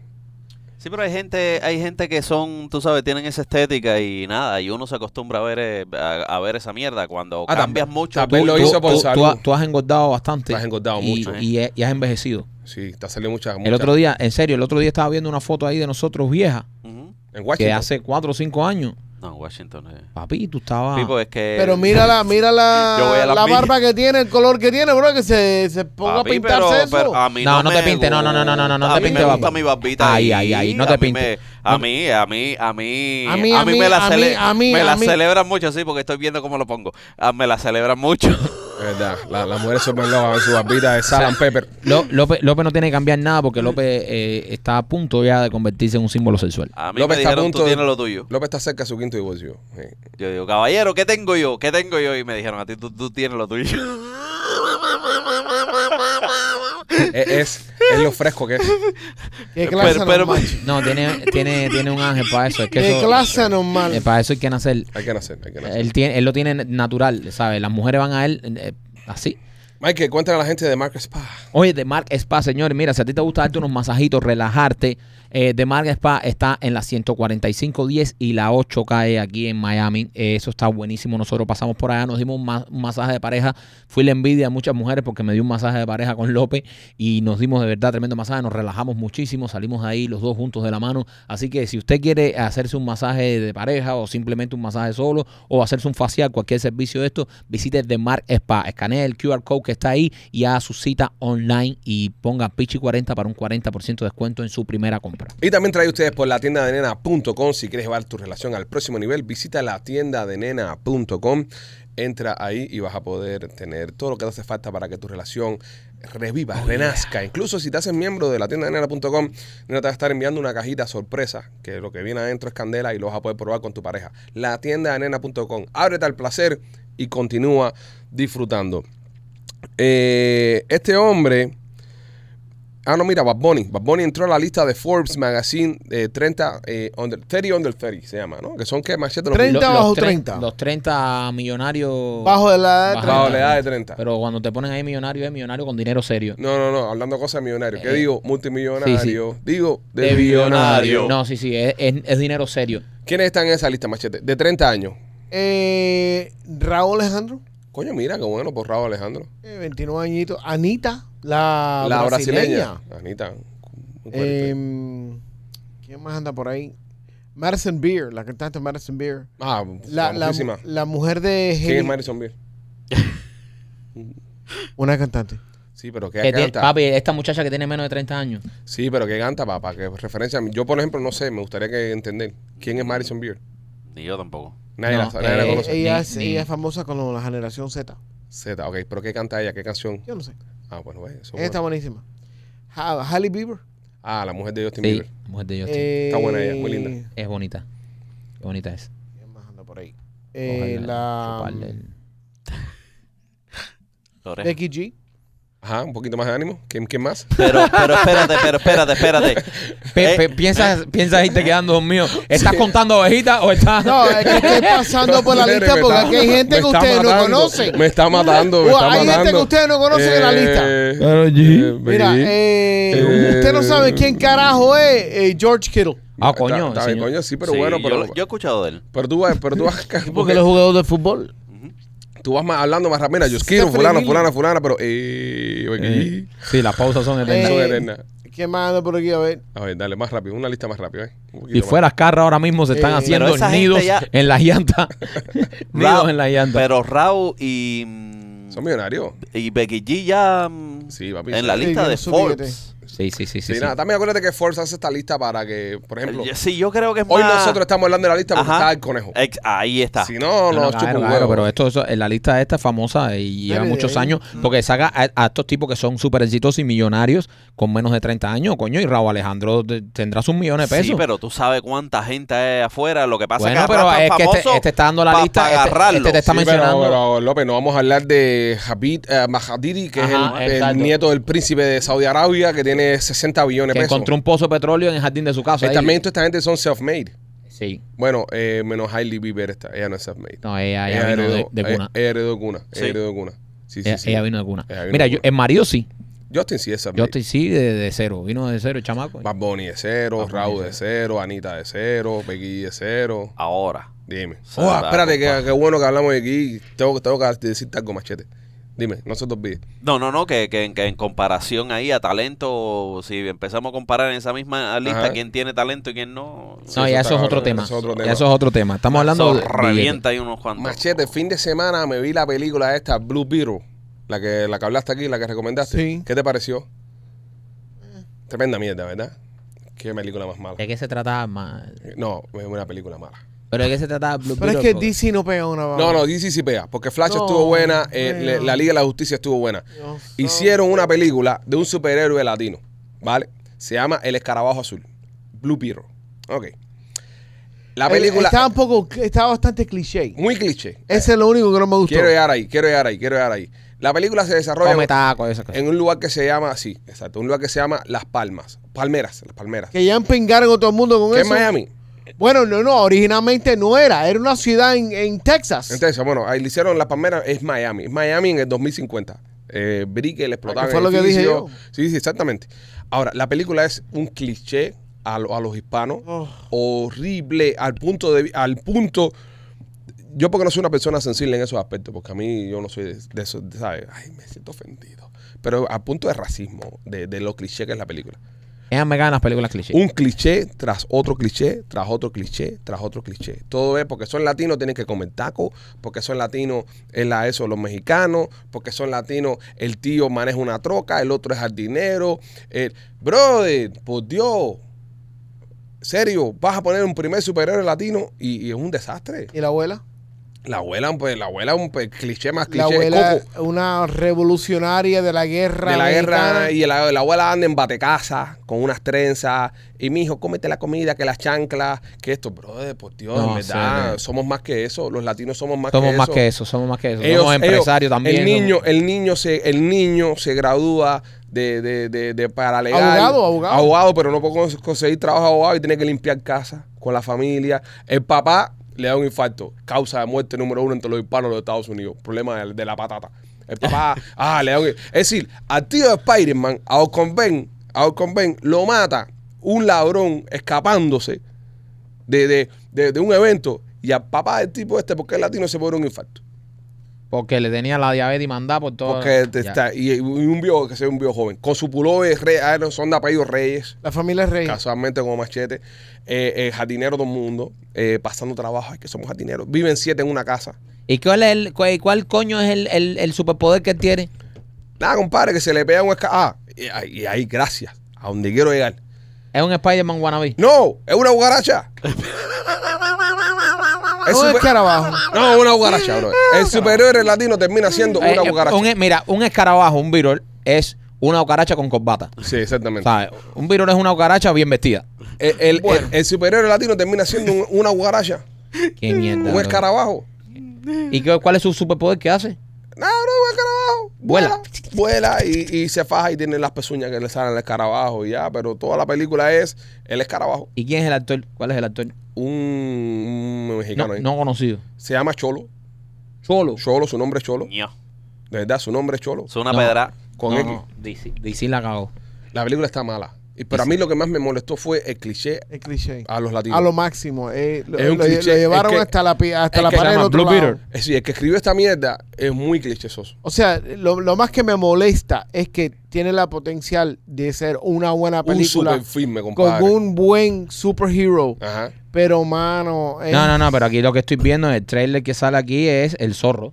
[SPEAKER 3] Sí, pero hay gente, hay gente que son, tú sabes, tienen esa estética y nada, y uno se acostumbra a ver, eh, a, a ver esa mierda cuando
[SPEAKER 1] Ah,
[SPEAKER 3] cambias
[SPEAKER 1] también-
[SPEAKER 3] mucho.
[SPEAKER 1] también lo
[SPEAKER 2] tú-
[SPEAKER 1] hizo por
[SPEAKER 2] tú,
[SPEAKER 1] salud.
[SPEAKER 2] tú has, tú has engordado bastante.
[SPEAKER 1] Tú has engordado
[SPEAKER 2] y,
[SPEAKER 1] mucho.
[SPEAKER 2] Y, he- y has envejecido.
[SPEAKER 1] Sí, te ha salido muchas.
[SPEAKER 2] El otro día, en serio, el otro día estaba viendo una foto ahí de nosotros vieja,
[SPEAKER 3] Ujú.
[SPEAKER 1] En Washington.
[SPEAKER 2] que hace 4 o 5 años.
[SPEAKER 3] No, en Washington. eh.
[SPEAKER 2] Papi, tú estabas.
[SPEAKER 3] Pipo, es que.
[SPEAKER 2] Eh,
[SPEAKER 4] Pero mira la, mira la,
[SPEAKER 3] Yo voy a las
[SPEAKER 4] la
[SPEAKER 3] millas.
[SPEAKER 4] barba que tiene, el color que tiene, bro, que se, se ponga
[SPEAKER 3] Papi,
[SPEAKER 4] a pintarse
[SPEAKER 3] pero-
[SPEAKER 4] eso.
[SPEAKER 3] pero
[SPEAKER 2] ah,
[SPEAKER 3] a mí
[SPEAKER 2] No, no te
[SPEAKER 3] me
[SPEAKER 2] pinte, no, no, no, no, no, no, no
[SPEAKER 3] gusta.
[SPEAKER 2] te
[SPEAKER 3] a mí
[SPEAKER 2] pinte,
[SPEAKER 3] me gusta
[SPEAKER 2] papi.
[SPEAKER 3] mi barbita.
[SPEAKER 2] Ay,
[SPEAKER 3] ahí.
[SPEAKER 2] ay, ay, no te
[SPEAKER 3] A mí
[SPEAKER 2] pinte.
[SPEAKER 3] me- A mí, a mí, a mí.
[SPEAKER 4] A mí, a mí,
[SPEAKER 3] me la,
[SPEAKER 4] a mí,
[SPEAKER 3] cele-
[SPEAKER 4] a mí,
[SPEAKER 3] me
[SPEAKER 4] a
[SPEAKER 3] la
[SPEAKER 4] mí.
[SPEAKER 3] celebran mucho, sí, porque estoy viendo cómo lo pongo. Ah, me la celebran mucho.
[SPEAKER 1] Es verdad. La- las mujeres son más locas en su barbita de sal and pepper.
[SPEAKER 2] Ló- López, López no tiene que cambiar nada porque López eh, está a punto ya de convertirse en un símbolo sexual.
[SPEAKER 3] A mí
[SPEAKER 1] López
[SPEAKER 3] me
[SPEAKER 1] está a
[SPEAKER 3] dijeron,
[SPEAKER 1] punto
[SPEAKER 3] tú
[SPEAKER 1] de-
[SPEAKER 3] tienes lo tuyo.
[SPEAKER 1] López está cerca de su quinto divorcio. Sí.
[SPEAKER 3] Yo digo, caballero, ¿qué tengo yo? ¿Qué tengo yo? Y me dijeron, a ti tú, tú tienes lo tuyo.
[SPEAKER 1] Es, es, es lo fresco que es.
[SPEAKER 4] ¿Qué clase
[SPEAKER 3] Pero- pero-
[SPEAKER 4] normal?
[SPEAKER 2] No, tiene, tiene, tiene un ángel para eso. Es que
[SPEAKER 4] ¿Qué
[SPEAKER 2] eso-
[SPEAKER 4] clase normal?
[SPEAKER 2] eh, para eso hay que nacer.
[SPEAKER 1] Hay que nacer, hay que nacer.
[SPEAKER 2] Él, tiene, él lo tiene natural, ¿sabes? Las mujeres van a él eh, así.
[SPEAKER 1] Mike, cuéntale a la gente de Mark Spa.
[SPEAKER 2] Oye, The Mark Spa, señores, mira, si a ti te gusta darte unos masajitos, relajarte, eh, The Mark Spa está en la 14510 y la 8 cae aquí en Miami. Eh, eso está buenísimo. Nosotros pasamos por allá, nos dimos un, ma- un masaje de pareja. Fui la envidia de muchas mujeres porque me dio un masaje de pareja con López y nos dimos de verdad tremendo masaje. Nos relajamos muchísimo, salimos de ahí los dos juntos de la mano. Así que si usted quiere hacerse un masaje de pareja o simplemente un masaje solo o hacerse un facial, cualquier servicio de esto, visite The Mark Spa. Escanee el QR code que está ahí y haga su cita online y ponga Pichi 40 para un 40% de descuento en su primera compra.
[SPEAKER 1] Y también trae ustedes por la tienda de nena.com. Si quieres llevar tu relación al próximo nivel, visita la tienda de nena.com. Entra ahí y vas a poder tener todo lo que te hace falta para que tu relación reviva, renazca. Incluso si te haces miembro de la tienda de nena.com, Nena te va a estar enviando una cajita sorpresa, que lo que viene adentro es candela y lo vas a poder probar con tu pareja. La tienda de nena.com. Ábrete al placer y continúa disfrutando. Eh, este hombre... Ah, no, mira, Bad Bunny. Bad Bunny entró a la lista de Forbes Magazine de 30, eh, under, 30 under 30 se llama, ¿no? Que son que machete los
[SPEAKER 4] 30
[SPEAKER 2] Lo-
[SPEAKER 4] bajo
[SPEAKER 2] tre-
[SPEAKER 4] 30.
[SPEAKER 2] Los 30 millonarios.
[SPEAKER 4] Bajo de la edad de
[SPEAKER 2] Bajo
[SPEAKER 1] bajo la
[SPEAKER 4] 30.
[SPEAKER 1] edad Ah, de 30.
[SPEAKER 2] Pero cuando te ponen ahí millonario, es millonario con dinero serio.
[SPEAKER 1] No, no, no, hablando cosas de millonarios. ¿Qué
[SPEAKER 2] Eh,
[SPEAKER 1] digo? Multimillonario. Digo, de,
[SPEAKER 2] De
[SPEAKER 1] billonario.
[SPEAKER 2] billonario. No, sí, sí, es, es- es dinero serio.
[SPEAKER 1] ¿Quiénes están en esa lista, machete? De 30 años.
[SPEAKER 4] Eh, Raúl Alejandro,
[SPEAKER 1] Coño, mira, qué bueno, por Raúl Alejandro.
[SPEAKER 4] eh, 29 añitos. Anita, la,
[SPEAKER 1] la brasileña.
[SPEAKER 4] Ah, brasileña.
[SPEAKER 1] Anita. muy fuerte.
[SPEAKER 4] Eh, ¿Quién más anda por ahí? Madison Beer, la cantante Madison Beer.
[SPEAKER 1] ah,
[SPEAKER 4] La, la,
[SPEAKER 1] famosísima.
[SPEAKER 4] la mujer de
[SPEAKER 1] ¿Quién es
[SPEAKER 4] Haley-
[SPEAKER 1] Madison Beer?
[SPEAKER 4] Una cantante.
[SPEAKER 1] Sí, pero
[SPEAKER 2] Que
[SPEAKER 1] qué
[SPEAKER 2] tiene-
[SPEAKER 1] canta.
[SPEAKER 2] papi, esta muchacha que tiene menos de 30 años.
[SPEAKER 1] Sí, pero qué canta, papá. Que referencia. Yo, por ejemplo, no sé, me gustaría que entender. ¿Quién
[SPEAKER 4] Mm.
[SPEAKER 1] es Madison Beer?
[SPEAKER 3] Ni yo tampoco.
[SPEAKER 1] Nadie,
[SPEAKER 2] No,
[SPEAKER 1] la, nadie la
[SPEAKER 2] eh,
[SPEAKER 1] conoce.
[SPEAKER 2] sé.
[SPEAKER 4] ella,
[SPEAKER 2] Ni-
[SPEAKER 4] es,
[SPEAKER 2] ni-
[SPEAKER 4] ella es famosa con la generación Z.
[SPEAKER 1] Z, ok, pero ¿qué canta ella? ¿Qué canción?
[SPEAKER 4] Yo no sé.
[SPEAKER 1] Ah, bueno, eh, eso
[SPEAKER 4] Ella está
[SPEAKER 1] bueno.
[SPEAKER 4] buenísima. Ha- Halle Bieber.
[SPEAKER 1] Ah, la mujer de Justin
[SPEAKER 2] Sí,
[SPEAKER 1] Bieber.
[SPEAKER 2] mujer de Justin.
[SPEAKER 4] Eh,
[SPEAKER 1] Está buena ella, muy linda.
[SPEAKER 2] es bonita. Qué bonita es.
[SPEAKER 4] ¿Quién más anda por ahí? Eh, la,
[SPEAKER 2] Ojalá chuparle el-
[SPEAKER 3] La oreja.
[SPEAKER 4] Becky G.
[SPEAKER 1] Ajá, un poquito más de ánimo. ¿Quién, quién más?
[SPEAKER 3] Pero, pero espérate, pero espérate, espérate.
[SPEAKER 2] Pe-
[SPEAKER 3] Eh,
[SPEAKER 2] pe- piensas, piensas irte quedando dormido. ¿Estás contando ovejitas o estás.?
[SPEAKER 4] No, es que estoy pasando por la
[SPEAKER 1] Nene,
[SPEAKER 4] lista
[SPEAKER 1] me
[SPEAKER 4] porque
[SPEAKER 1] está-
[SPEAKER 4] aquí hay gente
[SPEAKER 1] me
[SPEAKER 4] que
[SPEAKER 1] está
[SPEAKER 4] ustedes no
[SPEAKER 1] matando,
[SPEAKER 4] conocen.
[SPEAKER 1] Me está matando, me
[SPEAKER 4] Uah,
[SPEAKER 1] está
[SPEAKER 4] hay gente
[SPEAKER 1] matando. Eh,
[SPEAKER 4] que ustedes no conocen en la lista.
[SPEAKER 1] Claro, G.
[SPEAKER 4] Mira, eh,
[SPEAKER 1] Eh,
[SPEAKER 4] usted no sabe quién carajo es eh, George Kittle.
[SPEAKER 2] Ah, coño,
[SPEAKER 1] Está, bien,
[SPEAKER 2] señor.
[SPEAKER 1] coño, sí, pero
[SPEAKER 3] Sí,
[SPEAKER 1] bueno,
[SPEAKER 3] yo
[SPEAKER 1] pero,
[SPEAKER 3] lo- yo, he escuchado de él.
[SPEAKER 1] pero tú vas, pero tú vas,
[SPEAKER 4] Porque los jugadores de fútbol.
[SPEAKER 3] Ujú.
[SPEAKER 1] tú vas más, hablando más rápido. Mira, yo
[SPEAKER 4] Stephanie
[SPEAKER 1] quiero fulano,
[SPEAKER 4] Miller.
[SPEAKER 1] fulana, fulana, pero eh, oye,
[SPEAKER 2] Eh,
[SPEAKER 1] que-
[SPEAKER 2] Sí, las pausas son eternas.
[SPEAKER 1] son
[SPEAKER 4] Eh,
[SPEAKER 1] eternas.
[SPEAKER 4] ¿Quién más anda por aquí? A ver.
[SPEAKER 1] A ver, dale, más rápido, una lista más rápido, eh. Un poquito
[SPEAKER 2] Si
[SPEAKER 1] más.
[SPEAKER 2] fueras carra ahora mismo se están
[SPEAKER 4] Eh,
[SPEAKER 2] haciendo
[SPEAKER 3] pero esa gente
[SPEAKER 2] nidos
[SPEAKER 3] ya-
[SPEAKER 2] en las llantas. nidos
[SPEAKER 3] Ra-
[SPEAKER 2] en las llantas.
[SPEAKER 3] Pero Raúl y. mm,
[SPEAKER 1] son millonarios.
[SPEAKER 3] Y Becky G ya. mm,
[SPEAKER 1] Sí, papi.
[SPEAKER 3] En
[SPEAKER 1] sí.
[SPEAKER 3] la
[SPEAKER 4] Sí,
[SPEAKER 3] lista
[SPEAKER 4] yo
[SPEAKER 3] de
[SPEAKER 4] no supe que te-
[SPEAKER 3] Forbes.
[SPEAKER 2] Sí, sí, sí, sí.
[SPEAKER 1] Sí,
[SPEAKER 2] sí.
[SPEAKER 1] nada, también acuérdate que Forza hace esta lista para que, por ejemplo,
[SPEAKER 3] Eh, Sí, yo creo que es más.
[SPEAKER 1] hoy nosotros estamos hablando de la lista porque
[SPEAKER 3] Ajá.
[SPEAKER 1] está el conejo.
[SPEAKER 3] Ex- ahí está.
[SPEAKER 1] Si no,
[SPEAKER 2] No,
[SPEAKER 1] no,
[SPEAKER 2] no,
[SPEAKER 1] chupa
[SPEAKER 2] claro,
[SPEAKER 1] un
[SPEAKER 2] claro,
[SPEAKER 1] huevo.
[SPEAKER 2] pero esto, eso- en la lista esta es famosa y lleva
[SPEAKER 4] Dale de
[SPEAKER 2] muchos
[SPEAKER 4] ahí.
[SPEAKER 2] años porque saca a, a estos tipos que son súper exitosos y millonarios con menos de 30 años, coño, y Raúl Alejandro de- tendrá sus millones de pesos.
[SPEAKER 3] Sí, pero tú sabes cuánta gente hay afuera. Lo que pasa
[SPEAKER 2] bueno,
[SPEAKER 3] es que
[SPEAKER 2] pero
[SPEAKER 3] arrastran
[SPEAKER 2] es que este,
[SPEAKER 3] famosos
[SPEAKER 2] este está dando la
[SPEAKER 3] pa-
[SPEAKER 2] lista,
[SPEAKER 3] pa'
[SPEAKER 2] este- este,
[SPEAKER 3] agarrarlo.
[SPEAKER 2] te está
[SPEAKER 1] Sí, pero-
[SPEAKER 2] mencionando.
[SPEAKER 1] Pero, López, no vamos a hablar de Javid eh, Mahadiri, que
[SPEAKER 2] Ajá,
[SPEAKER 1] es el- el,
[SPEAKER 2] exacto.
[SPEAKER 1] nieto del príncipe de Saudi Arabia, que tiene 60 billones
[SPEAKER 2] que
[SPEAKER 1] de pesos.
[SPEAKER 2] encontró un pozo de petróleo en el jardín de su casa.
[SPEAKER 1] Eh,
[SPEAKER 2] ahí.
[SPEAKER 1] también toda esta gente son self-made.
[SPEAKER 2] Sí,
[SPEAKER 1] Bueno, eh, menos Hailey Bieber, esta. ella no es self-made.
[SPEAKER 2] no, ella, ella vino de, de
[SPEAKER 1] eh,
[SPEAKER 2] cuna.
[SPEAKER 1] ella heredó cuna. ella
[SPEAKER 3] Sí.
[SPEAKER 1] heredó cuna. Sí, sí,
[SPEAKER 2] Ella-
[SPEAKER 1] sí.
[SPEAKER 2] ella vino de cuna.
[SPEAKER 1] Ella vino
[SPEAKER 2] Mira,
[SPEAKER 1] de
[SPEAKER 2] yo,
[SPEAKER 1] cuna.
[SPEAKER 2] el Mario sí.
[SPEAKER 1] Justin sí es
[SPEAKER 2] Yo
[SPEAKER 1] self-made.
[SPEAKER 2] estoy sí de, de cero. Vino de cero el chamaco.
[SPEAKER 1] Bad Bunny de cero,
[SPEAKER 2] Bad Bunny
[SPEAKER 1] Raúl
[SPEAKER 2] de
[SPEAKER 1] de cero, Anita de cero, Becky de cero.
[SPEAKER 3] Ahora.
[SPEAKER 1] Dime.
[SPEAKER 3] Sara,
[SPEAKER 1] Oh, espérate, que,
[SPEAKER 3] compa.
[SPEAKER 1] que bueno que hablamos de aquí. Tengo, tengo que decirte algo, machete. Dime, no se te olvide.
[SPEAKER 3] No, no, no, que, que en- que en comparación ahí a talento, si empezamos a comparar en esa misma lista
[SPEAKER 1] Ajá.
[SPEAKER 3] quién tiene talento y quién no,
[SPEAKER 1] Sí,
[SPEAKER 2] No,
[SPEAKER 1] eso
[SPEAKER 2] ya
[SPEAKER 1] está
[SPEAKER 2] eso es otro
[SPEAKER 1] cabrón,
[SPEAKER 2] tema.
[SPEAKER 1] eso es otro
[SPEAKER 2] Ya
[SPEAKER 1] tema.
[SPEAKER 2] eso es otro tema. Estamos hablando
[SPEAKER 3] eso
[SPEAKER 2] de billetes.
[SPEAKER 3] revienta ahí unos cuantos.
[SPEAKER 1] Machete, fin de semana me vi la película esta, Blue Beetle, la que, la que hablaste aquí, la que recomendaste.
[SPEAKER 4] Sí.
[SPEAKER 1] ¿Qué te pareció?
[SPEAKER 4] Mm.
[SPEAKER 1] Tremenda mierda, ¿verdad? Qué película más mala.
[SPEAKER 4] Eh.
[SPEAKER 2] ¿De qué se trataba más?
[SPEAKER 1] No, es una película mala.
[SPEAKER 2] ¿Pero de qué se trataba Blue
[SPEAKER 4] Pero es
[SPEAKER 2] Beetle?
[SPEAKER 4] que
[SPEAKER 2] Porque-
[SPEAKER 4] DC no pega una
[SPEAKER 1] No, no, DC sí pega, porque Flash
[SPEAKER 4] No,
[SPEAKER 1] estuvo buena, eh,
[SPEAKER 4] no.
[SPEAKER 1] le- la Liga de la Justicia estuvo buena. Hicieron una película de un superhéroe latino, ¿vale? Se llama El Escarabajo Azul, Blue Beetle. Ok. La película
[SPEAKER 4] Estaba un poco. Estaba bastante cliché.
[SPEAKER 1] muy cliché.
[SPEAKER 4] Ese es lo único que no me gustó.
[SPEAKER 1] Quiero llegar ahí, quiero llegar ahí, quiero llegar ahí. La película se desarrolla
[SPEAKER 2] Come taco, esas cosas.
[SPEAKER 1] en un lugar que se llama, así, exacto, un lugar que se llama Las Palmas, Palmeras, Las Palmeras.
[SPEAKER 4] Que ya empengaron a todo el mundo con
[SPEAKER 1] ¿Qué es
[SPEAKER 4] eso.
[SPEAKER 1] Miami?
[SPEAKER 4] Bueno, no, no, originalmente no era. Era una ciudad en, en Texas.
[SPEAKER 1] Entonces, bueno, ahí le hicieron Las Palmeras, es Miami, es Miami en el 2050. Eh, Brickell explotaban
[SPEAKER 4] fue lo Ah, que dije
[SPEAKER 1] edificios.
[SPEAKER 4] yo.
[SPEAKER 1] Sí, sí, exactamente. Ahora, la película es un cliché a, lo- a los hispanos,
[SPEAKER 4] Oh.
[SPEAKER 1] horrible, al punto de... Al punto yo porque no soy una persona sensible en esos aspectos, porque a mí yo no soy de, de eso, de- ¿sabes? Ay, me siento ofendido. Pero a punto de racismo, de, de lo cliché que es la película.
[SPEAKER 2] Ellas me ganan las películas cliché.
[SPEAKER 1] Un cliché tras otro cliché, tras otro cliché, tras otro cliché. Todo es porque son latinos, tienen que comer taco, porque son latinos, es la eso, los mexicanos, porque son latinos, el tío maneja una troca, el otro es jardinero. El... Brother, por Dios, serio, vas a poner un primer superhéroe latino y, y es un desastre.
[SPEAKER 4] ¿Y la abuela?
[SPEAKER 1] La abuela, pues, la abuela es un pues, cliché más
[SPEAKER 4] La
[SPEAKER 1] cliché.
[SPEAKER 4] abuela,
[SPEAKER 1] Coco,
[SPEAKER 4] una revolucionaria de la guerra.
[SPEAKER 1] de la guerra
[SPEAKER 4] americana.
[SPEAKER 1] y la, la abuela anda en batecasa con unas trenzas y mi hijo cómete la comida que las chanclas que esto brother por Dios
[SPEAKER 2] No,
[SPEAKER 1] en verdad
[SPEAKER 2] sí, no.
[SPEAKER 1] somos más que eso los latinos somos más
[SPEAKER 2] somos
[SPEAKER 1] que
[SPEAKER 2] más
[SPEAKER 1] eso
[SPEAKER 2] que eso, somos más que eso.
[SPEAKER 1] Ellos-
[SPEAKER 2] somos
[SPEAKER 1] ellos-
[SPEAKER 2] empresarios también.
[SPEAKER 1] el
[SPEAKER 2] somos-
[SPEAKER 1] niño el niño se el niño se gradúa de, de, de, de paralegal
[SPEAKER 4] Abogado, abogado.
[SPEAKER 1] pero no puede cons- conseguir trabajo de abogado y tiene que limpiar casa con la familia el papá le da un infarto causa de muerte número uno entre los hispanos de los Estados Unidos problema de, de la patata el papá ah, le da un- es decir al tío de Spider-Man a Ocon Ben a Ocon Ben lo mata un ladrón escapándose de, de, de, de un evento y al papá del tipo este porque es latino se muere un infarto
[SPEAKER 2] Porque le tenía la diabetes y mandaba por todo.
[SPEAKER 1] porque te
[SPEAKER 2] Ya.
[SPEAKER 1] está, y, y un viejo que sea un viejo joven. Con su pullover, re- ah, no, son de apellido Reyes,
[SPEAKER 4] La familia Rey.
[SPEAKER 1] casualmente como machete, eh, eh, jardinero todo el mundo, eh, pasando trabajo, ay, que somos jardineros. Viven siete en una casa.
[SPEAKER 2] ¿Y cuál, es el, cuál, cuál coño es el, el, el superpoder que él tiene?
[SPEAKER 1] Nada, compadre, que se le pega un esca. Ah, y, ahí- y ahí, gracias, a donde quiero llegar.
[SPEAKER 2] Es un Spider-Man wannabe.
[SPEAKER 1] No, es una cucaracha.
[SPEAKER 4] No,
[SPEAKER 1] Es
[SPEAKER 4] es
[SPEAKER 1] super-
[SPEAKER 4] que era abajo.
[SPEAKER 1] No, es una cucaracha, bro. El superhéroe latino termina siendo
[SPEAKER 2] Eh,
[SPEAKER 1] una
[SPEAKER 2] eh,
[SPEAKER 1] cucaracha.
[SPEAKER 2] un- mira, un escarabajo, un virol, es una cucaracha con corbata.
[SPEAKER 1] Sí, exactamente.
[SPEAKER 2] ¿Sabes? Un virol es una cucaracha bien vestida.
[SPEAKER 1] El, el- el- el superhéroe latino termina siendo un- una cucaracha,
[SPEAKER 2] Qué mierda.
[SPEAKER 1] un
[SPEAKER 2] bro.
[SPEAKER 1] escarabajo.
[SPEAKER 2] ¿Y qué- cuál es su superpoder que hace?
[SPEAKER 1] No, no, el escarabajo.
[SPEAKER 2] Vuela.
[SPEAKER 1] Vuela. Vuela y, y se faja y tiene las pezuñas que le salen al escarabajo y ya. Pero toda la película es el escarabajo.
[SPEAKER 2] ¿Y quién es el actor? ¿Cuál es el actor?
[SPEAKER 1] Un, un
[SPEAKER 2] No,
[SPEAKER 1] mexicano ahí.
[SPEAKER 2] no conocido.
[SPEAKER 1] Se llama Cholo.
[SPEAKER 2] Cholo.
[SPEAKER 1] Cholo, su nombre es Cholo.
[SPEAKER 3] Ño.
[SPEAKER 1] De verdad, su nombre es Cholo.
[SPEAKER 3] Es una
[SPEAKER 2] No.
[SPEAKER 3] pedra.
[SPEAKER 1] Con X.
[SPEAKER 2] No, DC. DC la cagó.
[SPEAKER 1] La película está mala. Y, pero a mí lo que más me molestó fue el cliché
[SPEAKER 4] El cliché.
[SPEAKER 1] a los latinos.
[SPEAKER 4] A lo máximo. eh, lo,
[SPEAKER 1] Ah, Es un
[SPEAKER 4] lo- lo
[SPEAKER 1] cliché,
[SPEAKER 4] llevaron
[SPEAKER 1] es que-
[SPEAKER 4] hasta la, pi- hasta
[SPEAKER 1] es
[SPEAKER 4] la
[SPEAKER 1] que se
[SPEAKER 4] pared del
[SPEAKER 2] llama
[SPEAKER 4] otro
[SPEAKER 2] Blue
[SPEAKER 4] lado.
[SPEAKER 2] Beetle.
[SPEAKER 1] Es decir, el que escribió esta mierda es muy clichésoso.
[SPEAKER 4] O sea, lo, lo más que me molesta es que tiene la potencial de ser una buena
[SPEAKER 1] Un
[SPEAKER 4] película
[SPEAKER 1] super filme, compadre.
[SPEAKER 4] con un buen superhero.
[SPEAKER 1] Ajá.
[SPEAKER 4] Pero, mano. eh,
[SPEAKER 2] No, no, no, pero aquí lo que estoy viendo en el trailer que sale aquí es el zorro.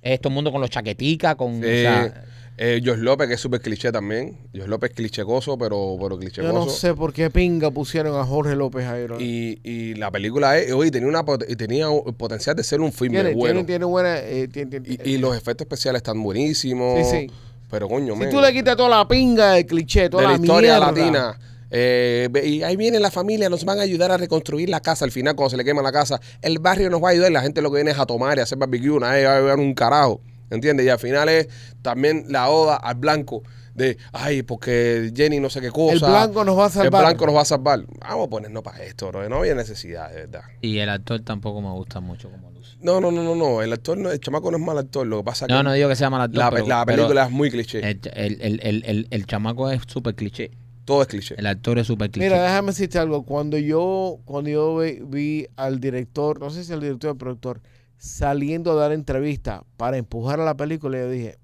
[SPEAKER 2] Es todo el mundo con los chaqueticas, con... o
[SPEAKER 1] Eh,
[SPEAKER 2] sea,
[SPEAKER 1] eh, George López, que es súper cliché también. George López es clichécoso, pero, pero
[SPEAKER 4] Yo
[SPEAKER 1] clichécoso.
[SPEAKER 4] no sé por qué pinga pusieron a Jorge López ahí, bro.
[SPEAKER 1] Y, y la película es, oye, tenía, una, pot- y tenía un- el potencial de ser un filme
[SPEAKER 4] Tiene,
[SPEAKER 1] bueno.
[SPEAKER 4] tiene, tiene buena. eh, tiene- tiene-
[SPEAKER 1] Y, y los efectos especiales están buenísimos.
[SPEAKER 4] Sí, sí.
[SPEAKER 1] Pero coño,
[SPEAKER 4] si
[SPEAKER 1] men,
[SPEAKER 4] tú le quitas toda la pinga del cliché,
[SPEAKER 1] de
[SPEAKER 4] toda
[SPEAKER 1] la,
[SPEAKER 4] la,
[SPEAKER 1] historia
[SPEAKER 4] mierda,
[SPEAKER 1] latina. eh, ve- y ahí viene la familia, nos van a ayudar a reconstruir la casa. Al final, cuando se le quema la casa, el barrio nos va a ayudar. La gente lo que viene es a tomar y a hacer barbecue. Nadie va a beber un carajo. ¿Entiendes? Y al final es también la oda al blanco. De, ay, porque Jenny no sé qué cosa.
[SPEAKER 4] El blanco nos va a salvar.
[SPEAKER 1] El blanco nos va a salvar. Vamos a ponernos para esto, bro. No había necesidad, de verdad.
[SPEAKER 2] Y el actor tampoco me gusta mucho como luce.
[SPEAKER 1] No, no, no, no, no. El actor, no, el chamaco no es mal actor. Lo que pasa es
[SPEAKER 2] No,
[SPEAKER 1] que
[SPEAKER 2] no digo que sea mal actor,
[SPEAKER 1] la,
[SPEAKER 2] pero-
[SPEAKER 1] la
[SPEAKER 2] pero eh,
[SPEAKER 1] película es muy cliché.
[SPEAKER 2] el, el- el- el- el- el chamaco es súper cliché.
[SPEAKER 1] Todo es cliché.
[SPEAKER 2] El actor es súper cliché.
[SPEAKER 4] Mira, déjame decirte algo. Cuando yo, cuando yo ve- vi al director, no sé si al director o al productor, saliendo a dar entrevista para empujar a la película, yo dije,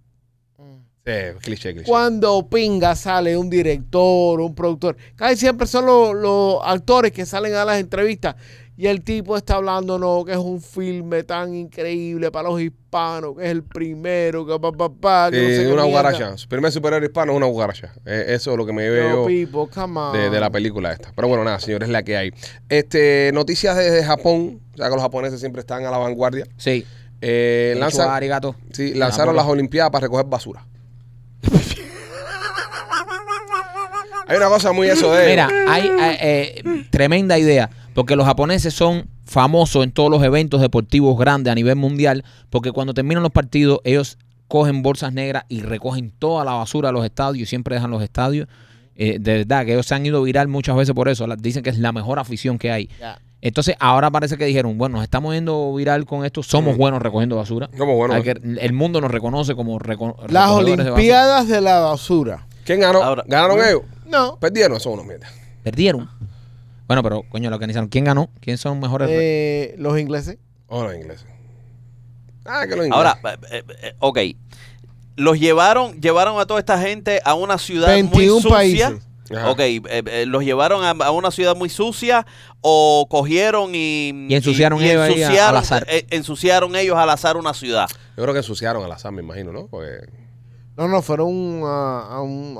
[SPEAKER 1] Eh, cliché, cliché.
[SPEAKER 4] Cuando pinga sale un director, un productor, casi siempre son los, los actores que salen a las entrevistas y el tipo está hablando, no, que es un filme tan increíble para los hispanos, que es el primero, que papá, papá, que no
[SPEAKER 1] Sí,
[SPEAKER 4] sé qué
[SPEAKER 1] una
[SPEAKER 4] mierda.
[SPEAKER 1] guaracha. Su primer superhéroe hispano es una guaracha. Eh, eso es lo que me
[SPEAKER 4] Yo,
[SPEAKER 1] veo yo
[SPEAKER 4] people, come on.
[SPEAKER 1] de, de la película esta. Pero bueno, nada, señores, es la que hay. Este, noticias desde Japón. O sea que los japoneses siempre están a la vanguardia.
[SPEAKER 2] Sí.
[SPEAKER 1] Eh,
[SPEAKER 2] Hecho
[SPEAKER 1] lanzan-
[SPEAKER 2] arigato.
[SPEAKER 1] sí, lanzaron
[SPEAKER 2] Ah,
[SPEAKER 1] las Olimpiadas para recoger basura. hay una cosa muy eso de.
[SPEAKER 2] Mira, hay eh, eh, tremenda idea, porque los japoneses son famosos en todos los eventos deportivos grandes a nivel mundial, porque cuando terminan los partidos ellos cogen bolsas negras y recogen toda la basura de los estadios y siempre dejan los estadios. Eh, de verdad que ellos se han ido viral muchas veces por eso. La- Dicen que es la mejor afición que hay.
[SPEAKER 4] Ya.
[SPEAKER 2] Entonces ahora parece que dijeron, bueno, nos estamos yendo viral con esto, somos buenos recogiendo basura.
[SPEAKER 1] Como bueno.
[SPEAKER 2] Hay que- el mundo nos reconoce como reco-
[SPEAKER 4] Las
[SPEAKER 2] recogedores de basura.
[SPEAKER 4] Olimpiadas de la basura.
[SPEAKER 1] ¿Quién ganó?
[SPEAKER 3] Ahora-
[SPEAKER 1] ¿Ganaron ellos?
[SPEAKER 4] No.
[SPEAKER 1] Perdieron, son unos mierda.
[SPEAKER 2] Perdieron. Bueno, pero coño, la organizaron. ¿Quién ganó? ¿Quién son mejores? re-
[SPEAKER 4] Eh, los ingleses.
[SPEAKER 1] Oh, los ingleses. Ah, que los ingleses.
[SPEAKER 3] Ahora, eh, eh, eh, ok. Los llevaron, llevaron a toda esta gente a una ciudad
[SPEAKER 4] 21
[SPEAKER 3] muy sucia.
[SPEAKER 4] países.
[SPEAKER 1] Ajá.
[SPEAKER 3] Ok, eh, eh, los llevaron a, a una ciudad muy sucia o cogieron y,
[SPEAKER 2] Y ensuciaron ellos ahí a- al azar.
[SPEAKER 3] eh, ensuciaron ellos al azar una ciudad.
[SPEAKER 1] Yo creo que ensuciaron a la SAM, me imagino, ¿no? Porque
[SPEAKER 4] No, no, fueron a, a un.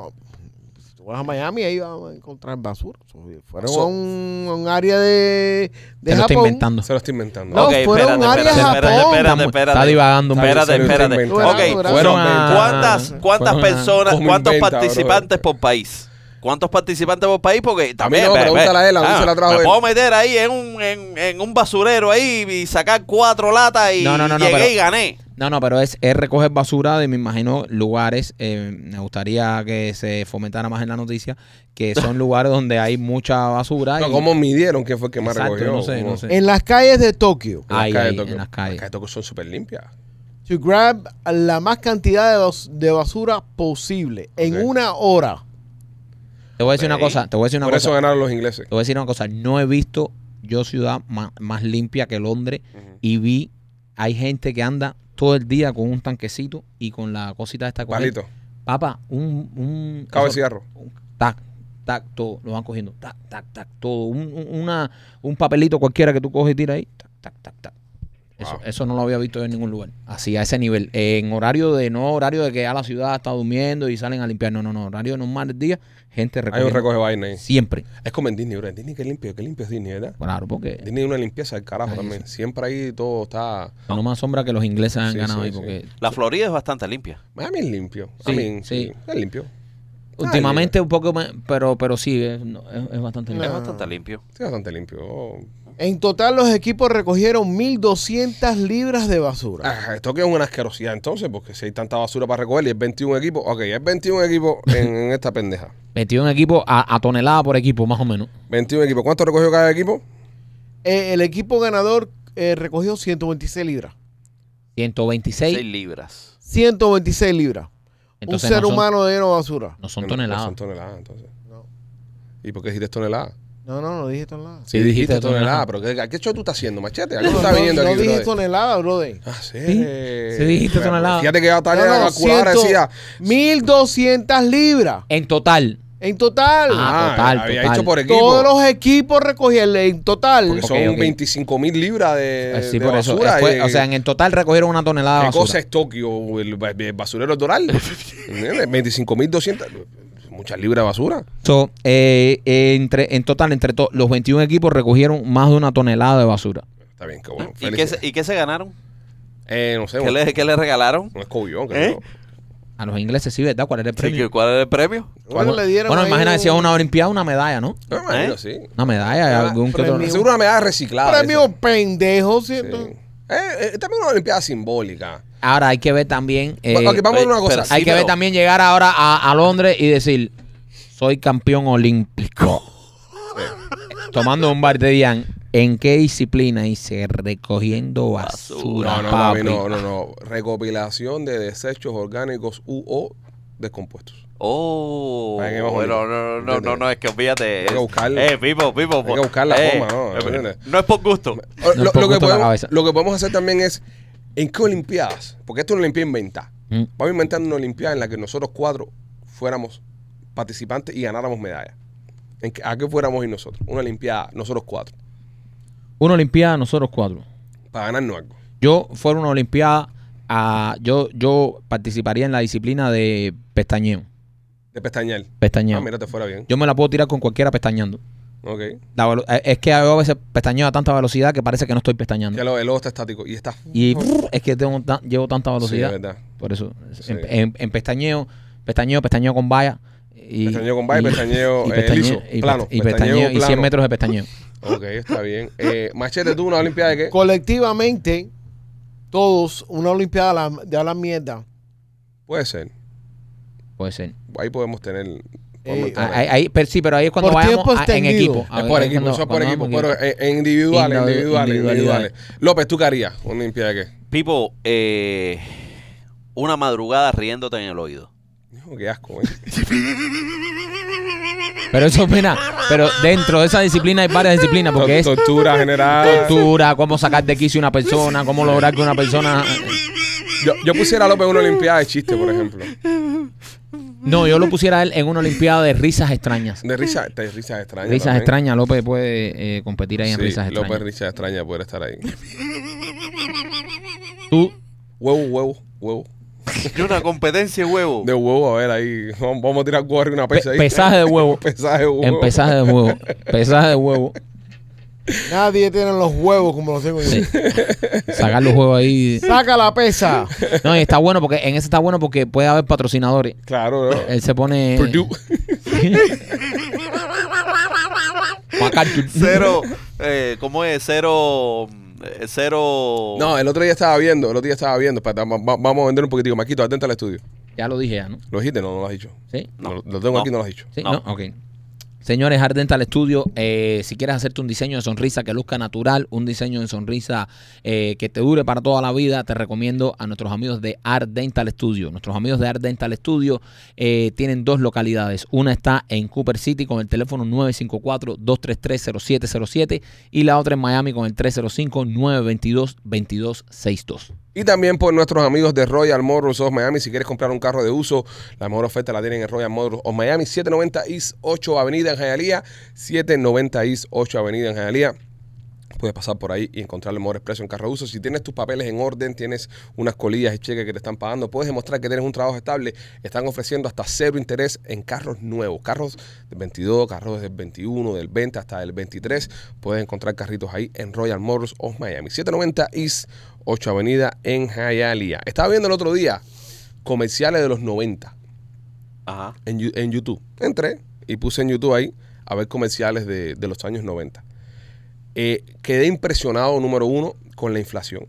[SPEAKER 4] si tú vas a Miami, ahí vas a encontrar basura. Fueron
[SPEAKER 1] So-
[SPEAKER 4] a, un, a un área de. de
[SPEAKER 2] Te lo estoy
[SPEAKER 4] Japón.
[SPEAKER 2] inventando.
[SPEAKER 1] se lo estoy inventando.
[SPEAKER 4] No,
[SPEAKER 3] Ok,
[SPEAKER 4] fueron áreas
[SPEAKER 3] espérate,
[SPEAKER 4] Japón.
[SPEAKER 3] espérate,
[SPEAKER 2] Está-
[SPEAKER 3] espérate.
[SPEAKER 2] está divagando un poco.
[SPEAKER 3] Espérate,
[SPEAKER 1] Se lo estoy
[SPEAKER 3] espérate.
[SPEAKER 1] inventando.
[SPEAKER 4] Ok,
[SPEAKER 2] Fueron a-
[SPEAKER 3] ¿Cuántas, cuántas
[SPEAKER 2] fueron a-
[SPEAKER 3] personas,
[SPEAKER 1] como
[SPEAKER 3] cuántos
[SPEAKER 1] inventa,
[SPEAKER 3] participantes
[SPEAKER 1] brother.
[SPEAKER 3] por país? ¿Cuántos participantes por país? Porque también.
[SPEAKER 1] no,
[SPEAKER 3] espera,
[SPEAKER 1] pregúntale
[SPEAKER 3] espera.
[SPEAKER 1] a él, ¿a dónde se la trajo
[SPEAKER 3] me
[SPEAKER 1] él?
[SPEAKER 3] puedo meter ahí en un, en, en un basurero ahí y sacar cuatro latas y
[SPEAKER 2] No, no, no, no,
[SPEAKER 3] llegué
[SPEAKER 2] pero-
[SPEAKER 3] y gané.
[SPEAKER 2] No, no, pero es, es recoger basura de, me imagino, lugares. eh, me gustaría que se fomentara más en la noticia, que son lugares donde hay mucha basura.
[SPEAKER 1] No,
[SPEAKER 2] y-
[SPEAKER 1] ¿Cómo midieron quién fue el que más
[SPEAKER 2] Exacto,
[SPEAKER 1] recogió?
[SPEAKER 2] no sé,
[SPEAKER 1] ¿Cómo?
[SPEAKER 2] no sé.
[SPEAKER 4] En las calles de Tokio,
[SPEAKER 1] En las
[SPEAKER 2] Ahí,
[SPEAKER 1] calles
[SPEAKER 2] ahí,
[SPEAKER 1] de Tokio.
[SPEAKER 2] en las calles.
[SPEAKER 1] Las calles de Tokio son súper limpias.
[SPEAKER 4] to grab la más cantidad de, bas- de basura posible
[SPEAKER 1] Ok.
[SPEAKER 4] en una hora.
[SPEAKER 2] Te voy a decir una
[SPEAKER 3] Ok.
[SPEAKER 2] cosa, te voy a decir una
[SPEAKER 1] Por
[SPEAKER 2] cosa.
[SPEAKER 1] eso ganaron los ingleses.
[SPEAKER 2] Te voy a decir una cosa, no he visto yo ciudad ma- más, limpia que Londres y vi, hay gente que anda todo el día con un tanquecito y con la cosita esta con
[SPEAKER 1] Palito,
[SPEAKER 2] Papá, un... un
[SPEAKER 1] cabo de
[SPEAKER 2] eso-
[SPEAKER 1] cigarro.
[SPEAKER 2] un- tac, tac, todo, lo van cogiendo, tac, tac, tac, todo, un, un- una, un papelito cualquiera que tú coges y tiras ahí, tac, tac, tac, tac. Eso,
[SPEAKER 1] Wow.
[SPEAKER 2] eso no lo había visto yo en ningún lugar, así a ese nivel, Eh, en horario de, no horario de que ya la ciudad está durmiendo y salen a limpiar, no, no, no, horario normal del día, gente
[SPEAKER 1] Hay un
[SPEAKER 2] recogiendo
[SPEAKER 1] recoge vaina ahí.
[SPEAKER 2] siempre,
[SPEAKER 1] Es como en Disney, bro. En Disney que limpio, que limpio es Disney, ¿verdad?
[SPEAKER 2] claro, porque
[SPEAKER 1] Disney es una limpieza del carajo
[SPEAKER 2] Ahí
[SPEAKER 1] también. Siempre ahí todo está...
[SPEAKER 2] no me asombra que los ingleses han
[SPEAKER 1] Sí,
[SPEAKER 2] ganado
[SPEAKER 1] sí,
[SPEAKER 2] ahí,
[SPEAKER 1] sí.
[SPEAKER 2] porque
[SPEAKER 3] La Florida es bastante limpia.
[SPEAKER 1] Miami es limpio.
[SPEAKER 2] Sí,
[SPEAKER 1] I mean,
[SPEAKER 2] sí.
[SPEAKER 1] Es limpio.
[SPEAKER 2] últimamente un poco más, pero, pero sí, es, no, es- es bastante
[SPEAKER 3] Es
[SPEAKER 4] Ah.
[SPEAKER 3] bastante limpio.
[SPEAKER 1] Sí, bastante limpio. Oh.
[SPEAKER 4] En total, los equipos recogieron 1.200 libras de basura.
[SPEAKER 1] Ah, esto que es una asquerosidad entonces, porque si hay tanta basura para recoger y es 21 equipos, ok, es 21 equipos en, en esta pendeja.
[SPEAKER 2] metido en equipo a, a tonelada por equipo, más o menos.
[SPEAKER 1] 21 equipos. ¿Cuánto recogió cada equipo?
[SPEAKER 4] Eh, el equipo ganador eh, recogió 126 libras.
[SPEAKER 2] 126.
[SPEAKER 3] 6 libras.
[SPEAKER 4] 126 libras.
[SPEAKER 2] Entonces
[SPEAKER 4] un ser
[SPEAKER 2] no son-
[SPEAKER 4] humano lleno de basura.
[SPEAKER 2] No son
[SPEAKER 1] No, no,
[SPEAKER 2] toneladas.
[SPEAKER 1] pues Son toneladas, entonces.
[SPEAKER 4] No.
[SPEAKER 1] ¿Y por qué dijiste toneladas?
[SPEAKER 4] No, no, no dije tonelada.
[SPEAKER 1] Sí, dijiste toneladas, pero ¿qué, qué show tú estás haciendo, machete? ¿A qué
[SPEAKER 4] No,
[SPEAKER 1] tú estás
[SPEAKER 4] no,
[SPEAKER 1] viniendo
[SPEAKER 4] no
[SPEAKER 1] aquí,
[SPEAKER 4] dije
[SPEAKER 1] brother?
[SPEAKER 4] tonelada, brother.
[SPEAKER 1] Ah, sí.
[SPEAKER 2] Sí, sí dijiste
[SPEAKER 1] Bueno,
[SPEAKER 2] toneladas.
[SPEAKER 1] Fíjate que ya estaba
[SPEAKER 4] No,
[SPEAKER 1] en la
[SPEAKER 4] no,
[SPEAKER 1] calculadora
[SPEAKER 4] ciento-
[SPEAKER 1] decía...
[SPEAKER 4] 1200 libras
[SPEAKER 2] En total.
[SPEAKER 4] en total.
[SPEAKER 2] Ah, total,
[SPEAKER 1] había
[SPEAKER 2] total.
[SPEAKER 1] hecho por este equipo.
[SPEAKER 4] Todos los equipos recogieron en total.
[SPEAKER 1] Porque son
[SPEAKER 2] Ok, ok.
[SPEAKER 1] 25 mil libras de,
[SPEAKER 2] Eh, sí,
[SPEAKER 1] de
[SPEAKER 2] por eso.
[SPEAKER 1] basura.
[SPEAKER 2] Después,
[SPEAKER 1] eh,
[SPEAKER 2] o sea, en el total recogieron una tonelada de
[SPEAKER 1] ¿Qué
[SPEAKER 2] Ah, basura.
[SPEAKER 1] cosa es Tokio? El, ba- el basurero Eh, Doral. 25.200. Muchas libras de basura.
[SPEAKER 2] So, eh, eh, entre, en total, entre to- los 21 equipos recogieron más de una tonelada de basura.
[SPEAKER 1] Está bien, qué bueno.
[SPEAKER 3] ¿Y, qué se,
[SPEAKER 1] felicidades.
[SPEAKER 3] y qué se ganaron?
[SPEAKER 1] Eh, no sé,
[SPEAKER 3] ¿Qué
[SPEAKER 1] un,
[SPEAKER 3] le, qué le regalaron?
[SPEAKER 1] un escobillón. qué
[SPEAKER 3] ¿Eh?
[SPEAKER 1] sé yo.
[SPEAKER 2] A los ingleses sí, ¿verdad? ¿Cuál era el
[SPEAKER 3] Sí,
[SPEAKER 2] premio?
[SPEAKER 3] ¿Cuál era el premio?
[SPEAKER 4] Bueno, le dieron
[SPEAKER 2] bueno,
[SPEAKER 4] ahí
[SPEAKER 2] imagina que
[SPEAKER 4] un
[SPEAKER 2] si es una olimpiada, una medalla, ¿no?
[SPEAKER 1] No, me imagino,
[SPEAKER 3] ¿Eh?
[SPEAKER 1] sí.
[SPEAKER 2] Una medalla,
[SPEAKER 1] Ah,
[SPEAKER 2] algún que otro-
[SPEAKER 4] premio.
[SPEAKER 1] Seguro una medalla reciclada.
[SPEAKER 4] premio
[SPEAKER 1] esa.
[SPEAKER 4] pendejo,
[SPEAKER 1] Ah, Sí.
[SPEAKER 4] ¿cierto?
[SPEAKER 1] Eh, eh, también una olimpiada simbólica.
[SPEAKER 2] Ahora hay que ver también. eh,
[SPEAKER 1] Bueno, ok, vamos a ver
[SPEAKER 3] oye,
[SPEAKER 1] una cosa.
[SPEAKER 3] pero
[SPEAKER 2] hay
[SPEAKER 3] sí,
[SPEAKER 2] que ver también llegar ahora a, a Londres y decir: soy campeón olímpico. Tomando un bardellán. ¿En qué disciplina hice? Recogiendo basura.
[SPEAKER 1] No, no,
[SPEAKER 2] papi.
[SPEAKER 1] papi, no, no, no. Recopilación de desechos orgánicos u o descompuestos.
[SPEAKER 3] Oh,
[SPEAKER 1] Para que vamos
[SPEAKER 3] bueno,
[SPEAKER 1] bien.
[SPEAKER 3] no, no, no, no, no, es que fíjate.
[SPEAKER 1] Hay que
[SPEAKER 3] es-
[SPEAKER 1] buscarla.
[SPEAKER 3] Eh, Pipo, Pipo.
[SPEAKER 1] Hay que buscar la
[SPEAKER 3] eh,
[SPEAKER 1] goma, ¿no?
[SPEAKER 3] eh, No es por gusto.
[SPEAKER 1] Lo,
[SPEAKER 2] un
[SPEAKER 1] lo
[SPEAKER 2] poco
[SPEAKER 1] que
[SPEAKER 2] en la
[SPEAKER 1] podemos,
[SPEAKER 2] cabeza.
[SPEAKER 1] lo que podemos hacer también es, ¿en qué Olimpiadas? Porque esto es una Olimpiada inventada.
[SPEAKER 2] Mm.
[SPEAKER 1] Vamos a inventar una Olimpiada en la que nosotros cuatro fuéramos participantes y ganáramos medallas. ¿En qué- ¿A qué fuéramos y nosotros? Una Olimpiada, nosotros cuatro,
[SPEAKER 2] Una Olimpiada, nosotros cuatro.
[SPEAKER 1] para ganarnos algo.
[SPEAKER 2] Yo fuera una Olimpiada, a, yo, yo participaría en la disciplina de pestañeo.
[SPEAKER 1] De pestañear.
[SPEAKER 2] Pestañeo.
[SPEAKER 1] Ah, mira, te fuera bien.
[SPEAKER 2] yo me la puedo tirar con cualquiera pestañando.
[SPEAKER 1] Ok.
[SPEAKER 2] La velo- eh, es que yo a veces pestañeo a tanta velocidad que parece que no estoy
[SPEAKER 1] Ya
[SPEAKER 2] pestañando.
[SPEAKER 1] lo- el ojo está estático y está.
[SPEAKER 2] Y es que tengo tan- llevo tanta
[SPEAKER 1] Sí,
[SPEAKER 2] velocidad.
[SPEAKER 1] es verdad.
[SPEAKER 2] por eso, en-
[SPEAKER 1] Sí.
[SPEAKER 2] en, en pestañeo, pestañeo, pestañeo con valla. Y,
[SPEAKER 1] Pestañeo con valla, pestañeo, eh, liso,
[SPEAKER 2] y
[SPEAKER 1] plano,
[SPEAKER 2] pesta- Y
[SPEAKER 1] pestañeo
[SPEAKER 2] pestañeo, y 100
[SPEAKER 1] plano.
[SPEAKER 2] metros de pestañeo.
[SPEAKER 1] Ok, está bien. Eh, machete, tú, una Olimpiada de qué?
[SPEAKER 4] Colectivamente, todos, una Olimpiada de la- de hablar mierda.
[SPEAKER 1] Puede ser.
[SPEAKER 2] Puede ser.
[SPEAKER 1] Ahí podemos tener.
[SPEAKER 4] Eh,
[SPEAKER 1] podemos
[SPEAKER 2] Ah,
[SPEAKER 1] entrar ahí.
[SPEAKER 2] Ahí, ahí- pero sí, pero ahí es cuando
[SPEAKER 4] Por
[SPEAKER 2] vayamos
[SPEAKER 4] tiempo
[SPEAKER 2] a- en
[SPEAKER 4] extendido.
[SPEAKER 2] equipo.
[SPEAKER 1] Es por
[SPEAKER 2] Ahí
[SPEAKER 1] equipo, eso
[SPEAKER 2] cuando-
[SPEAKER 1] es por
[SPEAKER 2] cuando
[SPEAKER 1] equipo,
[SPEAKER 2] vamos en
[SPEAKER 1] pero
[SPEAKER 2] equipo.
[SPEAKER 1] eh, eh, individuales,
[SPEAKER 2] Individu-
[SPEAKER 1] individuales,
[SPEAKER 2] individualidades.
[SPEAKER 1] individuales. López, ¿tú qué harías? ¿Una Olimpiada de qué?
[SPEAKER 3] Pipo, eh, una madrugada riéndote en el oído.
[SPEAKER 1] Hijo, qué asco, ¿eh?
[SPEAKER 2] Pero eso, mira, pero dentro de esa disciplina hay varias disciplinas porque es
[SPEAKER 1] Tortura general.
[SPEAKER 2] cultura, cómo sacar de quicio una persona, cómo lograr que una persona...
[SPEAKER 1] Yo, yo pusiera a López una Olimpiada de chiste, por ejemplo.
[SPEAKER 2] No, yo lo pusiera a él en una olimpiada de risas extrañas.
[SPEAKER 1] De risa, de risas extrañas.
[SPEAKER 2] Risas
[SPEAKER 1] también.
[SPEAKER 2] extrañas, López puede eh, competir ahí en
[SPEAKER 1] Sí,
[SPEAKER 2] risas
[SPEAKER 1] López
[SPEAKER 2] extrañas.
[SPEAKER 1] risas extrañas poder estar ahí.
[SPEAKER 2] Tú,
[SPEAKER 1] Huevo, huevo, huevo.
[SPEAKER 3] Yo una competencia de huevo.
[SPEAKER 1] De huevo, a ver ahí. Vamos vamos a tirar cuadro y una pesa
[SPEAKER 2] pe-
[SPEAKER 1] Pues ahí.
[SPEAKER 2] pesaje de huevo.
[SPEAKER 1] Pesaje de huevo.
[SPEAKER 2] En pesaje de huevo. Pesaje de huevo.
[SPEAKER 4] Nadie tiene los huevos como los tengo yo.
[SPEAKER 2] Sí. Sacar los huevos ahí.
[SPEAKER 4] Saca la pesa.
[SPEAKER 2] No, y está bueno porque en ese está bueno porque puede haber patrocinadores.
[SPEAKER 1] Claro, ¿no?
[SPEAKER 2] Él se pone.
[SPEAKER 1] Purdue.
[SPEAKER 2] MacArthur.
[SPEAKER 3] Cero, eh, ¿cómo es? Cero, eh, cero...
[SPEAKER 1] No, el otro día estaba viendo, el otro día estaba viendo. espérate, va- va- vamos a vender un poquitico. Maquito, atento al estudio.
[SPEAKER 2] Ya lo dije ya, ¿no?
[SPEAKER 1] ¿Lo dijiste? No, no lo has dicho.
[SPEAKER 2] Sí.
[SPEAKER 3] No,
[SPEAKER 1] Lo, lo tengo
[SPEAKER 3] no.
[SPEAKER 1] aquí, no lo has dicho.
[SPEAKER 2] Sí, no.
[SPEAKER 3] No.
[SPEAKER 2] Ok. Señores, Hard Dental Studio, eh, si quieres hacerte un diseño de sonrisa que luzca natural, un diseño de sonrisa eh, que te dure para toda la vida, te recomiendo a nuestros amigos de Art Dental Studio. Nuestros amigos de Art Dental Studio eh, tienen dos localidades. Una está en Cooper City con el teléfono 954-233-0707 y la otra en Miami con el 305-922-2262.
[SPEAKER 1] Y también por nuestros amigos de Royal Motors of Miami. Si quieres comprar un carro de uso, la mejor oferta la tienen en Royal Motors of Miami. 790 East 8 Avenida en Hialeah. 790 East 8 Avenida en Hialeah. Puedes pasar por ahí y encontrar el mejor precio en carro de uso. Si tienes tus papeles en orden, tienes unas colillas y cheques que te están pagando, puedes demostrar que tienes un trabajo estable. Están ofreciendo hasta cero interés en carros nuevos. Carros del 22, carros del 21, del 20 hasta del 23. Puedes encontrar carritos ahí en Royal Motors of Miami. 790 East 8 Avenida en Hialeah. Estaba viendo el otro día comerciales de los 90
[SPEAKER 3] Ajá.
[SPEAKER 1] en, Yu- en YouTube. Entré y puse en YouTube ahí a ver comerciales de, de los años 90. Eh, quedé impresionado, número uno, con la inflación.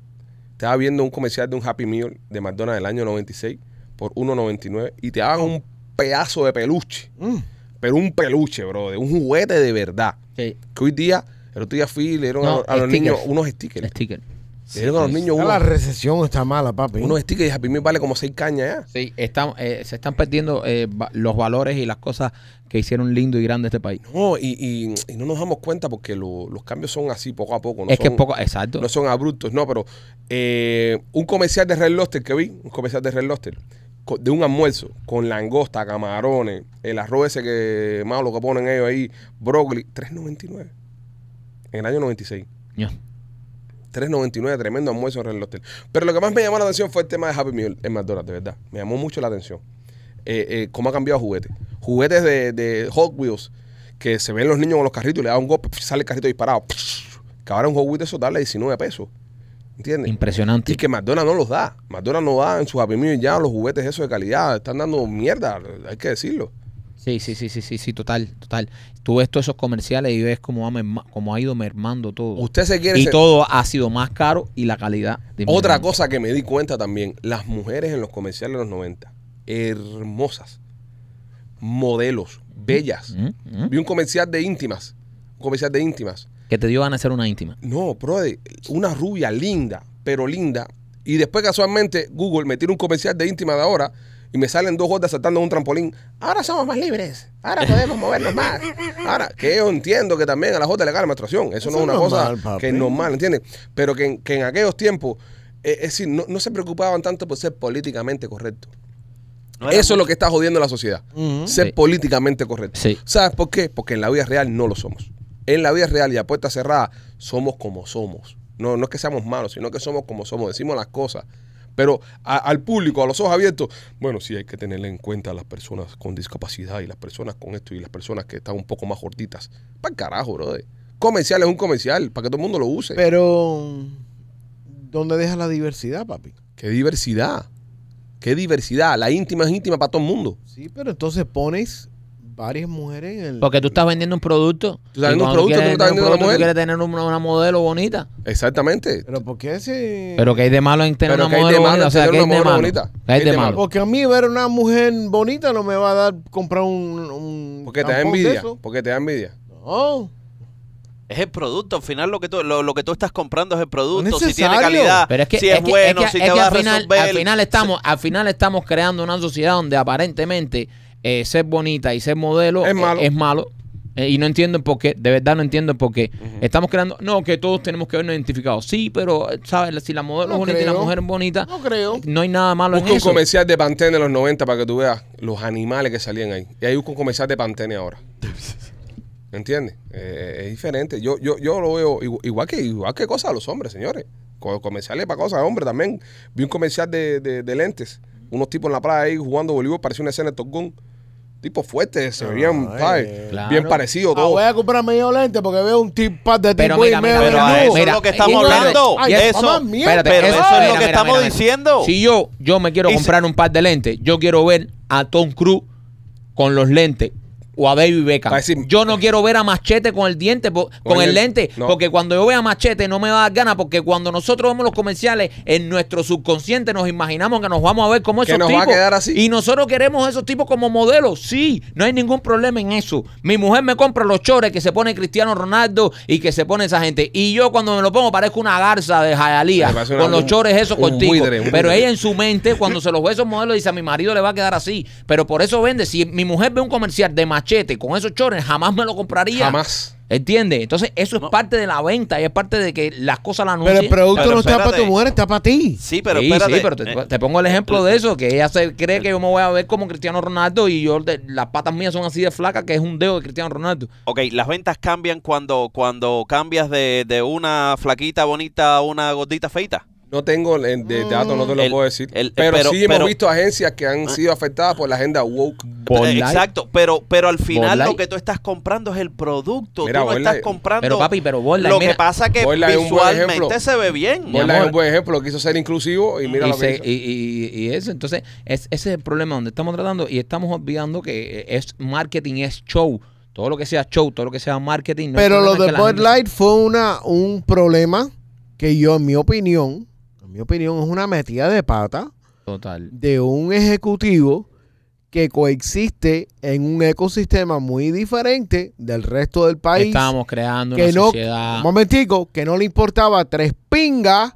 [SPEAKER 1] Estaba viendo un comercial de un Happy Meal de McDonald's del año 96 por 1.99 y te daban un pedazo de peluche,
[SPEAKER 4] Mm.
[SPEAKER 1] pero un peluche, bro, de un juguete de verdad. Que hoy día, el otro día fui y le dieron a-
[SPEAKER 2] No,
[SPEAKER 1] a, los
[SPEAKER 2] stickers.
[SPEAKER 1] niños unos stickers.
[SPEAKER 2] Sticker.
[SPEAKER 1] le dieron a los niños
[SPEAKER 4] Ya La
[SPEAKER 1] unos,
[SPEAKER 4] recesión está mala, papi.
[SPEAKER 1] unos stickers y Happy Meal vale como seis cañas ya.
[SPEAKER 2] Sí, están, eh, se están perdiendo eh, va- los valores y las cosas que hicieron lindo y grande este país.
[SPEAKER 1] No, y, y- y no nos damos cuenta porque lo- los cambios son así poco a poco. No
[SPEAKER 2] es que
[SPEAKER 1] son-
[SPEAKER 2] es poco, exacto.
[SPEAKER 1] No son abruptos, no, pero eh, un comercial de Red Lobster que vi, un comercial de Red Lobster, co- de un almuerzo con langosta, camarones, el arroz ese que más lo que ponen ellos ahí, brócoli, 3.99 en el año 96.
[SPEAKER 2] Ya.
[SPEAKER 1] 3.99, tremendo almuerzo en Red Lobster. Pero lo que más me llamó la atención fue el tema de Happy Meal en McDonald's, de verdad. Me llamó mucho la atención. Eh, eh, cómo ha cambiado juguetes. Juguetes de, de Hot Wheels que se ven los niños con los carritos y le dan un golpe, sale el carrito disparado. Que ahora un Hot Wheels eso darle 19 pesos. ¿Entiendes?
[SPEAKER 2] Impresionante.
[SPEAKER 1] Y que McDonald's no los da. McDonald's no da en sus Happy Meal ya los juguetes esos de calidad. Están dando mierda, hay que decirlo.
[SPEAKER 2] Sí, sí, sí, sí, sí, sí, total, total. Tú ves todos esos comerciales y ves cómo ha, merma- cómo ha ido mermando todo.
[SPEAKER 1] Usted se quiere...
[SPEAKER 2] y
[SPEAKER 1] se-
[SPEAKER 2] todo ha sido más caro y la calidad. disminuye.
[SPEAKER 1] Otra cosa que me di cuenta también, las mujeres en los comerciales de los 90, hermosas, modelos, bellas.
[SPEAKER 2] Mm, mm.
[SPEAKER 1] Vi un comercial de íntimas, un comercial de íntimas.
[SPEAKER 2] Que te dio ganas de ser una íntima.
[SPEAKER 1] No, brother, una rubia linda, pero linda. Y después casualmente Google me tira un comercial de íntima de ahora y me salen dos gordas saltando en un trampolín. Ahora somos más libres, ahora podemos movernos más. Ahora, que yo entiendo que también a las gordas le cae la menstruación. Eso,
[SPEAKER 4] Eso
[SPEAKER 1] no es una
[SPEAKER 4] es normal,
[SPEAKER 1] cosa
[SPEAKER 4] papi.
[SPEAKER 1] que es normal, ¿entiendes? Pero que en, que en aquellos tiempos eh, es decir, no, no se preocupaban tanto por ser políticamente correcto.
[SPEAKER 3] No era
[SPEAKER 1] Eso es
[SPEAKER 3] mucho.
[SPEAKER 1] lo que está jodiendo a la sociedad.
[SPEAKER 4] Ujú.
[SPEAKER 1] Ser
[SPEAKER 2] Sí.
[SPEAKER 1] políticamente correcto.
[SPEAKER 2] Sí.
[SPEAKER 1] ¿Sabes por qué? Porque en la vida real no lo somos. En la vida real y a puerta cerrada somos como somos. No, no es que seamos malos, sino que somos como somos. Decimos las cosas. Pero a- al público, a los ojos abiertos, bueno, sí hay que tener en cuenta a las personas con discapacidad y las personas con esto y las personas que están un poco más gorditas. Para carajo, brother. Comercial es un comercial, para que todo el mundo lo use.
[SPEAKER 4] Pero, ¿dónde deja la diversidad, papi?
[SPEAKER 1] ¡Qué diversidad! ¡Qué diversidad! La íntima es íntima para todo el mundo.
[SPEAKER 4] Sí, pero entonces pones varias mujeres en el...
[SPEAKER 2] Porque tú estás vendiendo un producto.
[SPEAKER 1] Tú estás vendiendo
[SPEAKER 2] y
[SPEAKER 1] un
[SPEAKER 2] cuando
[SPEAKER 1] producto,
[SPEAKER 2] quieres
[SPEAKER 1] tú no estás
[SPEAKER 2] vender
[SPEAKER 1] vendiendo a la
[SPEAKER 2] un producto, tú
[SPEAKER 1] mujer.
[SPEAKER 2] quieres tener una, una modelo bonita.
[SPEAKER 1] Exactamente.
[SPEAKER 4] Pero ¿por qué se...?
[SPEAKER 2] Pero que hay de malo en tener
[SPEAKER 1] Pero
[SPEAKER 2] una
[SPEAKER 1] que hay de
[SPEAKER 2] modelo
[SPEAKER 1] malo
[SPEAKER 2] bonita.
[SPEAKER 1] en
[SPEAKER 2] O sea,
[SPEAKER 1] tener
[SPEAKER 2] que hay
[SPEAKER 1] una
[SPEAKER 2] de
[SPEAKER 1] modelo
[SPEAKER 2] malo.
[SPEAKER 1] bonita.
[SPEAKER 2] Que hay de malo.
[SPEAKER 4] Ah, Porque a mí ver una mujer bonita no me va a dar comprar un... un
[SPEAKER 1] Porque te da
[SPEAKER 4] tampón de
[SPEAKER 1] envidia.
[SPEAKER 4] eso.
[SPEAKER 1] Porque te da envidia.
[SPEAKER 4] No.
[SPEAKER 3] Es el producto, al final lo que tú, lo, lo que tú estás comprando es el producto,
[SPEAKER 4] No es
[SPEAKER 3] si tiene
[SPEAKER 4] necesario.
[SPEAKER 3] calidad,
[SPEAKER 2] Pero es que,
[SPEAKER 3] si es,
[SPEAKER 2] que-
[SPEAKER 3] bueno,
[SPEAKER 2] que-
[SPEAKER 3] si
[SPEAKER 2] es
[SPEAKER 3] te
[SPEAKER 2] que
[SPEAKER 3] va a
[SPEAKER 2] al final,
[SPEAKER 3] resolver.
[SPEAKER 2] al final estamos, al final estamos creando una sociedad donde aparentemente eh, ser bonita y ser modelo
[SPEAKER 1] Es
[SPEAKER 2] eh,
[SPEAKER 1] malo.
[SPEAKER 2] es malo. Eh, y no entiendo el por qué, de verdad no entiendo el por qué. Estamos creando, no, que todos tenemos que vernos identificados. Sí, pero, eh, ¿sabes? Si la modelo
[SPEAKER 4] No
[SPEAKER 2] es bonita y la
[SPEAKER 4] creo.
[SPEAKER 2] mujer es bonita,
[SPEAKER 4] No creo.
[SPEAKER 2] no hay nada malo
[SPEAKER 1] Busca
[SPEAKER 2] en
[SPEAKER 1] un
[SPEAKER 2] eso.
[SPEAKER 1] comercial de Pantene de los 90 para que tú veas los animales que salían ahí. Y ahí busca un comercial de Pantene ahora. ¿Me entiendes? Eh, es diferente. Yo, yo, yo lo veo igu- igual que, igual que cosas a los hombres, señores. Co- Comerciales para cosas de hombres también. Vi un comercial de, de- de lentes. Unos tipos en la playa ahí jugando voleibol. Parecía una escena de Top Gun. Tipos fuertes, se veían
[SPEAKER 4] Ay,
[SPEAKER 1] ¿sabes?
[SPEAKER 2] claro.
[SPEAKER 1] bien parecidos
[SPEAKER 4] Ah,
[SPEAKER 1] todos.
[SPEAKER 4] voy a comprar medio lente porque veo un tip pad de
[SPEAKER 2] Pero
[SPEAKER 4] tipo
[SPEAKER 2] mira,
[SPEAKER 4] y
[SPEAKER 2] mira,
[SPEAKER 4] medio
[SPEAKER 3] Pero a
[SPEAKER 2] Ay,
[SPEAKER 3] eso
[SPEAKER 4] desnudo.
[SPEAKER 2] mira,
[SPEAKER 3] es lo que estamos
[SPEAKER 2] espérate,
[SPEAKER 3] hablando.
[SPEAKER 2] ay,
[SPEAKER 3] eso,
[SPEAKER 4] mamá, mierda.
[SPEAKER 2] Espérate,
[SPEAKER 3] pero eso, es lo
[SPEAKER 2] mira,
[SPEAKER 3] que
[SPEAKER 2] mira,
[SPEAKER 3] estamos
[SPEAKER 2] mira, mira.
[SPEAKER 3] diciendo.
[SPEAKER 2] Si yo, yo me quiero
[SPEAKER 3] Y si-
[SPEAKER 2] comprar un par de lentes, yo quiero ver a Tom Cruise con los lentes. O a David Beckham.
[SPEAKER 1] Para decir-
[SPEAKER 2] yo no quiero ver a Machete con el diente, po- con, el,
[SPEAKER 1] el-
[SPEAKER 2] lente,
[SPEAKER 1] no.
[SPEAKER 2] porque cuando yo vea a Machete no me va a dar ganas, porque cuando nosotros vemos los comerciales, en nuestro subconsciente nos imaginamos que nos vamos a ver como
[SPEAKER 1] Que
[SPEAKER 2] esos
[SPEAKER 1] nos va a
[SPEAKER 2] tipos.
[SPEAKER 1] quedar así.
[SPEAKER 2] Y nosotros queremos esos tipos como modelos. Sí, no hay ningún problema en eso. Mi mujer me compra los chores que se pone Cristiano Ronaldo y que se pone esa gente. Y yo cuando me lo pongo parezco una garza de Jayalía
[SPEAKER 1] Me parece una-
[SPEAKER 2] con los
[SPEAKER 1] un-
[SPEAKER 2] chores esos
[SPEAKER 1] un
[SPEAKER 2] cortitos.
[SPEAKER 1] buitre, un
[SPEAKER 2] Pero
[SPEAKER 1] buitre.
[SPEAKER 2] ella en su mente, cuando se los ve esos modelos, dice a mi marido le va a quedar así. Pero por eso vende. Si mi mujer ve un comercial de machete con esos chores, jamás me lo compraría.
[SPEAKER 1] Jamás.
[SPEAKER 2] ¿Entiendes? Entonces eso es
[SPEAKER 3] No.
[SPEAKER 2] parte de la venta y es parte de que las cosas las
[SPEAKER 4] Pero
[SPEAKER 2] anuncian.
[SPEAKER 4] el producto
[SPEAKER 3] Pero
[SPEAKER 4] no está para
[SPEAKER 3] espérate.
[SPEAKER 4] tu mujer, está para ti.
[SPEAKER 3] sí, pero
[SPEAKER 2] sí,
[SPEAKER 3] espérate. Eh,
[SPEAKER 2] sí, pero te, te pongo el ejemplo de eso, que ella se cree que yo me voy a ver como Cristiano Ronaldo y yo de- las patas mías son así de flacas que es un dedo de Cristiano Ronaldo.
[SPEAKER 3] Ok, las ventas cambian cuando, cuando cambias de, de una flaquita bonita a una gordita feita.
[SPEAKER 1] No tengo eh, de teatro, no te lo
[SPEAKER 3] El-
[SPEAKER 1] puedo decir.
[SPEAKER 3] el-
[SPEAKER 1] pero,
[SPEAKER 3] pero-
[SPEAKER 1] sí hemos
[SPEAKER 3] pero-
[SPEAKER 1] visto agencias que han sido afectadas por la agenda woke.
[SPEAKER 2] Bonlai.
[SPEAKER 3] Exacto, pero, pero al final
[SPEAKER 2] Bonlai.
[SPEAKER 3] lo que tú estás comprando es el producto.
[SPEAKER 1] Mira,
[SPEAKER 3] tú no
[SPEAKER 1] Bonlai.
[SPEAKER 3] estás comprando.
[SPEAKER 2] Pero, papi, pero Bonlai,
[SPEAKER 3] Lo
[SPEAKER 2] mira.
[SPEAKER 3] que pasa que
[SPEAKER 1] Bonlai es un buen ejemplo.
[SPEAKER 3] visualmente se ve bien.
[SPEAKER 2] Mi Bonlai
[SPEAKER 1] Borla es
[SPEAKER 2] amor.
[SPEAKER 1] un buen ejemplo, quiso ser inclusivo y mira
[SPEAKER 2] y,
[SPEAKER 1] lo que
[SPEAKER 2] se-
[SPEAKER 1] hizo.
[SPEAKER 2] y- y- y eso, entonces, es, ese es el problema donde estamos tratando y estamos olvidando que eh, es marketing, es show. Todo lo que sea show, todo lo que sea marketing. no hay
[SPEAKER 4] Pero lo
[SPEAKER 2] problema
[SPEAKER 4] de
[SPEAKER 2] que la
[SPEAKER 4] Bud
[SPEAKER 2] gente-
[SPEAKER 4] Light fue una, un problema que yo, en mi opinión, en mi opinión es una metida de pata
[SPEAKER 2] Total.
[SPEAKER 4] de un ejecutivo que coexiste en un ecosistema muy diferente del resto del país.
[SPEAKER 2] Estábamos creando
[SPEAKER 4] que
[SPEAKER 2] una
[SPEAKER 4] no,
[SPEAKER 2] sociedad.
[SPEAKER 4] un momentico, que no le importaba tres pingas,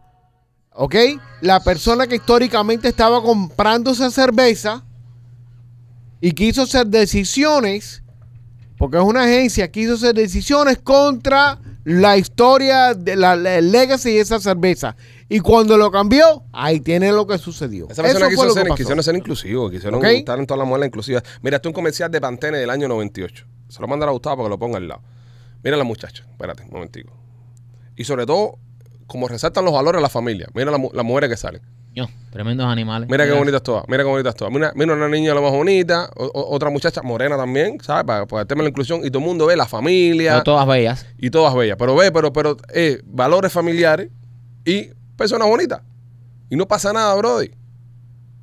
[SPEAKER 4] ¿ok? La persona que históricamente estaba comprando esa cerveza y quiso hacer decisiones, porque es una agencia, quiso hacer decisiones contra la historia, de la, la- el legacy de esa cerveza. Y cuando lo cambió, ahí tiene lo que sucedió.
[SPEAKER 1] Esa persona
[SPEAKER 4] Eso fue
[SPEAKER 1] quiso
[SPEAKER 4] lo que
[SPEAKER 1] ser,
[SPEAKER 4] pasó.
[SPEAKER 1] quisieron ser inclusivo, quisieron
[SPEAKER 4] Ok.
[SPEAKER 1] estar en toda la muela inclusiva. Mira, esto es un comercial de Pantene del año 98. Se lo mandan a Gustavo para que lo ponga al lado. Mira la muchacha, espérate un momentico. Y sobre todo, como resaltan los valores de la familia. Mira la mu- las mujeres que salen.
[SPEAKER 2] Coño, tremendos animales.
[SPEAKER 1] Mira qué bonitas todas, mira qué bonitas todas. Mira, mira una niña lo más bonita, o- o- otra muchacha morena también, ¿sabes? Para, para el tema de la inclusión. Y todo el mundo ve la familia.
[SPEAKER 2] No todas bellas.
[SPEAKER 1] y todas bellas. Pero ve, pero, pero, eh, valores familiares y personas bonitas. Y no pasa nada, Brody.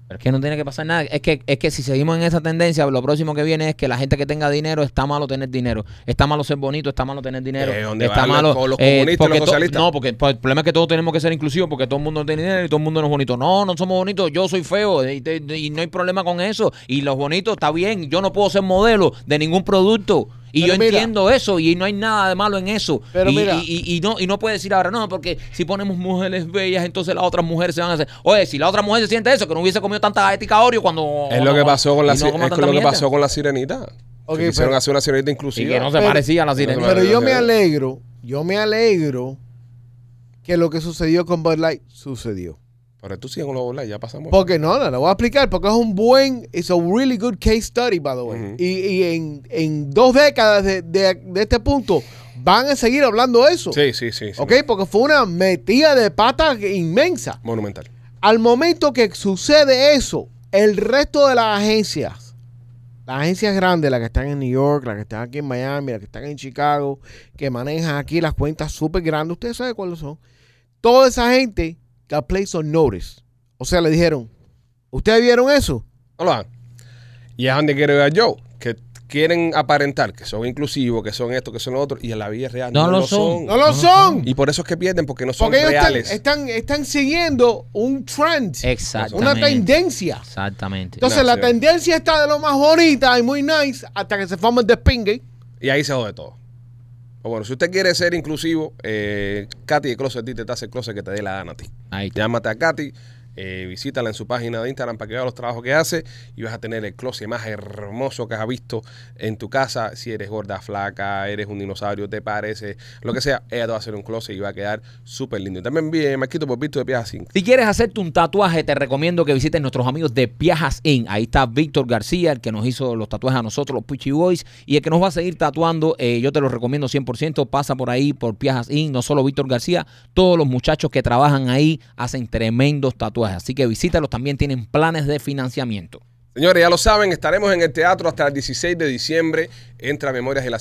[SPEAKER 2] Pero es que no tiene que pasar nada. Es que, es que si seguimos en esa tendencia, lo próximo que viene es que la gente que tenga dinero está malo tener dinero. Está malo ser bonito, está malo tener dinero.
[SPEAKER 1] Eh, ¿dónde
[SPEAKER 2] está eh,
[SPEAKER 1] van los- con los comunistas y
[SPEAKER 2] porque
[SPEAKER 1] los
[SPEAKER 2] to-
[SPEAKER 1] socialistas?
[SPEAKER 2] No, porque pues, el problema es que todos tenemos que ser inclusivos porque todo el mundo tiene dinero y todo el mundo no es bonito. No, no somos bonitos, yo soy feo y, te- y no hay problema con eso. Y los bonitos está bien, yo no puedo ser modelo de ningún producto. Y
[SPEAKER 4] Pero
[SPEAKER 2] yo
[SPEAKER 4] mira.
[SPEAKER 2] entiendo eso y no hay nada de malo en eso.
[SPEAKER 4] Pero
[SPEAKER 2] y,
[SPEAKER 4] mira.
[SPEAKER 2] y- y, y no y no puede decir ahora no porque si ponemos mujeres bellas entonces las otras mujeres se van a hacer oye si la otra mujer se siente eso que no hubiese comido tanta galletica Oreo cuando
[SPEAKER 1] es lo que
[SPEAKER 2] cuando-
[SPEAKER 1] pasó con la,
[SPEAKER 2] y no
[SPEAKER 1] si-
[SPEAKER 2] coma
[SPEAKER 1] es
[SPEAKER 2] tanta
[SPEAKER 1] lo que
[SPEAKER 2] mierda.
[SPEAKER 1] pasó con la sirenita.
[SPEAKER 4] Ok,
[SPEAKER 1] que quisieron
[SPEAKER 4] pero-
[SPEAKER 1] hacer una sirenita
[SPEAKER 2] y
[SPEAKER 1] inclusiva.
[SPEAKER 2] que no se
[SPEAKER 4] Pero-
[SPEAKER 2] parecía a la sirena
[SPEAKER 4] Pero yo me
[SPEAKER 1] Ok.
[SPEAKER 4] alegro, yo me alegro que lo que sucedió con Bud Light sucedió.
[SPEAKER 1] Ahora tú sigues con la bola, ya pasamos.
[SPEAKER 4] Porque no, no, lo voy a explicar, porque es un buen, it's a really good case study, by the way.
[SPEAKER 1] Ujú.
[SPEAKER 4] Y, y en, en dos décadas de, de- de este punto van a seguir hablando eso.
[SPEAKER 1] sí, sí, sí. sí.
[SPEAKER 4] ¿Ok? Porque fue una metida de pata inmensa.
[SPEAKER 1] Monumental.
[SPEAKER 4] Al momento que sucede eso, el resto de las agencias, las agencias grandes, las que están en New York, las que están aquí en Miami, las que están en Chicago, que manejan aquí las cuentas súper grandes, ustedes saben cuáles son. Toda esa gente que place on notice. O sea, le dijeron, ¿ustedes vieron eso?
[SPEAKER 1] No lo hagan. Y es donde quiero ver yo, que quieren aparentar que son inclusivos, que son esto, que son lo otro, y en la vida real no, lo son.
[SPEAKER 4] ¡No lo son!
[SPEAKER 1] Y por eso es que pierden, porque no son
[SPEAKER 4] Porque ellos están,
[SPEAKER 1] reales.
[SPEAKER 4] están, están siguiendo un trend,
[SPEAKER 2] Exactamente.
[SPEAKER 4] una tendencia.
[SPEAKER 2] Exactamente.
[SPEAKER 4] Entonces,
[SPEAKER 1] Nah,
[SPEAKER 4] la
[SPEAKER 1] sí.
[SPEAKER 4] tendencia está de lo más bonita y muy nice hasta que se forma el despingue.
[SPEAKER 1] Y ahí se jode todo. Pero bueno, si usted quiere ser inclusivo, eh, Katy de Closet Dite te hace el closet que te dé la gana a ti.
[SPEAKER 2] Ahí está.
[SPEAKER 1] Llámate a Katy, eh, visítala en su página de Instagram para que vea los trabajos que hace y vas a tener el closet más hermoso que has visto en tu casa. Si eres gorda, flaca, eres un dinosaurio, te parece, lo que sea, ella te va a hacer un closet y va a quedar súper lindo. Y también vi, Marquito, por visto de piezas 5.
[SPEAKER 2] Si quieres hacerte un tatuaje, te recomiendo que visites nuestros amigos de Piajas Inc. Ahí está Víctor García, el que nos hizo los tatuajes a nosotros, los Pucci Boys, y el que nos va a seguir tatuando, eh, yo te lo recomiendo 100%, pasa por ahí, por Piajas Inc. No solo Víctor García, todos los muchachos que trabajan ahí hacen tremendos tatuajes. Así que visítalos, también tienen planes de financiamiento.
[SPEAKER 1] Señores, ya lo saben, estaremos en el teatro hasta el 16 de diciembre. Entra a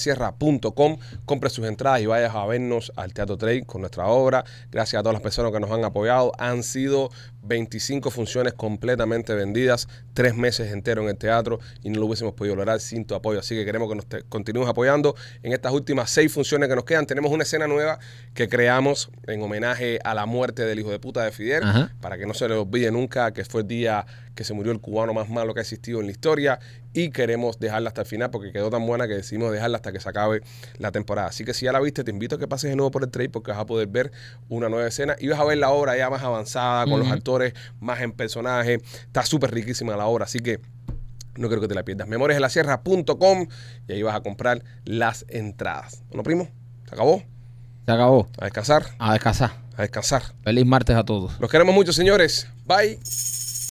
[SPEAKER 1] memoriasdelasierra.com, compre sus entradas y vayas a vernos al Teatro Trade con nuestra obra. Gracias a todas las personas que nos han apoyado. Han sido 25 funciones completamente vendidas, tres meses enteros en el teatro y no lo hubiésemos podido lograr sin tu apoyo. Así que queremos que nos te- continúes apoyando en estas últimas seis funciones que nos quedan. Tenemos una escena nueva que creamos en homenaje a la muerte del hijo de puta de Fidel
[SPEAKER 2] Ajá.
[SPEAKER 1] para que no se les olvide nunca que fue el día que se murió el cubano más malo que ha existido en la historia y queremos dejarla hasta el final porque quedó tan buena que decidimos dejarla hasta que se acabe la temporada. Así que si ya la viste, te invito a que pases de nuevo por el trade porque vas a poder ver una nueva escena y vas a ver la obra ya más avanzada, con los actores más en personaje. Está súper riquísima la obra, así que no creo que te la pierdas. Memoriasdelasierra.com y ahí vas a comprar las entradas. Bueno, primo, se acabó.
[SPEAKER 2] Se acabó.
[SPEAKER 1] A descansar,
[SPEAKER 2] A descansar.
[SPEAKER 1] a descansar.
[SPEAKER 2] Feliz martes a todos.
[SPEAKER 1] Los queremos mucho, señores. Bye.